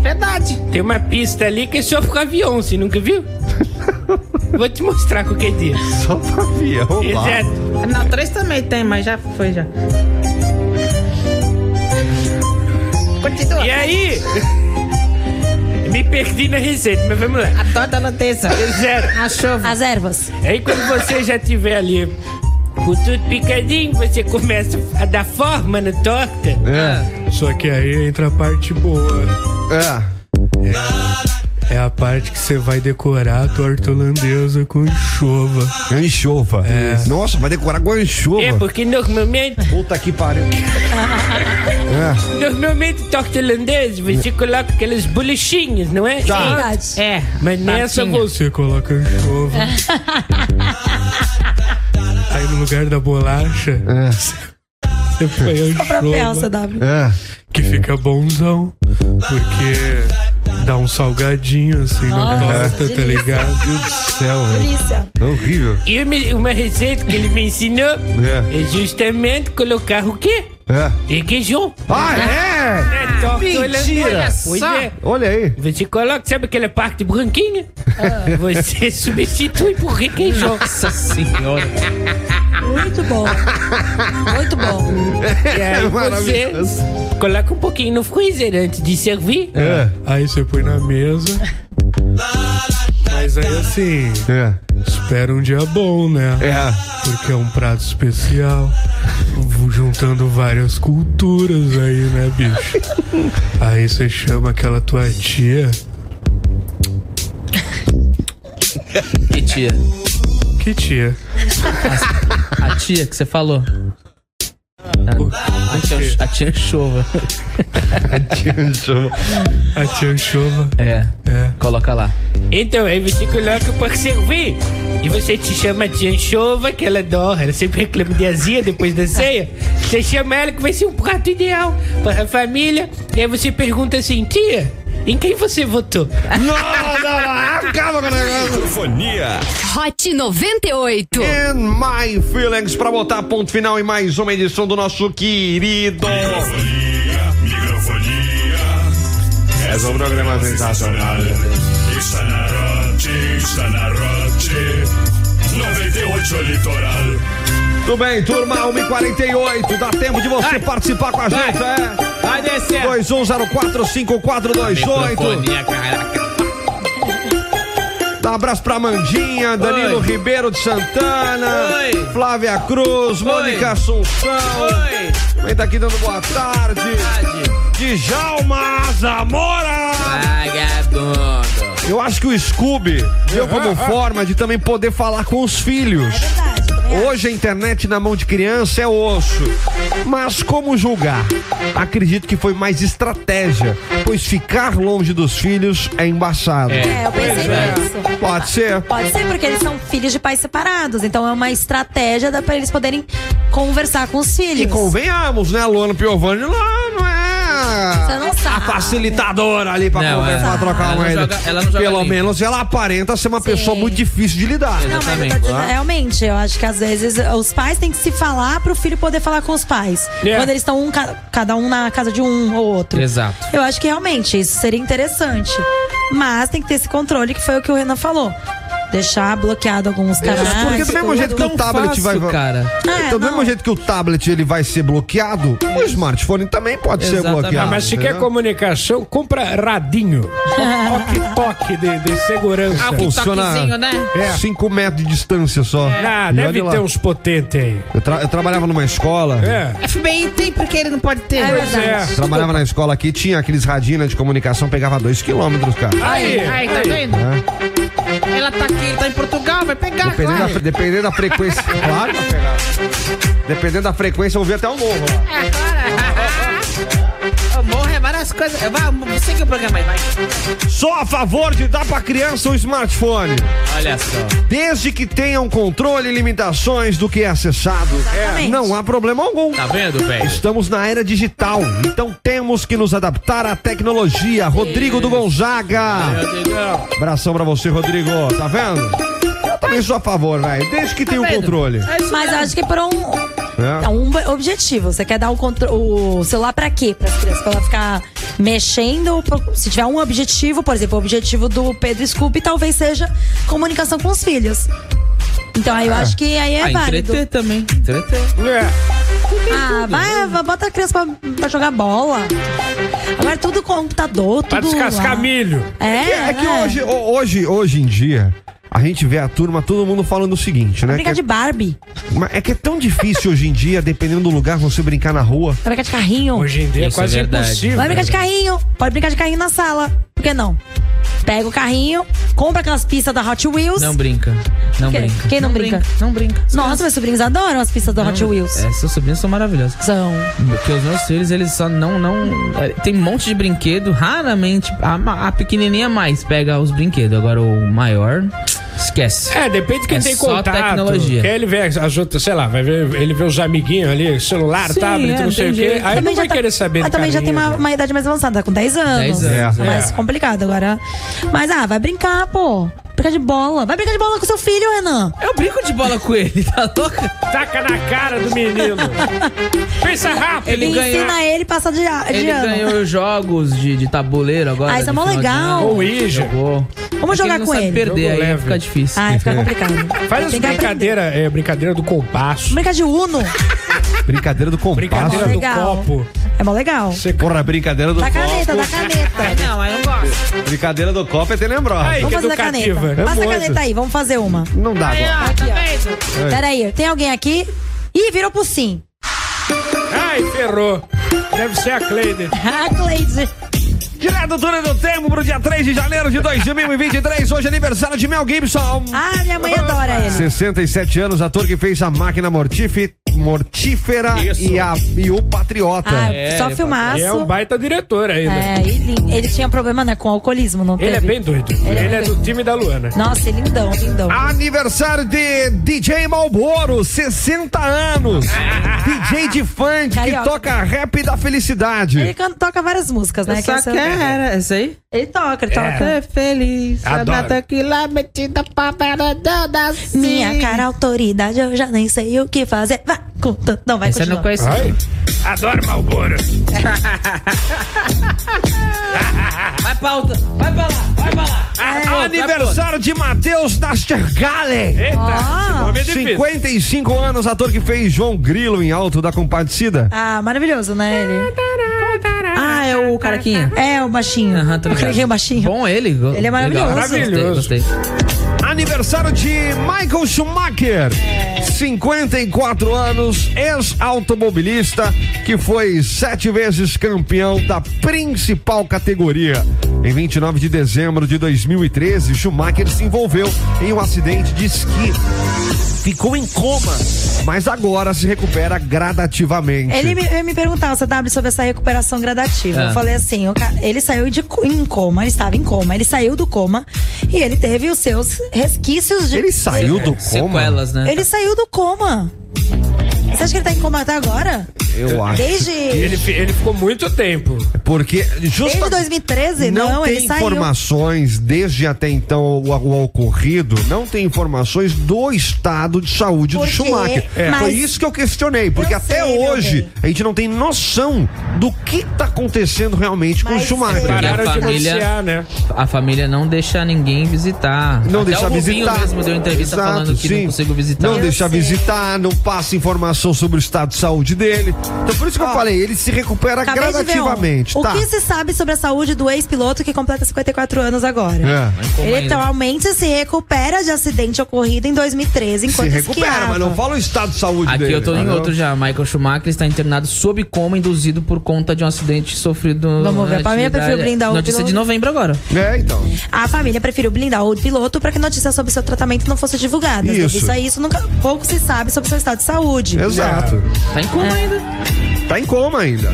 [SPEAKER 5] Verdade. Tem uma pista ali que é só pro avião, você nunca viu? Vou te mostrar qualquer dia.
[SPEAKER 2] Só pra avião lá.
[SPEAKER 5] Exato.
[SPEAKER 10] Na 3 também tem, mas já foi já. Continua.
[SPEAKER 5] E é- aí? Me perdi na receita, mas vamos lá.
[SPEAKER 10] A torta holandesa.
[SPEAKER 5] Zero.
[SPEAKER 10] A chuva.
[SPEAKER 4] As ervas.
[SPEAKER 5] Aí quando você já tiver ali com tudo picadinho, você começa a dar forma na torta.
[SPEAKER 2] É.
[SPEAKER 9] Só que aí entra a parte boa.
[SPEAKER 2] É.
[SPEAKER 9] É a parte que você vai decorar a torta holandesa com chuva.
[SPEAKER 2] Anchova.
[SPEAKER 9] É.
[SPEAKER 2] Nossa, vai decorar com anchova.
[SPEAKER 5] É, porque normalmente,
[SPEAKER 2] Puta que pariu. é.
[SPEAKER 5] normalmente torta holandesa, você coloca aquelas bolachinhas, não é?
[SPEAKER 4] É verdade.
[SPEAKER 10] É.
[SPEAKER 5] Mas
[SPEAKER 4] Tá,
[SPEAKER 5] nessa
[SPEAKER 9] Essa
[SPEAKER 5] você...
[SPEAKER 9] você coloca anchova. Aí no lugar da bolacha,
[SPEAKER 2] É.
[SPEAKER 9] você põe
[SPEAKER 4] Só pra pensa,
[SPEAKER 9] anchova.
[SPEAKER 4] W.
[SPEAKER 2] É.
[SPEAKER 9] que fica bonzão, porque dá um salgadinho assim na
[SPEAKER 4] Nossa,
[SPEAKER 9] torta, tá
[SPEAKER 4] delícia.
[SPEAKER 9] ligado?
[SPEAKER 2] Meu Deus do céu, velho.
[SPEAKER 4] Delícia.
[SPEAKER 2] É horrível.
[SPEAKER 5] E uma, uma receita que ele me ensinou
[SPEAKER 2] É.
[SPEAKER 5] é justamente colocar o quê?
[SPEAKER 10] E queijo.
[SPEAKER 2] Ah, é?
[SPEAKER 10] É top.
[SPEAKER 2] Mentira. é.
[SPEAKER 10] Olha só.
[SPEAKER 2] Olha Olha aí.
[SPEAKER 10] Você coloca, sabe aquela parte branquinha?
[SPEAKER 2] Ah.
[SPEAKER 10] Você substitui por requeijão.
[SPEAKER 1] Nossa senhora.
[SPEAKER 4] Muito bom. Muito bom.
[SPEAKER 10] E
[SPEAKER 2] é
[SPEAKER 10] aí você coloca um pouquinho no freezer antes de servir.
[SPEAKER 5] É. Aí você põe na mesa. Mas aí assim.
[SPEAKER 2] é.
[SPEAKER 5] Espera um dia bom, né? É. Porque é um prato especial. Vou Juntando várias culturas aí, né, bicho? Aí você chama aquela tua tia.
[SPEAKER 1] Que tia?
[SPEAKER 5] Que tia?
[SPEAKER 1] A, a tia que você falou. Ah, A, a tia, a tia Anchova.
[SPEAKER 2] A tia Anchova.
[SPEAKER 5] A tia Anchova.
[SPEAKER 1] É. Coloca lá.
[SPEAKER 10] Então, aí você coloca para servir. E você te chama de anchova, que ela adora. Ela sempre reclama de azia depois da ceia. Você chama ela que vai ser um prato ideal para a família. E aí você pergunta assim, tia, em quem você votou?
[SPEAKER 2] Não, não, não. Acaba com o negócio.
[SPEAKER 8] Microfonia.
[SPEAKER 7] Hot 98.
[SPEAKER 2] And my feelings pra botar ponto final em mais uma edição do nosso querido.
[SPEAKER 8] Microfonia. Microfonia.
[SPEAKER 2] É um programa sensacional.
[SPEAKER 8] Está na Rote, está na Rote. 98 Litoral.
[SPEAKER 2] Tudo bem, turma, 1h48. Dá tempo de você participar com a gente,
[SPEAKER 10] Vai
[SPEAKER 2] é?
[SPEAKER 10] descer.
[SPEAKER 2] 21045428.
[SPEAKER 1] Microfonia, caraca.
[SPEAKER 2] Dá um abraço pra Mandinha, Danilo
[SPEAKER 1] Oi.
[SPEAKER 2] Ribeiro de Santana,
[SPEAKER 1] Oi.
[SPEAKER 2] Flávia Cruz, Mônica Assunção.
[SPEAKER 1] Oi.
[SPEAKER 2] Quem tá aqui dando boa tarde? Djalma
[SPEAKER 1] É.
[SPEAKER 2] Zamora!
[SPEAKER 1] Vagabundo.
[SPEAKER 2] Eu acho que o Scooby deu como forma de também poder falar com os filhos. É. Hoje a internet na mão de criança é osso. Mas como julgar? Acredito que foi mais estratégia, pois ficar longe dos filhos é embaçado.
[SPEAKER 4] É, eu pensei nisso.
[SPEAKER 2] Pode ser.
[SPEAKER 4] Pode ser porque eles são filhos de pais separados, então é uma estratégia da- pra eles poderem conversar com os filhos.
[SPEAKER 2] E convenhamos, né, Luana Piovani lá não é
[SPEAKER 4] Você não sabe.
[SPEAKER 2] a facilitadora ali pra
[SPEAKER 1] Não,
[SPEAKER 2] conversar,
[SPEAKER 1] é.
[SPEAKER 2] trocar
[SPEAKER 1] Ela
[SPEAKER 2] uma
[SPEAKER 1] não
[SPEAKER 2] ideia.
[SPEAKER 1] joga- ela não joga
[SPEAKER 2] Pelo
[SPEAKER 1] limpo.
[SPEAKER 2] menos ela aparenta ser uma pessoa muito difícil de lidar.
[SPEAKER 4] Não, mas eu tô dizendo, realmente, eu acho que às vezes eh, os pais têm que se falar pro filho poder falar com os pais.
[SPEAKER 10] É.
[SPEAKER 4] Quando eles estão um, ca- cada um na casa de um ou outro.
[SPEAKER 1] Exato.
[SPEAKER 4] Eu acho que realmente isso seria interessante. Mas tem que ter esse controle, que foi o que o Renan falou. Deixar bloqueado alguns canais.
[SPEAKER 2] Porque do mesmo
[SPEAKER 4] tudo.
[SPEAKER 2] jeito que o
[SPEAKER 1] tão
[SPEAKER 2] tablet
[SPEAKER 1] fácil,
[SPEAKER 2] vai.
[SPEAKER 1] cara.
[SPEAKER 4] É,
[SPEAKER 2] Então, do
[SPEAKER 4] não.
[SPEAKER 2] mesmo jeito que o tablet ele vai ser bloqueado, o smartphone também pode ser
[SPEAKER 1] Exatamente.
[SPEAKER 2] bloqueado.
[SPEAKER 1] Ah,
[SPEAKER 9] Mas se quer
[SPEAKER 2] entendeu?
[SPEAKER 9] comunicação, compra radinho. Toque-toque de, de segurança.
[SPEAKER 2] Ah, Funciona
[SPEAKER 1] né?
[SPEAKER 2] 5 É. metros de distância só.
[SPEAKER 9] É. Ah,
[SPEAKER 2] E
[SPEAKER 9] deve
[SPEAKER 2] olha lá.
[SPEAKER 9] ter uns potentes aí.
[SPEAKER 2] Eu, tra- eu trabalhava numa escola.
[SPEAKER 9] É.
[SPEAKER 1] FBI tem porque ele não pode ter.
[SPEAKER 4] É
[SPEAKER 9] Pois
[SPEAKER 4] verdade.
[SPEAKER 9] é.
[SPEAKER 2] Trabalhava na escola aqui, tinha aqueles radinhos né, de comunicação, pegava dois quilômetros, cara. Né?
[SPEAKER 9] Aí,
[SPEAKER 1] Aí, tá vendo? Ela tá aqui, ele tá em Portugal, vai pegar,
[SPEAKER 2] Dependendo da, dependendo da frequência. claro, vai pegar. Dependendo da frequência, eu ouvi até o novo. ó.
[SPEAKER 1] Morre várias coisas. Vai, segue o programa aí, vai.
[SPEAKER 2] Sou a favor de dar pra criança um smartphone.
[SPEAKER 1] Olha só.
[SPEAKER 2] Desde que tenham controle e limitações do que é acessado,
[SPEAKER 4] Exatamente.
[SPEAKER 2] não há problema algum.
[SPEAKER 1] Tá vendo, velho?
[SPEAKER 2] Estamos na era digital, então temos que nos adaptar à tecnologia. Rodrigo do Gonzaga. Abração pra você, Rodrigo. Tá vendo? Eu também sou a favor, velho. Desde
[SPEAKER 4] Tá
[SPEAKER 2] que tenha o
[SPEAKER 1] vendo?
[SPEAKER 2] controle.
[SPEAKER 1] É
[SPEAKER 2] é
[SPEAKER 4] Mas eu acho que por um, É
[SPEAKER 2] né?
[SPEAKER 4] um objetivo. Você quer dar o, contro- o celular pra quê? Pra crianças? Pra ela ficar mexendo? Pro- Se tiver um objetivo, por exemplo, o objetivo do Pedro Scoop talvez seja comunicação com os filhos. Então aí eu acho que aí é
[SPEAKER 1] Ah,
[SPEAKER 4] válido.
[SPEAKER 1] entreter também. Entreter.
[SPEAKER 4] um-
[SPEAKER 2] É,
[SPEAKER 4] Ah, vai, vai, bota a criança pra, pra jogar bola. Agora tudo computador, tudo.
[SPEAKER 9] pra descascar
[SPEAKER 4] lá.
[SPEAKER 9] milho.
[SPEAKER 4] É,
[SPEAKER 2] É que
[SPEAKER 4] né?
[SPEAKER 2] hoje, ho- hoje, hoje em dia, a gente vê a turma, todo mundo falando o seguinte, né? Que
[SPEAKER 4] Brincar
[SPEAKER 2] é,
[SPEAKER 4] de Barbie,
[SPEAKER 2] mas é que é tão difícil hoje em dia, dependendo do lugar, você brincar na rua.
[SPEAKER 4] vai brincar de carrinho.
[SPEAKER 9] Hoje em dia
[SPEAKER 1] Isso
[SPEAKER 9] é quase
[SPEAKER 1] é verdade.
[SPEAKER 9] impossível.
[SPEAKER 4] Vai brincar de carrinho. Pode brincar de carrinho na sala. Por que não? Pega o carrinho, compra aquelas pistas da Hot Wheels.
[SPEAKER 1] Não brinca. Não
[SPEAKER 4] Quem-
[SPEAKER 1] brinca.
[SPEAKER 4] quem não brinca?
[SPEAKER 1] Não brinca.
[SPEAKER 4] Nossa, meus sobrinhos adoram as pistas do Hot Wheels.
[SPEAKER 1] É, seus sobrinhos são maravilhosos.
[SPEAKER 4] São.
[SPEAKER 1] Porque os meus filhos, eles só não. não é, Tem um monte de brinquedo, raramente. A, ma- a pequenininha mais pega os brinquedos. Agora o maior, esquece.
[SPEAKER 9] É, depende de quem
[SPEAKER 1] É
[SPEAKER 9] tem
[SPEAKER 1] só
[SPEAKER 9] contato.
[SPEAKER 1] tecnologia.
[SPEAKER 9] Que Ele vê as outras, sei lá, vai ver, ele vê os amiguinhos ali, celular,
[SPEAKER 1] Sim,
[SPEAKER 9] tablet,
[SPEAKER 1] é,
[SPEAKER 9] não sei o
[SPEAKER 1] tem
[SPEAKER 9] quê.
[SPEAKER 1] jeito.
[SPEAKER 4] Também
[SPEAKER 9] Aí não vai
[SPEAKER 4] já tá-
[SPEAKER 9] querer saber
[SPEAKER 4] Mas
[SPEAKER 9] de
[SPEAKER 4] também já tem
[SPEAKER 9] carinho.
[SPEAKER 4] uma, uma idade mais avançada, tá com 10 anos.
[SPEAKER 1] 10 anos.
[SPEAKER 2] É.
[SPEAKER 4] Mais complicado agora. Mas, ah, vai brincar, pô. Brincar de bola. Vai brincar de bola com seu filho, Renan.
[SPEAKER 1] É, Eu brinco de bola com ele, tá louca?
[SPEAKER 10] Taca na cara do menino. Pensa rápido.
[SPEAKER 4] Ele ensina ele a passar de, de
[SPEAKER 1] Ele
[SPEAKER 4] ano.
[SPEAKER 1] ganhou jogos de, de tabuleiro agora.
[SPEAKER 4] Ah, isso é
[SPEAKER 1] do
[SPEAKER 4] mó
[SPEAKER 1] final de
[SPEAKER 4] legal.
[SPEAKER 1] ano.
[SPEAKER 4] Ou Ija.
[SPEAKER 1] Jogou.
[SPEAKER 4] Vamos
[SPEAKER 1] É que
[SPEAKER 4] jogar
[SPEAKER 1] não
[SPEAKER 4] com
[SPEAKER 1] sabe
[SPEAKER 4] ele.
[SPEAKER 1] perder,
[SPEAKER 4] Jogo
[SPEAKER 1] aí
[SPEAKER 4] leve.
[SPEAKER 1] fica difícil.
[SPEAKER 4] Ah, fica complicado.
[SPEAKER 15] Faz as
[SPEAKER 4] Tem que
[SPEAKER 15] brincadeira, é, brincadeira do compasso.
[SPEAKER 4] Brincar de Uno.
[SPEAKER 15] Brincadeira do compasso. Brincadeira do
[SPEAKER 4] Legal.
[SPEAKER 15] copo.
[SPEAKER 4] É mó legal.
[SPEAKER 15] Porra, brincadeira do
[SPEAKER 4] Da Tá caneta,
[SPEAKER 15] copo.
[SPEAKER 4] da caneta. Não, aí eu gosto.
[SPEAKER 15] Brincadeira do copo é tenebrosa.
[SPEAKER 4] vamos fazer da caneta.
[SPEAKER 15] É
[SPEAKER 4] Passa a
[SPEAKER 15] muito.
[SPEAKER 4] caneta aí, vamos fazer uma.
[SPEAKER 15] Não dá agora. Ai.
[SPEAKER 4] Peraí, tem alguém aqui? Ih, virou pro sim.
[SPEAKER 10] Ai, ferrou. Deve ser a Cleide.
[SPEAKER 4] Ah, Cleide.
[SPEAKER 2] Direto túnel do tempo pro dia 3 de janeiro de 2023. Hoje é aniversário de Mel Gibson.
[SPEAKER 4] Ah, minha mãe adora ele.
[SPEAKER 2] 67 anos, ator que fez a máquina mortífe- mortífera e, a- e o Patriota.
[SPEAKER 4] Ah, É, só ele é filmaço. patriota. É um
[SPEAKER 2] baita diretor
[SPEAKER 4] É, ele, ele tinha problema né, com alcoolismo, não
[SPEAKER 2] Ele
[SPEAKER 4] teve?
[SPEAKER 2] é bem doido.
[SPEAKER 4] Ele é,
[SPEAKER 2] Ele é
[SPEAKER 4] bem doido.
[SPEAKER 2] do time da Luana.
[SPEAKER 4] Nossa, ele é lindão, lindão.
[SPEAKER 2] Ah, Aniversário de DJ Malboro, 60 anos. DJ de funk que
[SPEAKER 4] Carioca.
[SPEAKER 2] toca rap da felicidade.
[SPEAKER 4] Ele canta, toca várias músicas, né?
[SPEAKER 1] Só
[SPEAKER 4] essa-
[SPEAKER 1] que era, essa aí?
[SPEAKER 4] Ele toca, ele toca.
[SPEAKER 1] É feliz.
[SPEAKER 2] Adoro.
[SPEAKER 1] a tequila metida pra varanda da
[SPEAKER 4] Minha cara autoridade, eu já nem sei o que fazer. Vai, conta. Não, vai
[SPEAKER 1] Essa eu
[SPEAKER 4] continuar.
[SPEAKER 1] não conheço. Ai.
[SPEAKER 10] Adoro Malboro.
[SPEAKER 1] Vai pauta, vai pra lá, vai pra lá. Vai pra lá.
[SPEAKER 2] Aniversário de Matheus Nastergalen.
[SPEAKER 10] Eita, esse nome é difícil.
[SPEAKER 2] 55 anos, ator que fez João Grilo em Alto da Compadecida.
[SPEAKER 4] Ah, maravilhoso, né, ele?
[SPEAKER 1] Ah, é o caraquinha.
[SPEAKER 4] É, o baixinho.
[SPEAKER 1] Aham, tô ligado.
[SPEAKER 4] Aquele baixinho.
[SPEAKER 1] Bom ele. Ele
[SPEAKER 4] é maravilhoso.
[SPEAKER 1] Maravilhoso. Gostei, gostei.
[SPEAKER 2] Aniversário de Michael Schumacher. 54 anos, ex-automobilista que foi sete vezes campeão da principal categoria. Em 29 de dezembro de 2013, Schumacher se envolveu em um acidente de esqui. Ficou em coma, mas agora se recupera gradativamente.
[SPEAKER 4] Ele me, ele me perguntava, CW, sobre essa recuperação gradativa.
[SPEAKER 2] Ah.
[SPEAKER 4] Eu falei assim, o ca- ele saiu de, co- em coma, ele estava em coma, ele saiu do coma e ele teve os seus resquícios de...
[SPEAKER 2] Ele saiu do coma?
[SPEAKER 1] Sequelas, né?
[SPEAKER 4] Ele saiu do coma. Você acha que ele tá em coma até agora?
[SPEAKER 2] Eu acho.
[SPEAKER 4] Desde-
[SPEAKER 2] Ele,
[SPEAKER 10] ele ficou muito tempo.
[SPEAKER 2] Porque justa...
[SPEAKER 4] Desde 2013? Não,
[SPEAKER 2] tem
[SPEAKER 4] ele saiu.
[SPEAKER 2] informações desde até então o, o ocorrido, não tem informações do estado de saúde do
[SPEAKER 4] Porque-
[SPEAKER 2] Schumacher. Foi
[SPEAKER 4] É. mas-
[SPEAKER 2] isso que eu questionei, porque até hoje a gente não tem noção do que tá acontecendo realmente com o
[SPEAKER 4] é.
[SPEAKER 2] Schumacher.
[SPEAKER 1] Porque a família,
[SPEAKER 5] né?
[SPEAKER 1] A família não deixa ninguém visitar.
[SPEAKER 2] Não
[SPEAKER 1] Até
[SPEAKER 2] deixar
[SPEAKER 1] o Rubinho
[SPEAKER 2] visitar.
[SPEAKER 1] mesmo deu entrevista
[SPEAKER 2] Exato,
[SPEAKER 1] falando que
[SPEAKER 2] sim.
[SPEAKER 1] não consigo visitar.
[SPEAKER 2] Não deixar visitar, não passa informação sobre o estado de saúde dele. Então por isso que eu falei, ele se recupera
[SPEAKER 4] Acabei de ver um.
[SPEAKER 2] gradativamente.
[SPEAKER 4] O
[SPEAKER 2] tá.
[SPEAKER 4] que se sabe sobre a saúde do ex-piloto que completa 54 anos agora?
[SPEAKER 2] É. Em coma
[SPEAKER 4] Ele tá
[SPEAKER 2] ainda.
[SPEAKER 4] atualmente se recupera de acidente ocorrido em 2013
[SPEAKER 2] Se
[SPEAKER 4] enquanto
[SPEAKER 2] recupera,
[SPEAKER 4] esquiava.
[SPEAKER 2] mas não fala o estado de saúde
[SPEAKER 1] Aqui
[SPEAKER 2] dele.
[SPEAKER 1] eu tô em
[SPEAKER 2] entendeu?
[SPEAKER 1] outro já. Michael Schumacher está internado sob coma induzido por conta de um acidente sofrido.
[SPEAKER 4] Vamos ver,
[SPEAKER 1] na
[SPEAKER 4] pra mim é
[SPEAKER 1] atividade-
[SPEAKER 4] perfil blindar o
[SPEAKER 1] Notícia de
[SPEAKER 4] piloto.
[SPEAKER 1] novembro agora.
[SPEAKER 2] É, então.
[SPEAKER 4] A família preferiu blindar o piloto para que notícias sobre seu tratamento não fossem divulgadas.
[SPEAKER 1] Isso.
[SPEAKER 4] Devido a isso, nunca, pouco se sabe sobre seu estado de saúde.
[SPEAKER 2] Exato.
[SPEAKER 1] Tá em
[SPEAKER 4] É.
[SPEAKER 1] coma ainda.
[SPEAKER 2] Tá em coma ainda.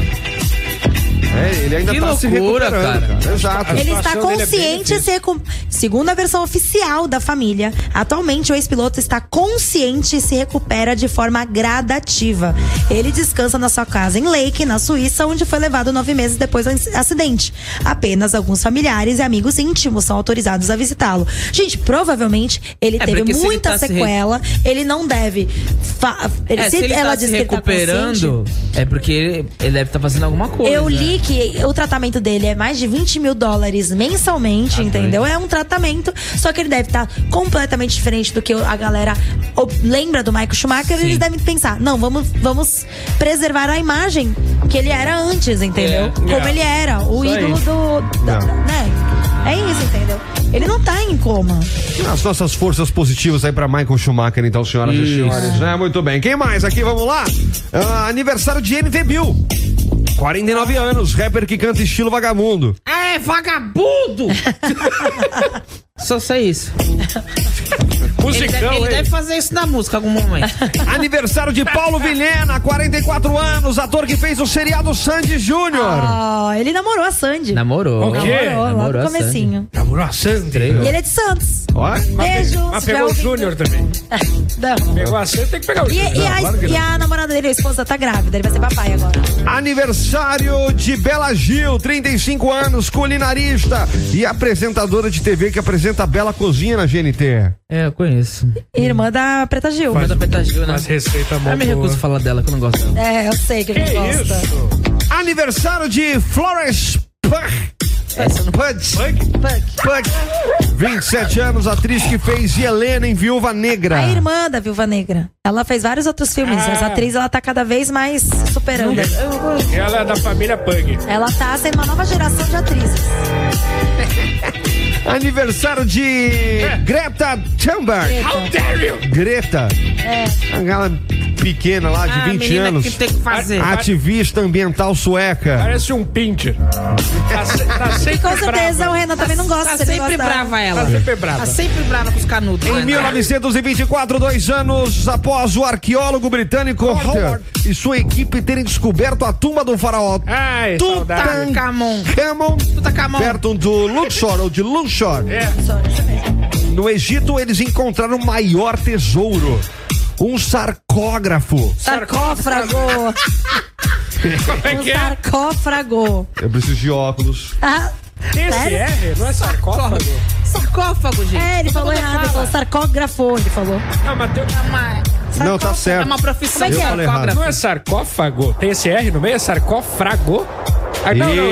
[SPEAKER 2] É, ele ainda
[SPEAKER 1] Que
[SPEAKER 2] tá se
[SPEAKER 1] loucura,
[SPEAKER 2] recuperando,
[SPEAKER 1] cara.
[SPEAKER 2] Exato. Tá
[SPEAKER 4] Ele está
[SPEAKER 2] é
[SPEAKER 4] consciente e se recu- Segundo a versão oficial da família, atualmente o ex-piloto está consciente e se recupera de forma gradativa. Ele descansa na sua casa em Lake, na Suíça, onde foi levado nove meses depois do inc- acidente. Apenas alguns familiares e amigos íntimos são autorizados a visitá-lo. Gente, provavelmente ele
[SPEAKER 1] É,
[SPEAKER 4] teve
[SPEAKER 1] porque se ele
[SPEAKER 4] muita
[SPEAKER 1] tá se re-
[SPEAKER 4] sequela. Ele não deve. fa- ele-
[SPEAKER 1] É,
[SPEAKER 4] se
[SPEAKER 1] se ele
[SPEAKER 4] ela
[SPEAKER 1] tá
[SPEAKER 4] diz
[SPEAKER 1] se
[SPEAKER 4] que ele tá consciente,
[SPEAKER 1] recuperando, é porque ele, ele deve estar fazendo alguma coisa. né?
[SPEAKER 4] eu
[SPEAKER 2] é.
[SPEAKER 4] li que o tratamento dele é mais de 20 mil dólares mensalmente, entendeu? É um tratamento, só que ele deve estar completamente diferente do que a galera o- lembra do Michael Schumacher. Eles devem pensar, não, vamos, vamos preservar a imagem que ele era antes, entendeu?
[SPEAKER 1] É.
[SPEAKER 4] Como
[SPEAKER 1] É.
[SPEAKER 4] ele era, o
[SPEAKER 1] Isso aí.
[SPEAKER 4] ídolo do... da- né? É isso, entendeu? Ele não tá em coma.
[SPEAKER 2] As nossas forças positivas aí pra Michael Schumacher, então, senhoras e
[SPEAKER 1] Isso.
[SPEAKER 2] senhores. né? muito bem. Quem mais aqui? Vamos lá. Ah, aniversário de MV Bill. 49 anos, rapper que canta estilo vagabundo.
[SPEAKER 1] Ah, É, vagabundo! Só sei isso. ele deve, ele deve fazer isso na música em algum momento.
[SPEAKER 2] Aniversário de Paulo Vilhena, 44 anos, ator que fez o seriado Sandy Júnior.
[SPEAKER 4] Ah, ele namorou a Sandy.
[SPEAKER 1] Namorou.
[SPEAKER 2] O quê?
[SPEAKER 4] Namorou, lá
[SPEAKER 2] Namorou
[SPEAKER 4] no
[SPEAKER 2] a
[SPEAKER 4] comecinho.
[SPEAKER 2] Namorou a Sandy.
[SPEAKER 4] E ele é de Santos.
[SPEAKER 2] Ó, mas
[SPEAKER 4] Beijo.
[SPEAKER 2] pegou- mas pegou
[SPEAKER 4] se tiver
[SPEAKER 2] o
[SPEAKER 4] ouvindo.
[SPEAKER 2] Júnior também.
[SPEAKER 4] Não.
[SPEAKER 2] Pegou a Sandy, tem que pegar o
[SPEAKER 4] E,
[SPEAKER 2] Júnior.
[SPEAKER 4] e a, e a namorada dele, a esposa, tá grávida. Ele vai ser papai agora.
[SPEAKER 2] Aniversário de Bela Gil, 35 anos, culinarista e apresentadora de TV que apresenta a Bela Cozinha na GNT.
[SPEAKER 1] É, eu conheço.
[SPEAKER 4] Irmã da Preta Gil.
[SPEAKER 1] Mas a Preta Gil, né?
[SPEAKER 2] receita
[SPEAKER 1] Eu me recuso a falar dela, que eu não gosto dela.
[SPEAKER 4] É, eu sei que, ele gosta.
[SPEAKER 2] Aniversário de Florence Pugh. Pugh. Pugh. 27 anos, atriz que fez Helena em Viúva Negra.
[SPEAKER 4] É A irmã da Viúva Negra. Ela fez vários outros filmes.
[SPEAKER 2] Ah.
[SPEAKER 4] Essa atriz, ela tá cada vez mais superando.
[SPEAKER 5] Ela é da família Pug.
[SPEAKER 4] Ela tá sendo uma nova geração de atrizes.
[SPEAKER 2] Aniversário de
[SPEAKER 1] É.
[SPEAKER 2] Greta Thunberg.
[SPEAKER 4] Greta. How dare you?
[SPEAKER 2] Greta. Aquela pequena lá de
[SPEAKER 1] É. Ah,
[SPEAKER 2] 20
[SPEAKER 1] menina
[SPEAKER 2] anos.
[SPEAKER 1] que tem que fazer.
[SPEAKER 2] Ativista ambiental sueca.
[SPEAKER 5] Parece um pinte. Tá
[SPEAKER 4] e
[SPEAKER 5] É
[SPEAKER 4] com certeza o Renan também não gosta.
[SPEAKER 1] Tá
[SPEAKER 4] se ele
[SPEAKER 1] sempre
[SPEAKER 4] gosta.
[SPEAKER 1] brava ela.
[SPEAKER 2] Tá sempre brava.
[SPEAKER 1] Tá
[SPEAKER 4] Assim,
[SPEAKER 1] sempre brava com os canudos.
[SPEAKER 2] Em
[SPEAKER 1] né?
[SPEAKER 2] 1924, dois anos após o arqueólogo britânico Howard e sua equipe terem descoberto a tumba do faraó
[SPEAKER 5] Ai,
[SPEAKER 1] Tá
[SPEAKER 5] saudade.
[SPEAKER 1] Tutankamon.
[SPEAKER 2] Camon,
[SPEAKER 10] tá
[SPEAKER 1] Tutankamon.
[SPEAKER 2] perto do Luxor, ou de Luxor. No Egito, eles encontraram o maior tesouro. Um sarcógrafo.
[SPEAKER 4] Sarcófago.
[SPEAKER 5] Como é
[SPEAKER 4] Um
[SPEAKER 5] que é?
[SPEAKER 4] sarcófago.
[SPEAKER 2] Eu preciso de óculos.
[SPEAKER 4] Ah,
[SPEAKER 5] Esse
[SPEAKER 4] sério?
[SPEAKER 5] R não é sarcófago.
[SPEAKER 1] Sarcófago, gente.
[SPEAKER 4] É, ele falou errado. Ele falou sarcógrafo. Ele falou.
[SPEAKER 5] Ah, mas tem-
[SPEAKER 2] Não, tá certo.
[SPEAKER 1] É uma profissão.
[SPEAKER 4] Como é que é?
[SPEAKER 2] falei errado.
[SPEAKER 5] Não é sarcófago? Tem esse R no meio? É sarcófago? Ah, não, não.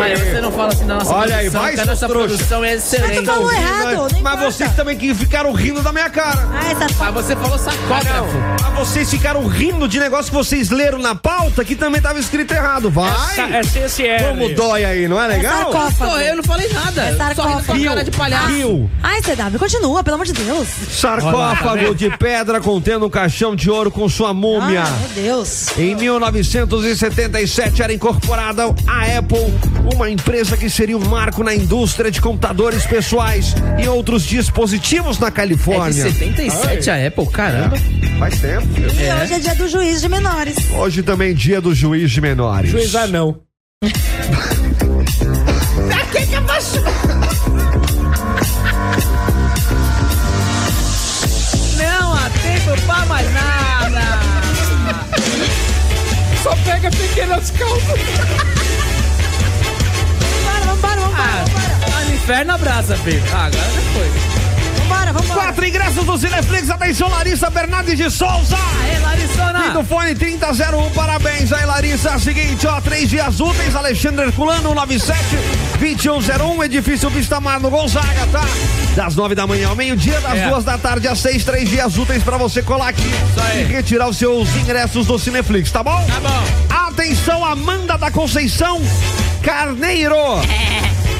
[SPEAKER 1] Olha, você não fala assim da nossa
[SPEAKER 2] Olha aí,
[SPEAKER 1] produção,
[SPEAKER 2] vai,
[SPEAKER 1] que a
[SPEAKER 2] seus
[SPEAKER 1] nossa
[SPEAKER 2] trouxas.
[SPEAKER 1] produção é
[SPEAKER 4] Mas Ah, tu
[SPEAKER 1] excelente.
[SPEAKER 4] falou errado. Não
[SPEAKER 2] Mas tá
[SPEAKER 4] importa.
[SPEAKER 2] vocês também que ficaram rindo da minha cara.
[SPEAKER 4] Ah, é
[SPEAKER 1] Mas
[SPEAKER 4] sarcófago.
[SPEAKER 1] você falou sarcógrafo.
[SPEAKER 2] Mas Ah, vocês ficaram rindo de negócio que vocês leram na pauta que também tava escrito errado.
[SPEAKER 5] Sa-
[SPEAKER 2] Vai!
[SPEAKER 5] É CSR.
[SPEAKER 2] Como dói aí, não é legal?
[SPEAKER 4] sarcófago.
[SPEAKER 1] Pô, eu não falei nada.
[SPEAKER 4] É
[SPEAKER 1] Eu Só rindo com a
[SPEAKER 4] sarcófago.
[SPEAKER 1] cara de palhaço.
[SPEAKER 2] Rio.
[SPEAKER 4] Ai, CW, continua, pelo amor de Deus.
[SPEAKER 2] Sarcófago de pedra contendo um caixão de ouro com sua múmia.
[SPEAKER 4] Ai, meu Deus.
[SPEAKER 2] Em 1977 era incorporada a Apple, uma empresa que seria um marco na indústria de computadores pessoais e outros dispositivos na
[SPEAKER 1] É de
[SPEAKER 2] Califórnia.
[SPEAKER 1] 77 a Apple, caramba.
[SPEAKER 2] Faz tempo. viu?
[SPEAKER 4] E hoje é dia do juiz de menores.
[SPEAKER 2] Hoje também dia do juiz de menores.
[SPEAKER 5] Juiz anão.
[SPEAKER 1] Não há tempo pra mais nada.
[SPEAKER 5] Só pega pequenas calças.
[SPEAKER 4] Vambora, vambora,
[SPEAKER 1] Ah,
[SPEAKER 4] vambora.
[SPEAKER 1] tá no inferno abraça, filho. Ah, agora já foi.
[SPEAKER 4] Vambora, vambora.
[SPEAKER 2] Quatro ingressos do Cineflix, atenção Larissa Bernardes de Souza.
[SPEAKER 1] Aê,
[SPEAKER 2] E do
[SPEAKER 1] Larissona.
[SPEAKER 2] fone 3001, parabéns aí, Larissa. Seguinte, ó, três dias úteis, Alexandre Herculano, 97 2101, edifício Vista Mar no Gonzaga, tá? Das nove da manhã ao meio-dia, das
[SPEAKER 1] É.
[SPEAKER 2] duas da tarde às seis, três dias úteis pra você colar aqui
[SPEAKER 1] aí.
[SPEAKER 2] e retirar os seus ingressos do Cineflix, tá bom?
[SPEAKER 1] Tá bom.
[SPEAKER 2] Atenção, Amanda da Conceição Carneiro.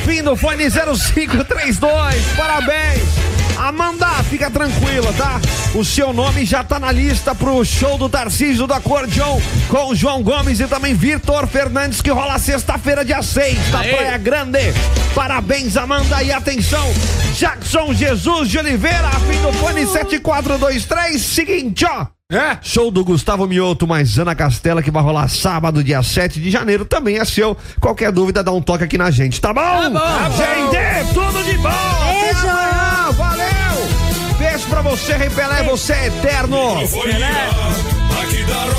[SPEAKER 2] Fim do fone 0532. Parabéns. Amanda, fica tranquila, tá? O seu nome já tá na lista pro show do Tarcísio do Acordeon com o João Gomes e também Vitor Fernandes, que rola sexta-feira, dia 6, na
[SPEAKER 1] Aê.
[SPEAKER 2] Praia Grande. Parabéns, Amanda, e atenção, Jackson Jesus de Oliveira, fim do fone 7423. Seguinte, ó.
[SPEAKER 5] É?
[SPEAKER 2] Show do Gustavo Mioto, mais Ana Castela, que vai rolar sábado, dia 7 de janeiro, também é seu. Qualquer dúvida, dá um toque aqui na gente, tá bom? Tá
[SPEAKER 1] bom. Tá bom.
[SPEAKER 2] Gente, é tudo de bom! Até
[SPEAKER 4] Beijo.
[SPEAKER 2] amanhã, valeu! Beijo pra você, Repelé, você é eterno!
[SPEAKER 8] Microfonia, aqui da
[SPEAKER 9] um